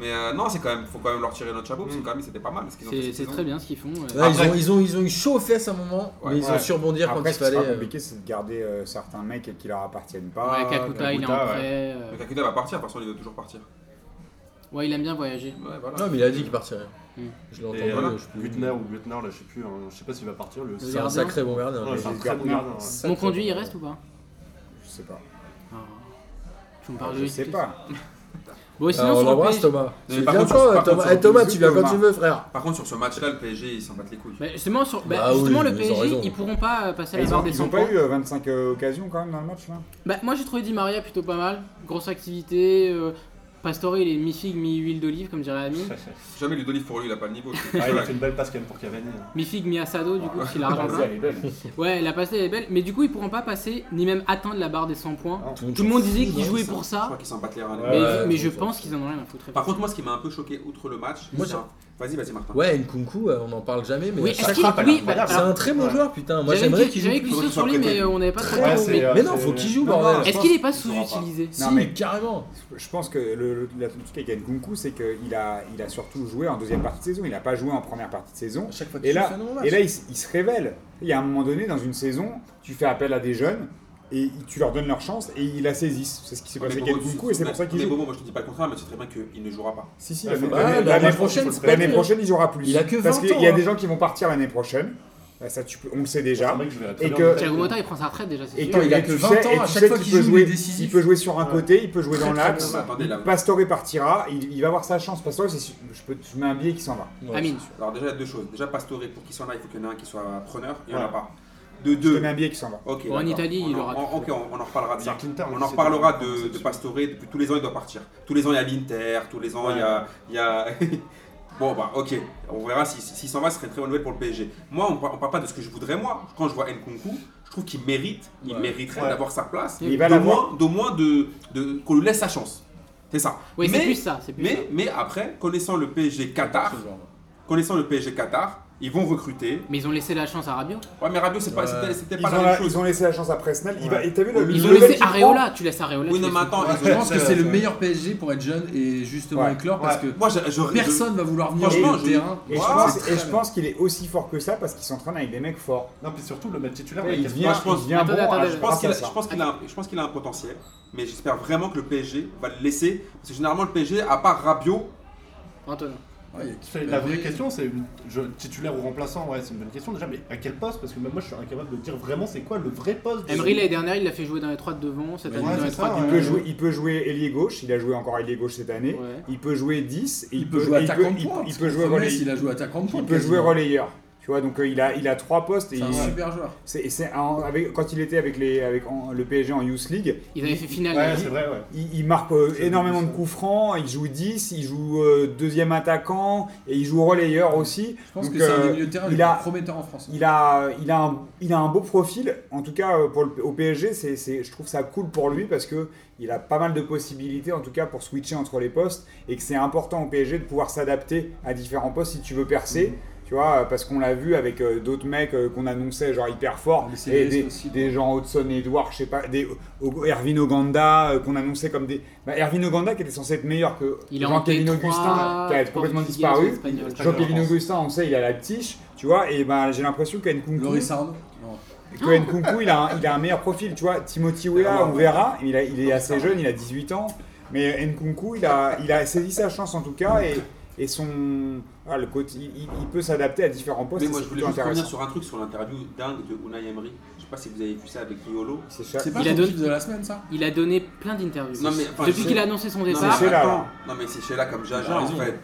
[SPEAKER 4] Mais euh, non, c'est quand même, faut quand même leur tirer notre chapeau parce que quand même c'était pas mal. ce qu'ils ont fait
[SPEAKER 1] C'est
[SPEAKER 4] cette
[SPEAKER 1] c'est
[SPEAKER 4] saison.
[SPEAKER 1] très bien ce qu'ils font. euh. ouais.
[SPEAKER 2] Ouais, ils,
[SPEAKER 3] Après-
[SPEAKER 2] ont, ils, ont, ils ont eu chaud aux fesses à un moment,
[SPEAKER 4] Ouais,
[SPEAKER 2] mais ils ont
[SPEAKER 3] ouais.
[SPEAKER 2] su rebondir quand
[SPEAKER 5] Après,
[SPEAKER 2] il
[SPEAKER 5] ce qui sera
[SPEAKER 2] fallait. euh,
[SPEAKER 5] compliqué, c'est de garder euh, certains mecs qui leur appartiennent pas.
[SPEAKER 1] Ouais,
[SPEAKER 4] Ah,
[SPEAKER 1] Kakuta, il est en
[SPEAKER 3] Kakuta, ouais.
[SPEAKER 1] prêt. euh,
[SPEAKER 4] Mais Kakuta va partir, de toute façon il veut toujours partir.
[SPEAKER 1] Ouais, il aime bien voyager.
[SPEAKER 4] Ouais, voilà.
[SPEAKER 2] Non, mais il a dit qu'il partirait.
[SPEAKER 1] Mm.
[SPEAKER 2] Je l'ai entendu.
[SPEAKER 3] Et
[SPEAKER 4] voilà,
[SPEAKER 2] euh, je peux-
[SPEAKER 3] Gutner ou Gutner, là, je sais plus, hein, je sais pas s'il va partir. Le...
[SPEAKER 1] Le
[SPEAKER 2] C'est un
[SPEAKER 1] gardien.
[SPEAKER 2] sacré bon gardien.
[SPEAKER 3] Non,
[SPEAKER 2] mais-
[SPEAKER 3] c'est un très bon gardien. ouais.
[SPEAKER 1] Mon
[SPEAKER 2] Sacré
[SPEAKER 1] conduit,
[SPEAKER 2] bon
[SPEAKER 1] il
[SPEAKER 2] gardien.
[SPEAKER 1] reste ou pas
[SPEAKER 5] Je sais pas.
[SPEAKER 1] Ah, Tu me parles
[SPEAKER 4] Ah,
[SPEAKER 1] de
[SPEAKER 5] je
[SPEAKER 1] lui,
[SPEAKER 5] sais
[SPEAKER 1] tout
[SPEAKER 5] pas.
[SPEAKER 1] Bon, sinon,
[SPEAKER 2] Alors, on
[SPEAKER 1] sur le
[SPEAKER 2] l'embrasse,
[SPEAKER 1] PSG
[SPEAKER 2] Thomas.
[SPEAKER 4] Mais
[SPEAKER 2] Tu
[SPEAKER 4] par
[SPEAKER 2] viens
[SPEAKER 4] contre,
[SPEAKER 2] quand,
[SPEAKER 4] sur- par
[SPEAKER 2] Thomas
[SPEAKER 4] contre,
[SPEAKER 2] Eh,
[SPEAKER 4] sur
[SPEAKER 2] Thomas,
[SPEAKER 5] Toulouse,
[SPEAKER 2] tu viens quand
[SPEAKER 5] Thomas.
[SPEAKER 2] tu veux, frère.
[SPEAKER 4] Par contre, sur ce match-là, le PSG ils s'en battent les couilles.
[SPEAKER 1] Bah, justement, sur... bah,
[SPEAKER 2] Bah oui,
[SPEAKER 1] justement le
[SPEAKER 2] ils ont
[SPEAKER 1] PSG,
[SPEAKER 2] raison.
[SPEAKER 1] ils pourront pas euh, passer à
[SPEAKER 5] Et
[SPEAKER 1] la
[SPEAKER 5] Ils
[SPEAKER 1] barre
[SPEAKER 5] ont,
[SPEAKER 1] des
[SPEAKER 5] ils ont
[SPEAKER 1] 100
[SPEAKER 5] pas
[SPEAKER 1] points.
[SPEAKER 5] eu euh, 25 euh, occasions quand même dans le match hein. là
[SPEAKER 1] Bah, moi, j'ai trouvé Di Maria plutôt pas mal. Grosse activité. euh, Pastore, il est mi-figue, mi-huile d'olive, comme dirait Ami.
[SPEAKER 4] Jamais lui d'olive pour lui, il a pas le niveau. je suis
[SPEAKER 3] Ah, il a
[SPEAKER 4] désolé.
[SPEAKER 3] fait une belle passe quand même pour Cavani. hein.
[SPEAKER 1] Mi-figue, mi-assado, du coup, s'il a
[SPEAKER 5] Vas-y,
[SPEAKER 1] l'argent.
[SPEAKER 5] allez, donne.
[SPEAKER 1] Ouais, la passe elle est belle. Mais du coup, ils pourront pas passer, ni même atteindre la barre des 100 points.
[SPEAKER 3] Ah.
[SPEAKER 1] Tout le monde disait
[SPEAKER 2] s'en fout,
[SPEAKER 1] qu'ils
[SPEAKER 2] hein.
[SPEAKER 1] jouaient pour
[SPEAKER 4] Je
[SPEAKER 1] ça.
[SPEAKER 4] crois qu'ils s'en battent les reins. les
[SPEAKER 1] Mais,
[SPEAKER 4] mecs.
[SPEAKER 2] Ouais,
[SPEAKER 1] mais
[SPEAKER 2] ils
[SPEAKER 1] je
[SPEAKER 2] sont
[SPEAKER 1] pense qu'ils en ont rien à foutre.
[SPEAKER 4] Par contre, moi, ce qui m'a un peu choqué, outre le match,
[SPEAKER 2] Moi,
[SPEAKER 4] c'est
[SPEAKER 2] j'ai-
[SPEAKER 4] un- vas-y, vas-y, Martin.
[SPEAKER 2] Ouais, Nkunku, euh, on en parle jamais, mais
[SPEAKER 1] oui,
[SPEAKER 2] à
[SPEAKER 1] est-ce
[SPEAKER 2] chaque
[SPEAKER 1] qu'il-
[SPEAKER 2] fois-
[SPEAKER 3] frappe, hein. elle est
[SPEAKER 1] oui, bah,
[SPEAKER 3] incroyable.
[SPEAKER 2] c'est
[SPEAKER 1] alors,
[SPEAKER 2] un très bon
[SPEAKER 3] Ouais.
[SPEAKER 2] joueur, putain. Moi,
[SPEAKER 1] j'avais
[SPEAKER 2] j'aimerais
[SPEAKER 1] gl-
[SPEAKER 2] qu'il
[SPEAKER 1] j'avais
[SPEAKER 2] joue.
[SPEAKER 1] glissé
[SPEAKER 4] Faut
[SPEAKER 1] sur
[SPEAKER 4] qu'il
[SPEAKER 1] lui,
[SPEAKER 4] soit
[SPEAKER 1] mais
[SPEAKER 4] prêté.
[SPEAKER 1] on n'avait pas trop
[SPEAKER 3] Ouais,
[SPEAKER 1] compris.
[SPEAKER 3] c'est-
[SPEAKER 2] Mais non,
[SPEAKER 3] c'est-
[SPEAKER 2] faut qu'il joue,
[SPEAKER 3] Non, non,
[SPEAKER 2] bordel.
[SPEAKER 3] je
[SPEAKER 1] Est-ce
[SPEAKER 3] pense
[SPEAKER 1] qu'il est pas
[SPEAKER 3] qu'il jouera pas.
[SPEAKER 1] sous-utilisé
[SPEAKER 5] Non,
[SPEAKER 2] Si,
[SPEAKER 5] mais-
[SPEAKER 2] carrément.
[SPEAKER 5] Je pense que le, le, la- le truc avec Nkunku, c'est qu'il a, il a surtout joué en deuxième partie de saison. Il n'a pas joué en première partie de saison.
[SPEAKER 2] À chaque fois
[SPEAKER 5] Et
[SPEAKER 2] qu'il fait
[SPEAKER 5] là,
[SPEAKER 2] un bon match.
[SPEAKER 5] et là il, s- il se révèle. Il y a un moment donné, dans une saison, tu fais appel à des jeunes et ils- tu leur donnes leur chance et ils la saisissent. C'est ce qui s'est
[SPEAKER 4] Mais
[SPEAKER 5] passé avec
[SPEAKER 4] Bobo, tu-
[SPEAKER 5] Nkunku et c'est pour ça
[SPEAKER 4] mais
[SPEAKER 5] qu'il joue.
[SPEAKER 4] Bobo, moi je te dis pas le contraire, mais c'est très bien qu'il ne jouera pas.
[SPEAKER 2] Si, si,
[SPEAKER 5] Ah,
[SPEAKER 2] l'année-
[SPEAKER 5] faut-
[SPEAKER 2] ah,
[SPEAKER 5] l'année-
[SPEAKER 2] l'année
[SPEAKER 5] l'année
[SPEAKER 2] prochaine,
[SPEAKER 3] prochaine,
[SPEAKER 2] c'est pas
[SPEAKER 5] L'année
[SPEAKER 2] mal.
[SPEAKER 5] prochaine, il jouera plus.
[SPEAKER 2] Il a que 20
[SPEAKER 5] Parce qu'il y
[SPEAKER 2] ans,
[SPEAKER 5] a
[SPEAKER 2] hein. Ah,
[SPEAKER 5] des gens qui vont partir l'année prochaine. Bah, ça, tu peux- on le sait
[SPEAKER 3] C'est un
[SPEAKER 5] déjà.
[SPEAKER 3] mec que je verrais très
[SPEAKER 5] Et
[SPEAKER 3] bien.
[SPEAKER 5] que-
[SPEAKER 1] Thiago Motta, il prend sa retraite déjà, c'est
[SPEAKER 5] Et
[SPEAKER 1] sûr.
[SPEAKER 5] que,
[SPEAKER 2] il a
[SPEAKER 5] et
[SPEAKER 2] que
[SPEAKER 5] tu
[SPEAKER 2] 20
[SPEAKER 5] sais-
[SPEAKER 2] ans,
[SPEAKER 5] et tu
[SPEAKER 2] à
[SPEAKER 5] sais
[SPEAKER 2] chaque fois
[SPEAKER 5] qu'il
[SPEAKER 2] qu'il
[SPEAKER 5] peut
[SPEAKER 2] joue,
[SPEAKER 5] jouer,
[SPEAKER 2] il est décisif.
[SPEAKER 5] il peut jouer sur un
[SPEAKER 3] Ouais.
[SPEAKER 5] côté, il peut jouer
[SPEAKER 2] Très,
[SPEAKER 5] dans
[SPEAKER 2] très bon
[SPEAKER 5] l'axe.
[SPEAKER 2] match.
[SPEAKER 4] Attendez, là.
[SPEAKER 5] Pastore partira, il, il va avoir sa chance. Pastore, c'est su- je, peux, je mets un billet qui s'en va.
[SPEAKER 2] Ouais,
[SPEAKER 1] Amine.
[SPEAKER 2] c'est sûr.
[SPEAKER 4] Alors déjà, il y a deux choses. Déjà, Pastore, pour qu'il soit là, il faut qu'il y en ait un qui soit preneur, il n'y en a
[SPEAKER 3] Ouais.
[SPEAKER 4] pas. De
[SPEAKER 5] Je te
[SPEAKER 4] deux,
[SPEAKER 5] mets un billet qui s'en va.
[SPEAKER 4] Ok.
[SPEAKER 1] Bon, en
[SPEAKER 4] d'accord.
[SPEAKER 1] Italie,
[SPEAKER 4] On
[SPEAKER 1] il
[SPEAKER 4] en-
[SPEAKER 1] aura
[SPEAKER 4] en-
[SPEAKER 1] tout.
[SPEAKER 4] ok, on, on en reparlera de
[SPEAKER 3] Il y a
[SPEAKER 4] ça.
[SPEAKER 3] Clinton,
[SPEAKER 4] on
[SPEAKER 3] mais
[SPEAKER 4] en
[SPEAKER 3] c'est
[SPEAKER 4] reparlera
[SPEAKER 3] pas-
[SPEAKER 4] de,
[SPEAKER 3] c'est
[SPEAKER 4] de
[SPEAKER 3] sûr.
[SPEAKER 4] Pastore. Depuis tous les ans, il doit partir. Tous les ans, il y a l'Inter. Tous les ans, il y a. il y a- bon, bah, ok. On verra si- si- s'il s'en va, ce serait une très bonne nouvelle pour le PSG. Moi, on ne parle pas de ce que je voudrais, moi. Quand je vois Nkunku, je trouve qu'il mérite, il
[SPEAKER 2] Ouais.
[SPEAKER 4] mériterait
[SPEAKER 3] Ouais.
[SPEAKER 4] d'avoir sa place.
[SPEAKER 5] Il va
[SPEAKER 4] D'au
[SPEAKER 5] l'avoir.
[SPEAKER 4] moins, d'au moins de, de- qu'on lui laisse sa chance. C'est ça.
[SPEAKER 1] Oui, c'est
[SPEAKER 4] mais,
[SPEAKER 1] plus ça, c'est plus ça.
[SPEAKER 4] mais, mais après, connaissant le PSG Qatar,
[SPEAKER 2] Ce genre.
[SPEAKER 4] connaissant le PSG Qatar, Ils vont recruter.
[SPEAKER 1] Mais ils ont laissé la chance à Rabiot.
[SPEAKER 4] Ouais, mais Rabiot, c'est pas,
[SPEAKER 2] Ouais.
[SPEAKER 4] c'était- c'était
[SPEAKER 5] Ils
[SPEAKER 4] pas
[SPEAKER 5] ont,
[SPEAKER 4] la même
[SPEAKER 5] la-
[SPEAKER 4] chose.
[SPEAKER 5] ils ont laissé la chance à Presnel. Il va,
[SPEAKER 3] Ouais.
[SPEAKER 5] et t'as vu le,
[SPEAKER 1] Ils
[SPEAKER 5] le
[SPEAKER 1] ont
[SPEAKER 5] level
[SPEAKER 1] laissé
[SPEAKER 5] qu'il prend
[SPEAKER 1] Areola. Tu laisses Areola. tu
[SPEAKER 4] Oui, non,
[SPEAKER 1] laisses
[SPEAKER 4] mais attends,
[SPEAKER 2] Je pense que
[SPEAKER 3] Ouais,
[SPEAKER 2] c'est le
[SPEAKER 3] ouais.
[SPEAKER 2] meilleur PSG pour être jeune et justement
[SPEAKER 5] Ouais.
[SPEAKER 2] éclore parce que
[SPEAKER 4] Moi, je, je- je-
[SPEAKER 2] personne va vouloir venir
[SPEAKER 4] Franchement,
[SPEAKER 2] sur le
[SPEAKER 4] je-
[SPEAKER 2] terrain.
[SPEAKER 5] Et je
[SPEAKER 4] Wow,
[SPEAKER 5] pense-
[SPEAKER 2] c'est
[SPEAKER 5] et
[SPEAKER 2] très
[SPEAKER 5] je
[SPEAKER 2] bien.
[SPEAKER 5] pense qu'il est aussi fort que ça parce qu'il s'entraîne avec des mecs forts.
[SPEAKER 3] Non, puis surtout le match
[SPEAKER 4] Ah,
[SPEAKER 3] titulaire,
[SPEAKER 5] il
[SPEAKER 3] il
[SPEAKER 5] devient,
[SPEAKER 4] je pense-
[SPEAKER 5] il devient
[SPEAKER 1] Attendez,
[SPEAKER 5] bon. à-
[SPEAKER 1] attendez,
[SPEAKER 4] Je pense
[SPEAKER 5] grâce
[SPEAKER 4] qu'il
[SPEAKER 5] à
[SPEAKER 4] a, je
[SPEAKER 5] ça.
[SPEAKER 4] pense qu'il a un- je pense qu'il a un potentiel, mais j'espère vraiment que le PSG va le laisser. Parce que généralement, le PSG, à part Rabiot,
[SPEAKER 1] Antonin.
[SPEAKER 2] Ouais, il y a
[SPEAKER 3] C'est- La vraie question, c'est je- titulaire ou remplaçant, ouais, c'est une bonne question déjà, mais à quel poste Parce que même moi, je suis incapable de dire vraiment c'est quoi le vrai poste. de-
[SPEAKER 1] Emery, l'année dernière, il l'a fait jouer dans les 3 de devant. Cette
[SPEAKER 3] Ouais,
[SPEAKER 1] année, dans
[SPEAKER 3] c'est
[SPEAKER 1] les 3
[SPEAKER 2] Ah,
[SPEAKER 3] ça,
[SPEAKER 1] de
[SPEAKER 5] Il
[SPEAKER 3] ouais.
[SPEAKER 5] peut, jouer, il peut jouer ailier gauche, il a joué encore ailier gauche cette année.
[SPEAKER 1] Ouais.
[SPEAKER 5] Il peut jouer 10 et
[SPEAKER 2] Il, peut jouer
[SPEAKER 5] il
[SPEAKER 2] attaquant de
[SPEAKER 5] il peut-
[SPEAKER 2] pointe.
[SPEAKER 5] il peut jouer
[SPEAKER 2] Metz,
[SPEAKER 5] relais-
[SPEAKER 2] il a joué attaquant de pointe.
[SPEAKER 5] il peut jouer
[SPEAKER 2] quasiment.
[SPEAKER 5] relayeur. Tu vois, donc euh, il a il a trois postes et
[SPEAKER 2] C'est un
[SPEAKER 5] il-
[SPEAKER 2] super joueur.
[SPEAKER 5] c'est- et c'est un- avec- quand il était avec les avec en- le PSG en Youth League,
[SPEAKER 1] Ils avaient fait finale.
[SPEAKER 3] Ouais,
[SPEAKER 1] l'année
[SPEAKER 3] c'est vrai, ouais.
[SPEAKER 5] il, il marque euh,
[SPEAKER 3] C'est
[SPEAKER 5] énormément de
[SPEAKER 3] bien, ça.
[SPEAKER 5] coups francs, il joue 10, il joue euh, deuxième attaquant et il joue relayeur aussi.
[SPEAKER 2] Je pense
[SPEAKER 5] Donc,
[SPEAKER 2] que c'est un
[SPEAKER 5] euh,
[SPEAKER 2] des milieux de terrain les
[SPEAKER 5] il a-
[SPEAKER 2] plus prometteurs en France. hein.
[SPEAKER 5] Il a, il, a un, il a un beau profil, en tout cas euh, pour le, au PSG, c'est, c'est- je trouve ça cool pour lui parce que il a pas mal de possibilités, en tout cas pour switcher entre les postes, et que c'est important au PSG de pouvoir s'adapter à différents postes si tu veux percer,
[SPEAKER 2] Mm-hmm.
[SPEAKER 5] tu vois, euh, parce qu'on l'a vu avec euh, d'autres mecs euh, qu'on annonçait genre hyper forts,
[SPEAKER 2] Mais c'est
[SPEAKER 5] et
[SPEAKER 2] le
[SPEAKER 5] des,
[SPEAKER 2] risque aussi,
[SPEAKER 5] des gens Hudson Edouard, je sais pas, des O- Ervin Oganda euh, qu'on annonçait comme des, bah, Ervin Oganda qui était censé être meilleur que
[SPEAKER 1] Il a
[SPEAKER 5] Jean-Kevin
[SPEAKER 1] manqué
[SPEAKER 5] Augustin,
[SPEAKER 1] trois-
[SPEAKER 5] qui a
[SPEAKER 1] trois
[SPEAKER 5] complètement
[SPEAKER 1] Portugais,
[SPEAKER 5] disparu.
[SPEAKER 1] un Espagnol.
[SPEAKER 5] Jean-Pierre Augustin, on sait, il a la ptiche, tu vois, et ben j'ai l'impression qu'En
[SPEAKER 2] Loris
[SPEAKER 5] Kunku,
[SPEAKER 2] Arnaud. Non.
[SPEAKER 5] il, a un- il a un meilleur profil, tu vois. Timothy Weah, on verra, il, a- il est assez jeune, il a 18 ans, mais Nkunku, il a, il a saisi sa chance en tout cas, et, et son. ah, le côté, il, il- il peut s'adapter à différents postes,
[SPEAKER 4] mais
[SPEAKER 5] et
[SPEAKER 4] moi
[SPEAKER 5] c'est
[SPEAKER 4] je voulais
[SPEAKER 5] plutôt
[SPEAKER 4] juste revenir
[SPEAKER 5] intéressant.
[SPEAKER 4] sur un truc sur l'interview dingue de Unai Emery. Je sais pas si vous avez vu ça avec Niolo.
[SPEAKER 5] C'est cher-
[SPEAKER 2] C'est pas
[SPEAKER 1] Il a
[SPEAKER 2] le
[SPEAKER 1] donné-
[SPEAKER 2] type de la semaine ça
[SPEAKER 1] Il a donné plein d'interviews.
[SPEAKER 4] Non, mais, enfin,
[SPEAKER 1] Depuis
[SPEAKER 4] je-
[SPEAKER 1] qu'il a annoncé son
[SPEAKER 4] Non, mais
[SPEAKER 1] départ,
[SPEAKER 5] c'est là,
[SPEAKER 4] attends.
[SPEAKER 5] là.
[SPEAKER 4] Non, mais c'est chez là comme
[SPEAKER 2] Il a
[SPEAKER 4] Jaja en
[SPEAKER 2] raison.
[SPEAKER 4] fait.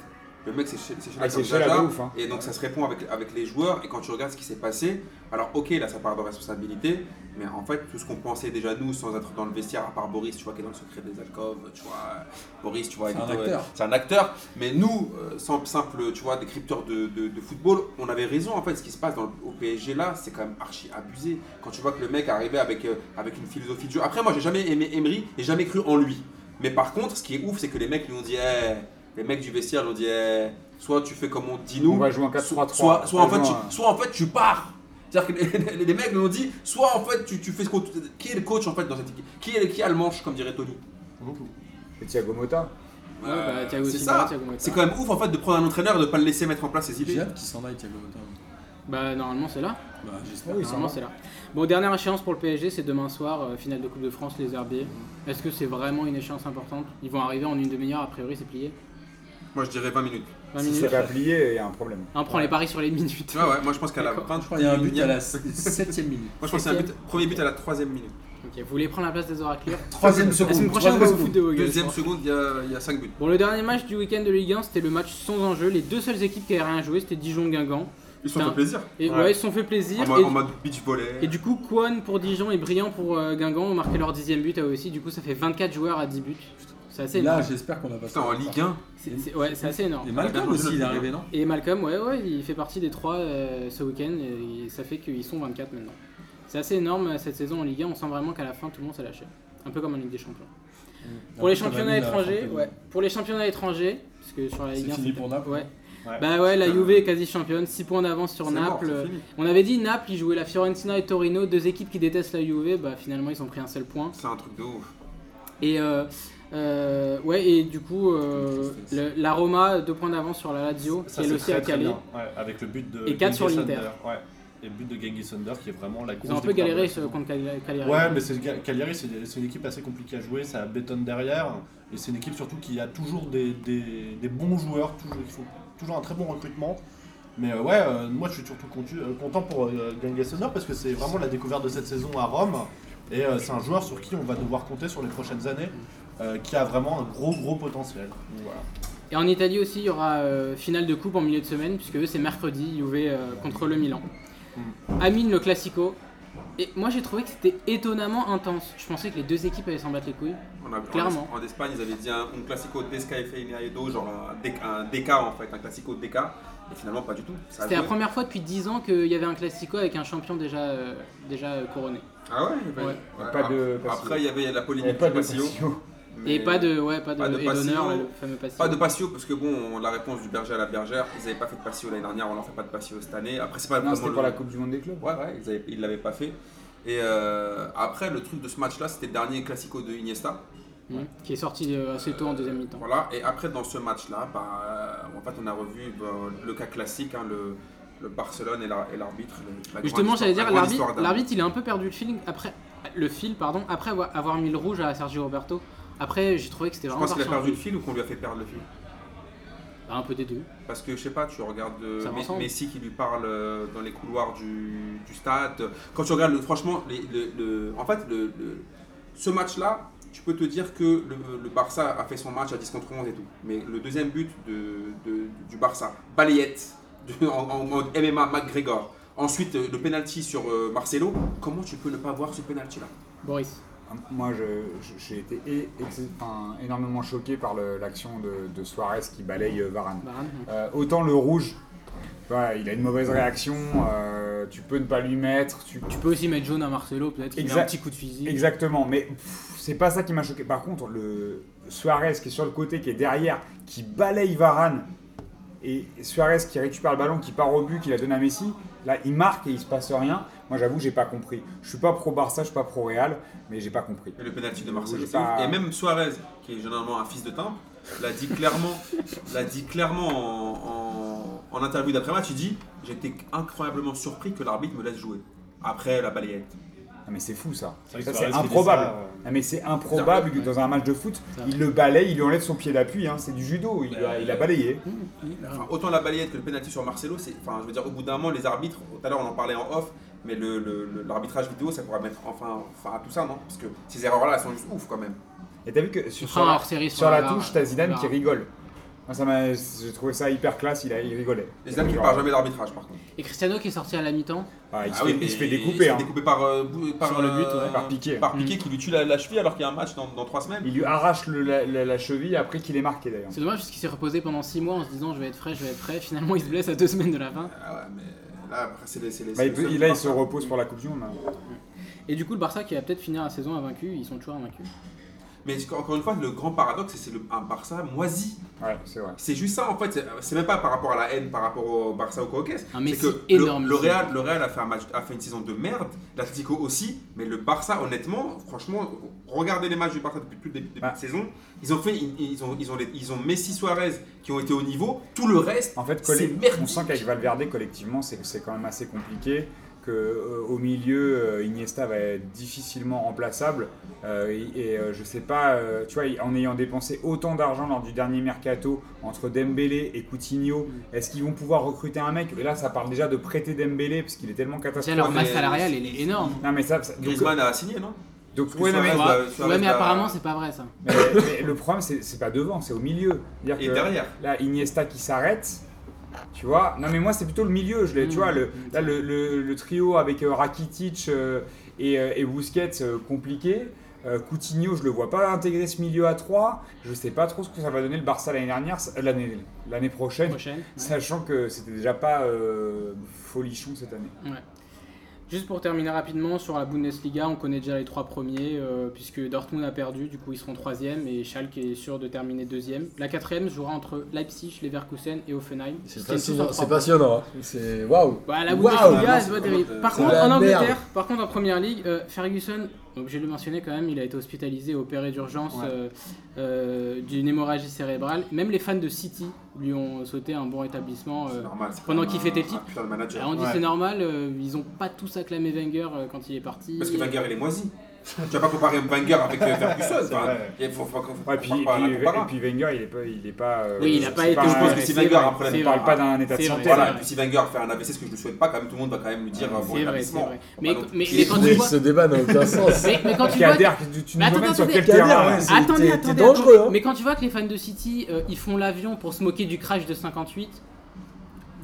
[SPEAKER 4] Le mec, c'est chez, c'est chez là
[SPEAKER 5] Ah,
[SPEAKER 4] comme
[SPEAKER 5] c'est chez là
[SPEAKER 4] Jaja.
[SPEAKER 5] de ouf, hein.
[SPEAKER 4] Et donc ça se répond avec, avec les joueurs. Et quand tu regardes ce qui s'est passé, alors ok, là ça part de responsabilité. Mais en fait, tout ce qu'on pensait déjà nous, sans être dans le vestiaire, à part Boris, tu vois, qui est dans le secret des alcoves, tu vois. Boris, tu vois,
[SPEAKER 2] C'est
[SPEAKER 4] il
[SPEAKER 2] un
[SPEAKER 4] est-
[SPEAKER 2] acteur.
[SPEAKER 4] c'est un acteur. Mais nous, euh, simple, simple, tu vois, décrypteurs de, de, de football, on avait raison en fait. Ce qui se passe dans le, au PSG là, c'est quand même archi abusé. Quand tu vois que le mec arrivait avec, euh, avec une philosophie de jeu. Après, moi, j'ai jamais aimé Emery et jamais cru en lui. Mais par contre, ce qui est ouf, c'est que les mecs lui ont dit, Eh, les mecs du vestiaire lui ont dit, Eh, soit tu fais comme on dit nous,
[SPEAKER 5] On va jouer en
[SPEAKER 4] soit,
[SPEAKER 5] 4-3-3.
[SPEAKER 4] soit, soit en fait,
[SPEAKER 5] Vraiment,
[SPEAKER 4] tu,
[SPEAKER 5] hein.
[SPEAKER 4] soit en fait tu pars. C'est-à-dire que les, les- les mecs nous ont dit, soit en fait tu, tu fais ce qu'on. Qui est le coach en fait dans cette équipe qui, est, qui a le manche, comme dirait Tony
[SPEAKER 5] Et Thiago Motta.
[SPEAKER 1] Ouais,
[SPEAKER 4] Euh,
[SPEAKER 1] bah, Thiago
[SPEAKER 4] C'est
[SPEAKER 1] Silva,
[SPEAKER 4] ça.
[SPEAKER 1] Thiago Motta.
[SPEAKER 4] C'est quand même ouf en fait de prendre un entraîneur et de pas le laisser mettre en place ses
[SPEAKER 2] J'ai
[SPEAKER 4] idées.
[SPEAKER 2] hâte qu'il s'en aille Thiago Motta.
[SPEAKER 1] bah, normalement c'est là.
[SPEAKER 2] Bah, j'espère.
[SPEAKER 5] Oui, ça
[SPEAKER 1] Normalement
[SPEAKER 5] va.
[SPEAKER 1] c'est là. Bon, dernière échéance pour le PSG, c'est demain soir, euh, finale de Coupe de France, les Herbiers. Est-ce que c'est vraiment une échéance importante Ils vont arriver en une demi-heure, a priori c'est plié.
[SPEAKER 4] Moi je dirais 20 minutes.
[SPEAKER 1] 20
[SPEAKER 5] Si
[SPEAKER 1] minutes.
[SPEAKER 5] c'est pas plié, il y a un problème.
[SPEAKER 1] Hein, On prend les paris sur les minutes.
[SPEAKER 4] Ouais, ouais, moi je pense qu'à la
[SPEAKER 1] D'accord.
[SPEAKER 4] 20,
[SPEAKER 2] Je crois qu'il y a un but à la 7 minute.
[SPEAKER 4] Moi je pense que c'est un but, premier but à la troisième minute.
[SPEAKER 1] Ok, vous voulez prendre la place des oraclures
[SPEAKER 2] Troisième
[SPEAKER 1] La semaine
[SPEAKER 2] seconde.
[SPEAKER 1] prochaine, on va au
[SPEAKER 2] troisième
[SPEAKER 1] foot
[SPEAKER 2] seconde.
[SPEAKER 1] de Vogel, je
[SPEAKER 4] Deuxième
[SPEAKER 1] pense.
[SPEAKER 4] seconde, il y a- il y a 5 buts.
[SPEAKER 1] Bon, le dernier match du week-end de Ligue 1, c'était le match sans enjeu. Les deux seules équipes qui avaient rien joué, c'était Dijon-Guingamp.
[SPEAKER 4] Ils se
[SPEAKER 1] Putain.
[SPEAKER 4] sont fait plaisir.
[SPEAKER 1] Et ouais.
[SPEAKER 3] Ouais.
[SPEAKER 1] ils se sont fait plaisir.
[SPEAKER 4] En mode-
[SPEAKER 1] Et-
[SPEAKER 4] en mode beach volley.
[SPEAKER 1] Et du coup, Kwan pour Dijon et Briand pour euh, Guingamp ont marqué leur dixième but à eux aussi. Du coup, ça fait 24 joueurs à 10 buts. C'est assez
[SPEAKER 2] Là,
[SPEAKER 1] énorme.
[SPEAKER 2] j'espère qu'on a passé.
[SPEAKER 4] Putain, en Ligue 1.
[SPEAKER 1] C'est- c'est- ouais, c'est assez énorme.
[SPEAKER 2] Et Malcolm aussi, il est arrivé, non
[SPEAKER 1] Et Malcolm, ouais, ouais, il fait partie des trois euh, ce week-end et ça fait qu'ils sont 24 maintenant. C'est assez énorme euh, cette saison en Ligue 1. On sent vraiment qu'à la fin, tout le monde s'est lâché. Un peu comme en Ligue des Champions. Pour les championnats étrangers, ouais. Pour les championnats étrangers, parce que sur la
[SPEAKER 2] C'est
[SPEAKER 1] Ligue 1,
[SPEAKER 2] fini pour Naples,
[SPEAKER 1] Ouais.
[SPEAKER 3] Ouais.
[SPEAKER 1] Bah ouais, la Juve est quasi championne, 6 points d'avance sur
[SPEAKER 4] c'est mort,
[SPEAKER 1] Naples. euh,
[SPEAKER 4] c'est fini.
[SPEAKER 1] On avait dit Naples, ils jouaient la Fiorentina et Torino, deux équipes qui détestent la Juve, bah finalement ils ont pris un seul point.
[SPEAKER 4] C'est un truc de ouf.
[SPEAKER 1] Et euh, euh, ouais, et du coup, euh, le- la Roma, deux points d'avance sur la Lazio,
[SPEAKER 3] Ça,
[SPEAKER 1] qui
[SPEAKER 3] c'est
[SPEAKER 1] est aussi
[SPEAKER 3] très,
[SPEAKER 1] à
[SPEAKER 3] très
[SPEAKER 1] Calais.
[SPEAKER 3] bien. Ouais, avec le but de.
[SPEAKER 1] Et quatre sur
[SPEAKER 3] Genghis
[SPEAKER 1] l'Inter.
[SPEAKER 3] Under, Ouais. Et le but de Genghis Under qui est vraiment la
[SPEAKER 1] Ils ont un
[SPEAKER 3] grosse
[SPEAKER 1] peu
[SPEAKER 3] découverte de
[SPEAKER 1] galéré
[SPEAKER 3] la
[SPEAKER 1] ce,
[SPEAKER 3] saison.
[SPEAKER 1] contre Cagliari. Cagliari.
[SPEAKER 3] Ouais, mais c'est Cagliari, c'est c'est une équipe assez compliquée à jouer, ça bétonne derrière, et c'est une équipe surtout qui a toujours des, des- des bons joueurs, toujours, il faut toujours un très bon recrutement. Mais euh, ouais, euh, moi je suis surtout contu- euh, content pour euh, Genghis Honor parce que c'est vraiment la découverte de cette saison à Rome, et euh, c'est un joueur sur qui on va devoir compter sur les prochaines années, euh, qui a vraiment un gros gros potentiel. Donc, Voilà.
[SPEAKER 1] Et en Italie aussi, il y aura euh, finale de coupe en milieu de semaine, puisque eux, c'est mercredi, Juve euh, contre le Milan.
[SPEAKER 3] Hmm.
[SPEAKER 1] Amine, le Classico. Et moi, j'ai trouvé que c'était étonnamment intense. Je pensais que les deux équipes allaient s'en battre les couilles.
[SPEAKER 4] On a-
[SPEAKER 1] Clairement.
[SPEAKER 4] En, en Espagne, ils avaient dit un, un classico descaifeinado, genre un, dé- un DK en fait, un classico DK. Et finalement, pas du tout. Ça a
[SPEAKER 1] C'était la
[SPEAKER 4] joué.
[SPEAKER 1] première fois depuis 10 ans qu'il y avait un Classico avec un champion déjà, euh, déjà euh, couronné.
[SPEAKER 4] Ah ouais, bah,
[SPEAKER 1] Ouais.
[SPEAKER 4] ouais.
[SPEAKER 5] Pas de-
[SPEAKER 4] Après, il y avait la
[SPEAKER 5] Il n'y a
[SPEAKER 4] polémique
[SPEAKER 5] pas de
[SPEAKER 4] Passio.
[SPEAKER 5] Passio.
[SPEAKER 1] Et
[SPEAKER 4] mais-
[SPEAKER 1] pas de, ouais, pas de,
[SPEAKER 4] Pas de
[SPEAKER 1] et
[SPEAKER 4] passio.
[SPEAKER 1] d'honneur, là, le fameux passif.
[SPEAKER 4] Pas de patio parce que bon, la réponse du berger à la bergère, ils n'avaient pas fait de patio l'année dernière, on leur fait pas de patio cette année. Après, c'est pas
[SPEAKER 5] Non,
[SPEAKER 4] vraiment
[SPEAKER 5] c'était
[SPEAKER 4] le-
[SPEAKER 5] pour la Coupe du Monde des clubs.
[SPEAKER 4] Ouais, ouais, ils, avaient- ils l'avaient pas fait. Et euh, après, le truc de ce match-là, c'était le dernier classico de Iniesta.
[SPEAKER 1] Mhm. Qui est sorti euh, assez tôt en deuxième mi-temps.
[SPEAKER 4] Voilà, et après, dans ce match-là, bah, euh, en fait, on a revu bah, le cas classique, hein, le, le Barcelone et la- et l'arbitre. le- la
[SPEAKER 1] Justement,
[SPEAKER 4] grande
[SPEAKER 1] j'allais
[SPEAKER 4] histoire-
[SPEAKER 1] dire,
[SPEAKER 4] la grande
[SPEAKER 1] l'arbitre,
[SPEAKER 4] histoire d'un-
[SPEAKER 1] l'arbitre, il a un peu perdu le feeling après le fil, pardon, après avoir, avoir mis le rouge à Sergio Roberto. Après, j'ai trouvé que c'était
[SPEAKER 4] Je
[SPEAKER 1] vraiment
[SPEAKER 4] pense qu'il a
[SPEAKER 1] parti en
[SPEAKER 4] perdu le
[SPEAKER 1] couille.
[SPEAKER 4] fil ou qu'on lui a fait perdre le fil.
[SPEAKER 1] Bah, un peu des deux.
[SPEAKER 4] Parce que je sais pas, tu regardes euh,
[SPEAKER 1] Ça va
[SPEAKER 4] Me-
[SPEAKER 1] ensemble.
[SPEAKER 4] Messi qui lui parle euh, dans les couloirs du, du stade. Quand tu regardes, le- franchement, les- le- le- en fait, le, le- ce match-là, tu peux te dire que le, le Barça a fait son match à 10 contre 11 et tout. Mais le deuxième but de, de- du Barça, balayette de- en, en mode MMA McGregor. Ensuite, euh, le penalty sur euh, Marcelo. Comment tu peux ne pas voir ce penalty-là
[SPEAKER 1] Boris.
[SPEAKER 5] Hein, Moi, je- je- j'ai été é- ex- enfin, énormément choqué par le- l'action de, de Suarez qui balaye euh, Varane.
[SPEAKER 1] Varane, ouais.
[SPEAKER 5] Euh, autant le rouge, voilà, il a une mauvaise réaction, euh, tu peux ne pas lui mettre, tu
[SPEAKER 1] Tu peux aussi mettre jaune à Marcelo, peut-être. Il met
[SPEAKER 5] Exact.
[SPEAKER 1] un petit coup de physique.
[SPEAKER 5] Exactement, mais pff, c'est pas ça qui m'a choqué. Par contre, le Suarez qui est sur le côté, qui est derrière, qui balaye Varane, et Suarez qui récupère le ballon, qui part au but, qui la donne à Messi, là il marque et il se passe rien. Moi j'avoue, j'ai pas compris. Je suis pas pro Barça, je suis pas pro Real, mais j'ai pas compris.
[SPEAKER 4] Et le penalty de
[SPEAKER 5] Vous
[SPEAKER 4] Marcelo.
[SPEAKER 5] voulez
[SPEAKER 4] c'est
[SPEAKER 5] pas-
[SPEAKER 4] ouf. Et même Suarez, qui est généralement un fils de timbre, l'a dit clairement, l'a dit clairement en, en- en interview d'après-match. Il dit J'étais incroyablement surpris que l'arbitre me laisse jouer. Après la balayette.
[SPEAKER 5] Non, mais c'est fou ça.
[SPEAKER 3] C'est vrai que
[SPEAKER 5] Ça,
[SPEAKER 3] Suarez
[SPEAKER 5] c'est
[SPEAKER 3] qui dit
[SPEAKER 5] improbable.
[SPEAKER 3] ça, euh,
[SPEAKER 5] Non, Ah, mais c'est improbable que dans un match de foot,
[SPEAKER 1] Ça.
[SPEAKER 5] il le balaye, il lui enlève son pied d'appui, hein, c'est du judo, il, a, il a balayé. Ah.
[SPEAKER 4] Enfin, autant la balayette que le penalty sur Marcelo, c'est. Enfin, je veux dire, au bout d'un moment, les arbitres, tout à l'heure on en parlait en off, mais le- le- le- l'arbitrage vidéo, ça pourrait mettre enfin, enfin à tout ça, non Parce que ces erreurs-là, elles sont juste ouf quand même.
[SPEAKER 5] Et t'as vu que sur,
[SPEAKER 1] fera
[SPEAKER 5] sur
[SPEAKER 1] un
[SPEAKER 5] la,
[SPEAKER 1] hors-série sur
[SPEAKER 5] sur la
[SPEAKER 1] la-
[SPEAKER 5] touche, t'as Zidane
[SPEAKER 1] la-
[SPEAKER 5] qui rigole. Moi, ça m'a, j'ai trouvé ça hyper classe, il, a, il rigolait.
[SPEAKER 4] Les amis qui ne parlent jamais d'arbitrage par contre.
[SPEAKER 1] Et Cristiano qui est sorti à la mi-temps.
[SPEAKER 5] Ah, il,
[SPEAKER 4] Ah
[SPEAKER 5] se
[SPEAKER 4] oui,
[SPEAKER 5] fait,
[SPEAKER 4] mais
[SPEAKER 5] il se fait
[SPEAKER 4] il
[SPEAKER 5] découper. hein.
[SPEAKER 4] découper par, euh, bou- par,
[SPEAKER 1] Sur le but,
[SPEAKER 4] euh,
[SPEAKER 1] ouais.
[SPEAKER 5] Par Piqué. Mm.
[SPEAKER 4] Par Piqué qui lui tue la, la cheville alors qu'il y a un match dans, dans trois semaines.
[SPEAKER 5] Il lui arrache le- la, la- la cheville après qu'il est marqué d'ailleurs.
[SPEAKER 1] C'est dommage parce qu'il s'est reposé pendant 6 mois en se disant je vais être frais, je vais être frais. Finalement, il se blesse à 2 semaines de la fin.
[SPEAKER 4] Ah ouais, mais là, après, c'est les. c'est les-
[SPEAKER 5] Bah,
[SPEAKER 4] c'est
[SPEAKER 5] il
[SPEAKER 4] le
[SPEAKER 5] peut-
[SPEAKER 4] seul
[SPEAKER 5] il- là, il
[SPEAKER 4] Barça.
[SPEAKER 5] se repose pour la Coupe du Monde. hein.
[SPEAKER 1] Et du coup, le Barça qui va peut-être finir la saison invaincu, ils sont toujours invaincus.
[SPEAKER 4] Mais c'est- encore une fois, le grand paradoxe, c'est- c'est le- un Barça moisi.
[SPEAKER 5] Ouais, c'est vrai.
[SPEAKER 4] C'est juste ça en fait. C'est- C'est même pas par rapport à la haine, par rapport au Barça ou quoi que ce
[SPEAKER 1] Un
[SPEAKER 4] soit.
[SPEAKER 1] Messi
[SPEAKER 4] C'est que
[SPEAKER 1] énorme.
[SPEAKER 4] Le, le Real, le Real a, fait un match, a fait une saison de merde. L'Atlético aussi. Mais le Barça, honnêtement, franchement, regardez les matchs du Barça depuis, depuis le début début
[SPEAKER 5] Ah.
[SPEAKER 4] de saison. Ils ont fait, ils, ils ont, ils ont, les- ils ont Messi, Suarez qui ont été au niveau. Tout le reste,
[SPEAKER 5] En fait,
[SPEAKER 4] c'est
[SPEAKER 5] collect-
[SPEAKER 4] merdique.
[SPEAKER 5] on sent qu'avec Valverde, collectivement, c'est c'est quand même assez compliqué. Que, euh, au milieu, euh, Iniesta va être difficilement remplaçable. Euh, et et, euh, je sais pas, euh, tu vois, en ayant dépensé autant d'argent lors du dernier mercato entre Dembélé et Coutinho, est-ce qu'ils vont pouvoir recruter un mec Et là, ça parle déjà de prêter Dembélé parce qu'il est tellement
[SPEAKER 1] Déjà,
[SPEAKER 5] catastrophique.
[SPEAKER 1] leur
[SPEAKER 4] mais-
[SPEAKER 1] masse salariale, elle est énorme.
[SPEAKER 5] Non, mais ça, ça- donc,
[SPEAKER 4] Griezmann a signé, non
[SPEAKER 5] donc,
[SPEAKER 4] Parce que
[SPEAKER 5] ouais, non, mais-
[SPEAKER 4] Suarez,
[SPEAKER 1] Ouais,
[SPEAKER 4] euh, Suarez
[SPEAKER 1] ouais, mais
[SPEAKER 4] l'a-
[SPEAKER 1] apparemment, c'est pas vrai ça.
[SPEAKER 5] Mais, mais le problème, c'est c'est pas devant, c'est au milieu. C'est-à-dire
[SPEAKER 4] Et
[SPEAKER 5] que
[SPEAKER 4] derrière.
[SPEAKER 1] euh,
[SPEAKER 5] Là, Iniesta qui s'arrête. Tu vois Non, mais moi, c'est plutôt le milieu. Je l'ai- Tu
[SPEAKER 1] Mmh.
[SPEAKER 5] vois, le, là, le, le- le trio avec euh, Rakitic euh, et, euh, et Busquets, euh, compliqué. Euh, Coutinho, je le vois pas intégrer ce milieu à 3. Je sais pas trop ce que ça va donner le Barça l'année dernière, euh, l'année l'année prochaine,
[SPEAKER 1] Prochaine. ouais.
[SPEAKER 5] sachant que c'était déjà pas euh, folichon cette année.
[SPEAKER 1] Ouais. Juste pour terminer rapidement sur la Bundesliga, on connaît déjà les trois premiers, euh, puisque Dortmund a perdu, du coup ils seront troisième, et Schalke est sûr de terminer deuxième. La quatrième se jouera entre Leipzig, Leverkusen et Offenheim. Qui
[SPEAKER 2] C'est
[SPEAKER 1] est tous en
[SPEAKER 2] passionnant,
[SPEAKER 1] trois
[SPEAKER 2] c'est
[SPEAKER 1] points.
[SPEAKER 2] passionnant. hein. C'est waouh.
[SPEAKER 1] Bah, la
[SPEAKER 2] Waouh.
[SPEAKER 1] Bundesliga,
[SPEAKER 4] Non,
[SPEAKER 1] c'est
[SPEAKER 4] c'est
[SPEAKER 1] pas
[SPEAKER 4] vraiment
[SPEAKER 1] terrible.
[SPEAKER 4] de-
[SPEAKER 1] Par
[SPEAKER 2] c'est
[SPEAKER 1] contre,
[SPEAKER 2] la
[SPEAKER 1] en Angleterre,
[SPEAKER 2] merde.
[SPEAKER 1] par contre, en première ligue, euh, Ferguson, obligé de le mentionner quand même, il a été hospitalisé, opéré d'urgence
[SPEAKER 5] Ouais.
[SPEAKER 1] euh, euh, d'une hémorragie cérébrale. Même les fans de City lui ont sauté un bon établissement.
[SPEAKER 4] C'est
[SPEAKER 1] euh,
[SPEAKER 4] normal, c'est
[SPEAKER 1] pendant
[SPEAKER 4] quand
[SPEAKER 1] qu'il
[SPEAKER 4] même
[SPEAKER 1] fêtait
[SPEAKER 4] un-
[SPEAKER 1] le titre.
[SPEAKER 4] un putain de
[SPEAKER 1] alors
[SPEAKER 4] manager.
[SPEAKER 1] Ah, on dit
[SPEAKER 3] Ouais.
[SPEAKER 1] c'est normal, euh, ils ont pas tous acclamé Wenger euh, quand il est parti.
[SPEAKER 4] Parce que Wenger, il est moisi. tu vas pas comparer Wenger avec euh, Ferguson.
[SPEAKER 5] C'est
[SPEAKER 4] enfin,
[SPEAKER 5] vrai.
[SPEAKER 4] Il faut, faut, faut- faut
[SPEAKER 5] Ouais, puis,
[SPEAKER 4] pas
[SPEAKER 5] et
[SPEAKER 4] la
[SPEAKER 5] puis,
[SPEAKER 4] comparer.
[SPEAKER 5] et puis Wenger, il est pas. Il est pas euh,
[SPEAKER 1] Oui, il a
[SPEAKER 5] c'est
[SPEAKER 1] pas été.
[SPEAKER 4] je pense que
[SPEAKER 1] ouais,
[SPEAKER 4] c'est
[SPEAKER 1] vrai,
[SPEAKER 4] Wenger, après,
[SPEAKER 1] c'est
[SPEAKER 5] on parle
[SPEAKER 1] vrai.
[SPEAKER 5] pas d'un état de
[SPEAKER 1] C'est
[SPEAKER 5] santé,
[SPEAKER 1] vrai,
[SPEAKER 4] Voilà,
[SPEAKER 1] c'est
[SPEAKER 4] et
[SPEAKER 1] vrai.
[SPEAKER 4] puis si Wenger fait un AVC, ce que je ne souhaite pas, quand même tout le monde va quand même lui dire euh, bon
[SPEAKER 1] C'est vrai, c'est
[SPEAKER 4] établissement.
[SPEAKER 1] vrai.
[SPEAKER 4] On va
[SPEAKER 1] Mais,
[SPEAKER 4] donc-
[SPEAKER 1] mais,
[SPEAKER 4] Il
[SPEAKER 1] mais
[SPEAKER 4] est-
[SPEAKER 1] quand tu vois.
[SPEAKER 2] Ce débat n'a aucun sens.
[SPEAKER 1] Mais, mais quand tu vois.
[SPEAKER 5] Kader, tu, tu
[SPEAKER 1] Mais
[SPEAKER 5] nous
[SPEAKER 1] attends,
[SPEAKER 5] emmènes sur
[SPEAKER 1] attendez,
[SPEAKER 5] quel
[SPEAKER 2] Kader,
[SPEAKER 5] terrain
[SPEAKER 2] ouais,
[SPEAKER 5] là
[SPEAKER 2] c'est-
[SPEAKER 1] Attendez,
[SPEAKER 2] t'es-
[SPEAKER 1] attendez,
[SPEAKER 2] t'es dangereux,
[SPEAKER 1] attendez.
[SPEAKER 2] hein.
[SPEAKER 1] Mais quand tu vois que les fans de City, euh, ils font l'avion pour se moquer du crash de 58,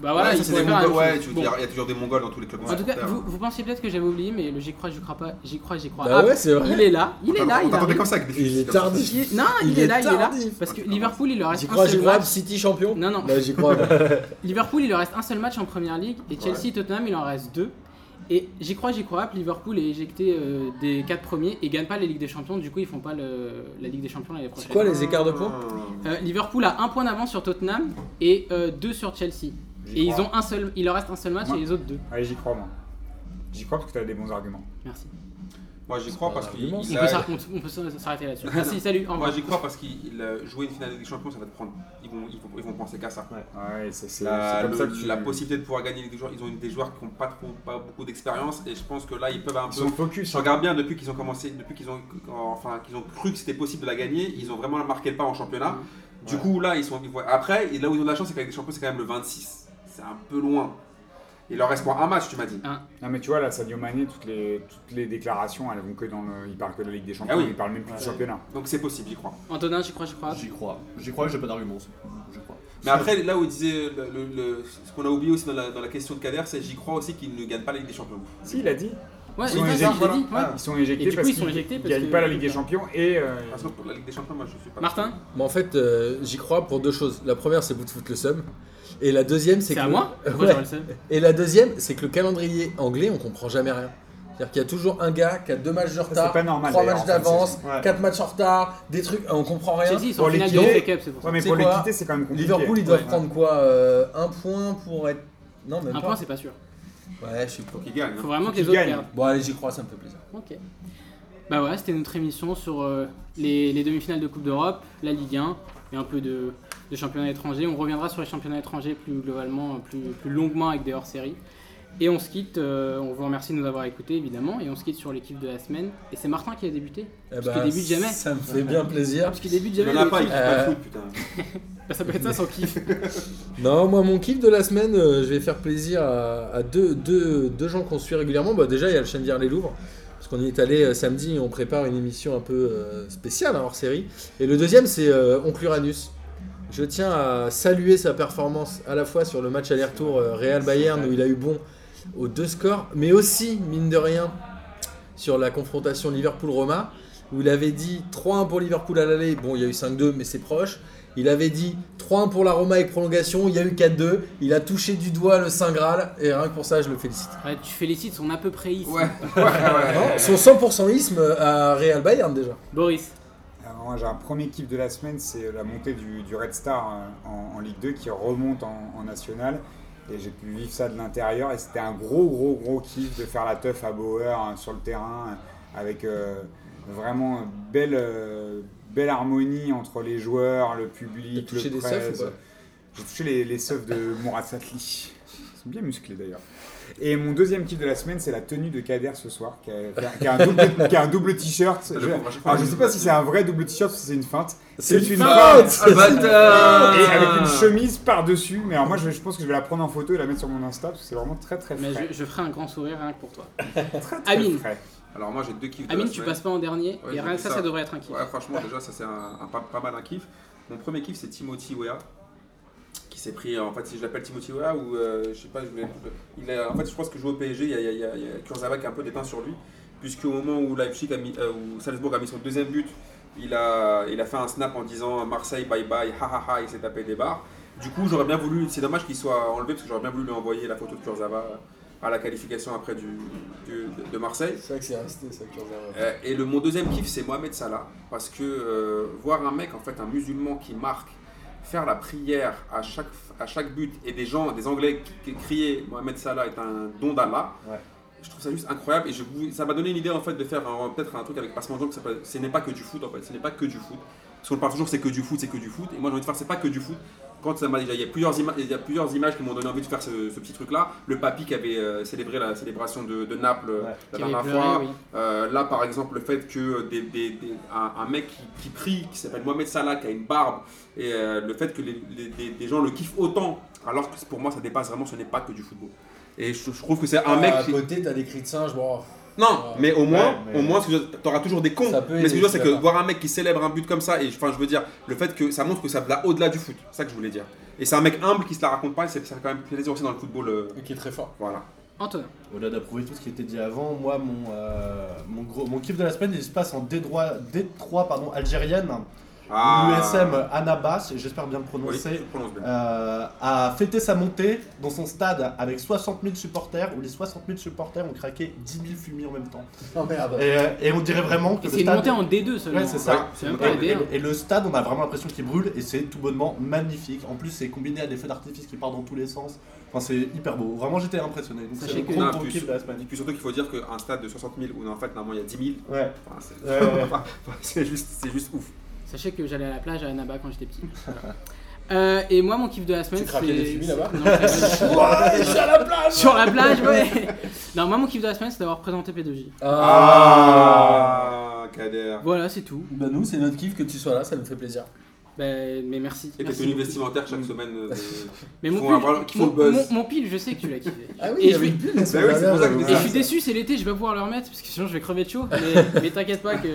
[SPEAKER 1] bah voilà,
[SPEAKER 4] Ouais,
[SPEAKER 1] ils
[SPEAKER 4] ça, c'est des
[SPEAKER 1] pourraient faire la
[SPEAKER 4] Mongols,
[SPEAKER 1] même
[SPEAKER 4] ouais,
[SPEAKER 1] chose.
[SPEAKER 4] tu veux
[SPEAKER 1] Bon.
[SPEAKER 4] dire, il y a toujours des Mongols dans tous les clubs.
[SPEAKER 1] En tout cas,
[SPEAKER 4] supporters.
[SPEAKER 1] vous, vous pensiez peut-être que j'avais oublié, mais le j'y crois, j'y crois pas, j'y crois, j'y crois.
[SPEAKER 2] Bah
[SPEAKER 1] Ah,
[SPEAKER 2] ouais, c'est
[SPEAKER 1] il
[SPEAKER 2] vrai.
[SPEAKER 1] est là, il est là,
[SPEAKER 4] On
[SPEAKER 1] il
[SPEAKER 4] t'attendait
[SPEAKER 1] arrive.
[SPEAKER 4] comme ça avec des
[SPEAKER 2] Il est
[SPEAKER 4] comme ça.
[SPEAKER 2] tardif.
[SPEAKER 1] Il est- Non, il,
[SPEAKER 2] Il
[SPEAKER 1] est,
[SPEAKER 2] est
[SPEAKER 1] là, il est là.
[SPEAKER 2] tardif.
[SPEAKER 1] Parce que
[SPEAKER 4] Ah, putain,
[SPEAKER 1] Liverpool, il leur reste
[SPEAKER 2] J'y
[SPEAKER 1] un
[SPEAKER 2] crois, j'y
[SPEAKER 1] seul
[SPEAKER 2] crois.
[SPEAKER 1] match.
[SPEAKER 2] City champion
[SPEAKER 1] Non, non.
[SPEAKER 2] Bah, j'y crois.
[SPEAKER 1] Liverpool, il leur reste un seul match en première ligue et Chelsea et Tottenham, il en reste deux. Et j'y crois, j'y crois pas. Liverpool est éjecté euh, des 4 premiers et gagne pas la Ligue des Champions. Du coup, ils font pas le- la Ligue des Champions l'année prochaine.
[SPEAKER 2] C'est quoi les écarts de points
[SPEAKER 1] Euh, Liverpool a un point d'avance sur Tottenham et 2 sur Chelsea. Et ils ont un seul, il leur reste un seul match
[SPEAKER 5] Ouais.
[SPEAKER 1] et les autres deux.
[SPEAKER 5] Allez, j'y crois, moi. J'y crois parce que t'as des bons arguments.
[SPEAKER 1] Merci.
[SPEAKER 4] Moi j'y crois
[SPEAKER 2] pas
[SPEAKER 4] parce
[SPEAKER 2] un
[SPEAKER 4] qu'il.
[SPEAKER 2] argument,
[SPEAKER 4] il
[SPEAKER 1] On
[SPEAKER 4] a-
[SPEAKER 1] peut s'ar- on- on peut s'arrêter là-dessus. Merci, salut, au
[SPEAKER 4] Moi
[SPEAKER 1] revoir.
[SPEAKER 4] j'y crois parce qu'il euh, jouer une finale de Ligue des Champions, ça va te prendre. Ils vont, ils vont, ils vont penser qu'à ça.
[SPEAKER 5] Ouais, c'est c'est-
[SPEAKER 4] La,
[SPEAKER 5] c'est comme
[SPEAKER 4] Bah, le-
[SPEAKER 5] ça que tu
[SPEAKER 4] la possibilité de pouvoir gagner les joueurs, ils ont des joueurs qui n'ont pas trop, pas beaucoup d'expérience et je pense que là ils peuvent un
[SPEAKER 5] Ils
[SPEAKER 4] peu.
[SPEAKER 5] sont focus. hein.
[SPEAKER 4] Je regarde bien depuis qu'ils ont commencé, depuis qu'ils ont, enfin qu'ils ont cru que c'était possible de la gagner, ils ont vraiment marqué le pas en championnat. Du
[SPEAKER 5] Mmh. Ouais.
[SPEAKER 4] coup là ils sont, ils voient- après et là où ils ont de la chance c'est qu'avec les champions c'est quand même le 26, c'est un peu loin. Il leur reste quoi un match tu m'as dit.
[SPEAKER 5] Non, mais tu vois, là, Sadio Mané, toutes les, toutes les déclarations, elles vont que dans le. Il parle que de la Ligue des Champions,
[SPEAKER 4] Ah oui.
[SPEAKER 5] il parle même plus du
[SPEAKER 3] Ouais.
[SPEAKER 5] championnat.
[SPEAKER 4] Donc c'est possible j'y crois.
[SPEAKER 1] Antonin, j'y crois, j'y crois.
[SPEAKER 3] euh, J'y crois. J'y crois et j'ai pas d'argument. Je crois.
[SPEAKER 4] Mais après, là où il disait le- le- le- ce qu'on a oublié aussi dans la, dans la question de Kader, c'est j'y crois aussi qu'ils ne gagnent pas la Ligue des Champions.
[SPEAKER 5] Si, il a dit.
[SPEAKER 1] Ouais,
[SPEAKER 5] Ils
[SPEAKER 1] j'ai
[SPEAKER 5] sont
[SPEAKER 1] dit,
[SPEAKER 5] éjectés,
[SPEAKER 1] j'ai dit,
[SPEAKER 5] voilà.
[SPEAKER 1] ouais.
[SPEAKER 5] Ils sont
[SPEAKER 1] Et
[SPEAKER 5] éjectés
[SPEAKER 1] du
[SPEAKER 5] parce
[SPEAKER 1] coup, ils sont
[SPEAKER 5] qu'ils
[SPEAKER 1] éjectés
[SPEAKER 5] ils
[SPEAKER 1] parce
[SPEAKER 5] gagnent
[SPEAKER 1] que- hein.
[SPEAKER 5] pas la Ligue des Champions et. euh,
[SPEAKER 4] Parce que pour la Ligue des Champions, moi je suis pas.
[SPEAKER 1] Martin,
[SPEAKER 2] Mais en fait, euh, j'y crois pour deux choses. La première, c'est vous de foutre le seum. Et la deuxième, c'est
[SPEAKER 1] c'est
[SPEAKER 2] que.
[SPEAKER 1] à moi Pourquoi
[SPEAKER 2] Ouais.
[SPEAKER 1] j'aurais le seum
[SPEAKER 2] Et la deuxième, c'est que le calendrier anglais, on comprend jamais rien. C'est-à-dire qu'il y a toujours un gars qui a deux matchs de retard,
[SPEAKER 5] c'est pas normal,
[SPEAKER 2] trois
[SPEAKER 5] d'ailleurs,
[SPEAKER 2] matchs
[SPEAKER 5] en fin de
[SPEAKER 2] d'avance,
[SPEAKER 5] saison.
[SPEAKER 3] Ouais.
[SPEAKER 2] quatre matchs en retard, des trucs, euh, on comprend rien.
[SPEAKER 1] Chelsea, ils sont
[SPEAKER 5] Pour
[SPEAKER 1] en finale de
[SPEAKER 5] l'équilibre.
[SPEAKER 1] FA Cup, c'est pour ça.
[SPEAKER 5] Ouais, mais
[SPEAKER 2] C'est
[SPEAKER 5] pour les
[SPEAKER 2] quoi
[SPEAKER 5] quitter, c'est quand même compliqué.
[SPEAKER 2] Liverpool, ils doivent
[SPEAKER 1] Ouais.
[SPEAKER 2] prendre quoi euh, Un point pour être. Non, même
[SPEAKER 1] Un
[SPEAKER 2] pas.
[SPEAKER 1] point, c'est pas sûr.
[SPEAKER 2] Ouais, je suis pour.
[SPEAKER 4] Faut qu'ils gagnent.
[SPEAKER 1] Faut
[SPEAKER 4] hein.
[SPEAKER 1] vraiment que
[SPEAKER 5] Qui
[SPEAKER 1] les autres
[SPEAKER 5] gagne
[SPEAKER 1] perdent.
[SPEAKER 2] Bon, allez, j'y crois, ça me fait plaisir.
[SPEAKER 1] Ok. Bah voilà, c'était notre émission sur euh, les, les demi-finales de Coupe d'Europe, la Ligue 1 et un peu de, de championnat étranger. On reviendra sur les championnats étrangers plus globalement, euh, plus, plus longuement avec des hors-séries. Et on se quitte, euh, on vous remercie de nous avoir écoutés évidemment, et on se quitte sur l'équipe de la semaine. Et c'est Martin qui a débuté.
[SPEAKER 2] Eh
[SPEAKER 1] Parce
[SPEAKER 2] ben,
[SPEAKER 1] qu'il débute jamais.
[SPEAKER 2] Ça me fait bien plaisir.
[SPEAKER 1] Parce qu'il débute
[SPEAKER 4] Il
[SPEAKER 1] jamais.
[SPEAKER 4] y en a
[SPEAKER 1] les
[SPEAKER 4] pas, ils
[SPEAKER 1] équipes.
[SPEAKER 4] kiffent pas
[SPEAKER 2] Euh,
[SPEAKER 4] le foot, putain.
[SPEAKER 1] Bah, ça peut être ça son kiff.
[SPEAKER 2] Non, moi, mon kiff de la semaine, euh, je vais faire plaisir à, à deux, deux- deux gens qu'on suit régulièrement. Bah, déjà, il y a le chaîne les Louvres. Parce qu'on y est allé euh, samedi et on prépare une émission un peu euh, spéciale hein, hors série. Et le deuxième, c'est euh, Oncle Uranus. Je tiens à saluer sa performance à la fois sur le match aller-retour euh, Real-Bayern où il a eu bon aux deux scores, mais aussi, mine de rien, sur la confrontation Liverpool-Roma où il avait dit 3-1 pour Liverpool à l'aller. Bon, il y a eu 5-2, mais c'est proche. Il avait dit 3-1 pour la Roma avec prolongation, il y a eu 4-2, il a touché du doigt le Saint Graal, et rien que pour ça, je le félicite.
[SPEAKER 1] Ouais, tu félicites son à peu près ici.
[SPEAKER 4] Ouais, ouais, ouais.
[SPEAKER 2] Ah Non, son 100%isme à Real Bayern déjà.
[SPEAKER 1] Boris,
[SPEAKER 5] Alors, moi, j'ai un premier kiff de la semaine, c'est euh, la montée du, du Red Star euh, en, en Ligue 2 qui remonte en, en National. Et j'ai pu vivre ça de l'intérieur. Et c'était un gros, gros, gros kiff de faire la teuf à Bauer hein, sur le terrain euh, avec euh, vraiment euh, belle, euh, belle harmonie entre les joueurs, le public,
[SPEAKER 2] T'as touché
[SPEAKER 5] le
[SPEAKER 2] des seufs
[SPEAKER 5] presse.
[SPEAKER 2] ou pas
[SPEAKER 5] J'ai touché les, les seufs de Mourad Satli. Ils sont bien musclés d'ailleurs. Et mon deuxième kiff de la semaine, c'est la tenue de Kader ce soir, qui a, qui a- qui a un double- qui a un double
[SPEAKER 2] Ah,
[SPEAKER 5] t-shirt.
[SPEAKER 4] Le
[SPEAKER 5] Je-
[SPEAKER 4] pauvre, à chaque fois,
[SPEAKER 5] alors, je
[SPEAKER 4] il-
[SPEAKER 5] sais pas si c'est un vrai double t-shirt ou si c'est une feinte.
[SPEAKER 2] C'est
[SPEAKER 5] C'est
[SPEAKER 2] une
[SPEAKER 5] une
[SPEAKER 2] feinte Ah.
[SPEAKER 5] feinte.
[SPEAKER 4] Ah, le bâtard
[SPEAKER 5] Et avec une chemise par-dessus. Mais alors moi, je, je pense que je vais la prendre en photo et la mettre sur mon Insta parce que c'est vraiment très très
[SPEAKER 1] mais
[SPEAKER 5] frais.
[SPEAKER 1] je, je ferai un grand sourire rien que pour toi.
[SPEAKER 5] Très, très
[SPEAKER 1] Amine,
[SPEAKER 5] frais.
[SPEAKER 4] Alors moi j'ai deux kiffs de
[SPEAKER 1] Amine,
[SPEAKER 4] la
[SPEAKER 1] tu
[SPEAKER 4] semaine.
[SPEAKER 1] passes pas en dernier,
[SPEAKER 4] Ouais,
[SPEAKER 1] et
[SPEAKER 4] j'ai
[SPEAKER 1] rien
[SPEAKER 4] vu
[SPEAKER 1] que ça,
[SPEAKER 4] ça.
[SPEAKER 1] ça devrait être un kiff.
[SPEAKER 4] Ouais, franchement, déjà, ça c'est un, un pas, pas mal un kiff. Mon premier kiff, c'est Timothy Weah, qui s'est pris. En fait, si je l'appelle Timothy Weah ou euh, je sais pas, je voulais- il a- en fait, je pense que jouer au PSG, il y a, il y a- il y a- il y a Kurzawa qui a un peu déteint sur lui, puisque au moment où Leipzig a mis, euh, où Salzbourg a mis son deuxième but, il a, il a fait un snap en disant Marseille bye bye, ha ha ha, il s'est tapé des barres. Du coup, j'aurais bien voulu, c'est dommage qu'il soit enlevé parce que j'aurais bien voulu lui envoyer la photo de Kurzawa à la qualification après du, du- de Marseille.
[SPEAKER 2] C'est vrai que c'est resté ça,
[SPEAKER 4] Euh, et le, mon deuxième kiff, c'est Mohamed Salah. Parce que euh, voir un mec, en fait, un musulman qui marque, faire la prière à chaque, à chaque but et des gens, des Anglais qui, qui criaient Mohamed Salah est un don d'Allah.
[SPEAKER 3] Ouais.
[SPEAKER 4] Je trouve ça juste incroyable et je, vous- ça m'a donné une idée en fait de faire un- peut-être un truc avec Passement de Jambes qui s'appelle Ce n'est pas que du foot en fait, ce n'est pas que du foot. Parce qu'on parle toujours c'est que du foot, c'est que du foot. Et moi j'ai envie de faire c'est pas que du foot. Quand ça m'a déjà, il y a plusieurs, ima- il y a plusieurs images qui m'ont donné envie de faire ce, ce petit truc là. Le papy qui avait euh, célébré la célébration de, de Naples euh,
[SPEAKER 3] Ouais.
[SPEAKER 4] la
[SPEAKER 1] Qui avait
[SPEAKER 4] dernière
[SPEAKER 1] pleuré,
[SPEAKER 4] fois.
[SPEAKER 1] oui.
[SPEAKER 4] Euh, là, par exemple, le fait que des, des- des- un, un mec qui, qui prie, qui s'appelle Mohamed Salah, qui a une barbe, et euh, le fait que les, les- des- des gens le kiffent autant, alors que c'est- pour moi, ça dépasse vraiment, ce n'est pas que du football. Et je, je trouve que c'est un mec.
[SPEAKER 2] à
[SPEAKER 4] qui-
[SPEAKER 2] côté, t'as des cris de singe, bon.
[SPEAKER 4] Non, mais au moins,
[SPEAKER 3] mais-
[SPEAKER 4] au moins, tu auras toujours des cons.
[SPEAKER 2] Ça peut
[SPEAKER 4] Mais ce que je veux dire, c'est que
[SPEAKER 2] aider,
[SPEAKER 4] voir un mec qui célèbre un but comme ça, et enfin, je veux dire, le fait que ça montre que ça va au-delà du foot, c'est ça que je voulais dire. Et c'est un mec humble qui se la raconte pas, et c'est ça fait quand même plaisir aussi dans le football. euh,
[SPEAKER 2] Qui est très fort.
[SPEAKER 4] voilà.
[SPEAKER 1] Antonin,
[SPEAKER 3] Au-delà d'approuver tout ce qui était dit avant, moi, mon, euh, mon, gros, mon kiff de la semaine, il se passe en Détroit, Détroit pardon, algérienne.
[SPEAKER 4] Ah.
[SPEAKER 3] l'USM Anabas, et j'espère bien le
[SPEAKER 4] Oui, tu
[SPEAKER 3] prononcer,
[SPEAKER 4] le prononces bien.
[SPEAKER 3] euh, a fêté sa montée dans son stade avec 60 000 supporters, où les 60 000 supporters ont craqué 10 000 fumées en même temps.
[SPEAKER 2] Oh merde.
[SPEAKER 3] Et, euh, et on dirait vraiment que
[SPEAKER 1] Et
[SPEAKER 3] le
[SPEAKER 1] c'est une
[SPEAKER 3] stade...
[SPEAKER 1] montée en D2 seulement.
[SPEAKER 3] Ouais, c'est ça.
[SPEAKER 1] C'est même
[SPEAKER 4] Ouais,
[SPEAKER 1] pas la
[SPEAKER 4] c'est
[SPEAKER 1] D1.
[SPEAKER 3] Et le stade, on a vraiment l'impression qu'il brûle et c'est tout bonnement magnifique. En plus, c'est combiné à des feux d'artifice qui partent dans tous les sens. Enfin, c'est hyper beau. Vraiment, j'étais impressionné. Donc,
[SPEAKER 1] Sachez
[SPEAKER 3] c'est le
[SPEAKER 1] que-
[SPEAKER 3] gros,
[SPEAKER 4] Non,
[SPEAKER 3] gros
[SPEAKER 4] plus-
[SPEAKER 3] kiff de la semaine.
[SPEAKER 4] Et puis surtout qu'il faut dire qu'un stade de 60 000 où en fait normalement il y a 10 000,
[SPEAKER 3] Ouais.
[SPEAKER 4] enfin, c'est-
[SPEAKER 3] Ouais, ouais, ouais.
[SPEAKER 4] c'est juste, c'est juste ouf.
[SPEAKER 1] Sachez que j'allais à la plage à Annaba quand j'étais petit. Voilà. Euh, et moi, mon kiff de la semaine,
[SPEAKER 2] Tu craquais
[SPEAKER 1] c'est-
[SPEAKER 2] des fumées là-bas
[SPEAKER 1] Non, je craquais des-
[SPEAKER 3] à la plage
[SPEAKER 1] Sur la plage, ouais. non, moi, mon kiff de la semaine, c'est d'avoir présenté P2J.
[SPEAKER 4] Ah, Kader.
[SPEAKER 1] Voilà, c'est tout.
[SPEAKER 2] Bah nous, c'est notre kiff que tu sois là, ça nous fait plaisir.
[SPEAKER 1] Ben, mais merci.
[SPEAKER 4] Et tes
[SPEAKER 1] Merci
[SPEAKER 4] tenues
[SPEAKER 1] beaucoup.
[SPEAKER 4] vestimentaires chaque semaine. euh,
[SPEAKER 1] Mais
[SPEAKER 4] qui
[SPEAKER 1] mon
[SPEAKER 4] font
[SPEAKER 1] pull,
[SPEAKER 4] avoir- qui font
[SPEAKER 1] mon,
[SPEAKER 4] le buzz.
[SPEAKER 1] mon- mon pile, je sais que tu l'as kiffé.
[SPEAKER 2] Ah oui,
[SPEAKER 1] et,
[SPEAKER 2] il y
[SPEAKER 1] je
[SPEAKER 2] avait
[SPEAKER 1] suis,
[SPEAKER 2] une bulle la
[SPEAKER 4] Bah oui, c'est pour ça que je
[SPEAKER 1] et
[SPEAKER 4] dis
[SPEAKER 1] je
[SPEAKER 4] ça.
[SPEAKER 1] suis déçu, c'est l'été, je vais pas pouvoir le remettre parce que sinon je vais crever de chaud. Mais, mais t'inquiète pas que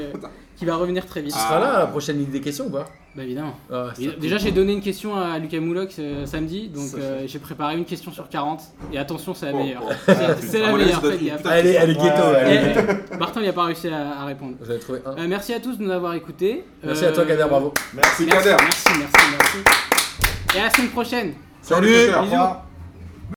[SPEAKER 1] qu'il va revenir très vite.
[SPEAKER 2] Tu seras là à la prochaine Ligue des questions ou pas
[SPEAKER 1] Bah évidemment.
[SPEAKER 2] Ah, c'est Ah. cool.
[SPEAKER 1] Déjà, j'ai donné une question à Lucas Moulox euh, samedi, donc
[SPEAKER 2] Ça,
[SPEAKER 1] euh, j'ai préparé une question sur 40. Et attention, c'est la
[SPEAKER 4] Oh,
[SPEAKER 1] meilleure.
[SPEAKER 4] oh.
[SPEAKER 1] C'est- C'est
[SPEAKER 4] Ah,
[SPEAKER 1] la
[SPEAKER 4] voilà,
[SPEAKER 1] meilleure.
[SPEAKER 4] ça doit
[SPEAKER 1] faites
[SPEAKER 4] être-
[SPEAKER 1] gaffe.
[SPEAKER 4] putain,
[SPEAKER 2] Elle est, elle est
[SPEAKER 3] Ouais,
[SPEAKER 2] ghetto, elle est
[SPEAKER 1] Eh,
[SPEAKER 2] ghetto.
[SPEAKER 1] Barton, il a pas réussi à, à répondre.
[SPEAKER 2] J'en ai trouvé un.
[SPEAKER 1] Euh, merci à tous de nous avoir écoutés.
[SPEAKER 2] Merci
[SPEAKER 1] Euh,
[SPEAKER 2] à toi, Kader, bravo.
[SPEAKER 4] Merci
[SPEAKER 1] Merci,
[SPEAKER 4] Kader.
[SPEAKER 1] merci, merci, merci. Et à la semaine prochaine.
[SPEAKER 4] Salut.
[SPEAKER 2] Salut.
[SPEAKER 4] Kader.
[SPEAKER 1] Bisous.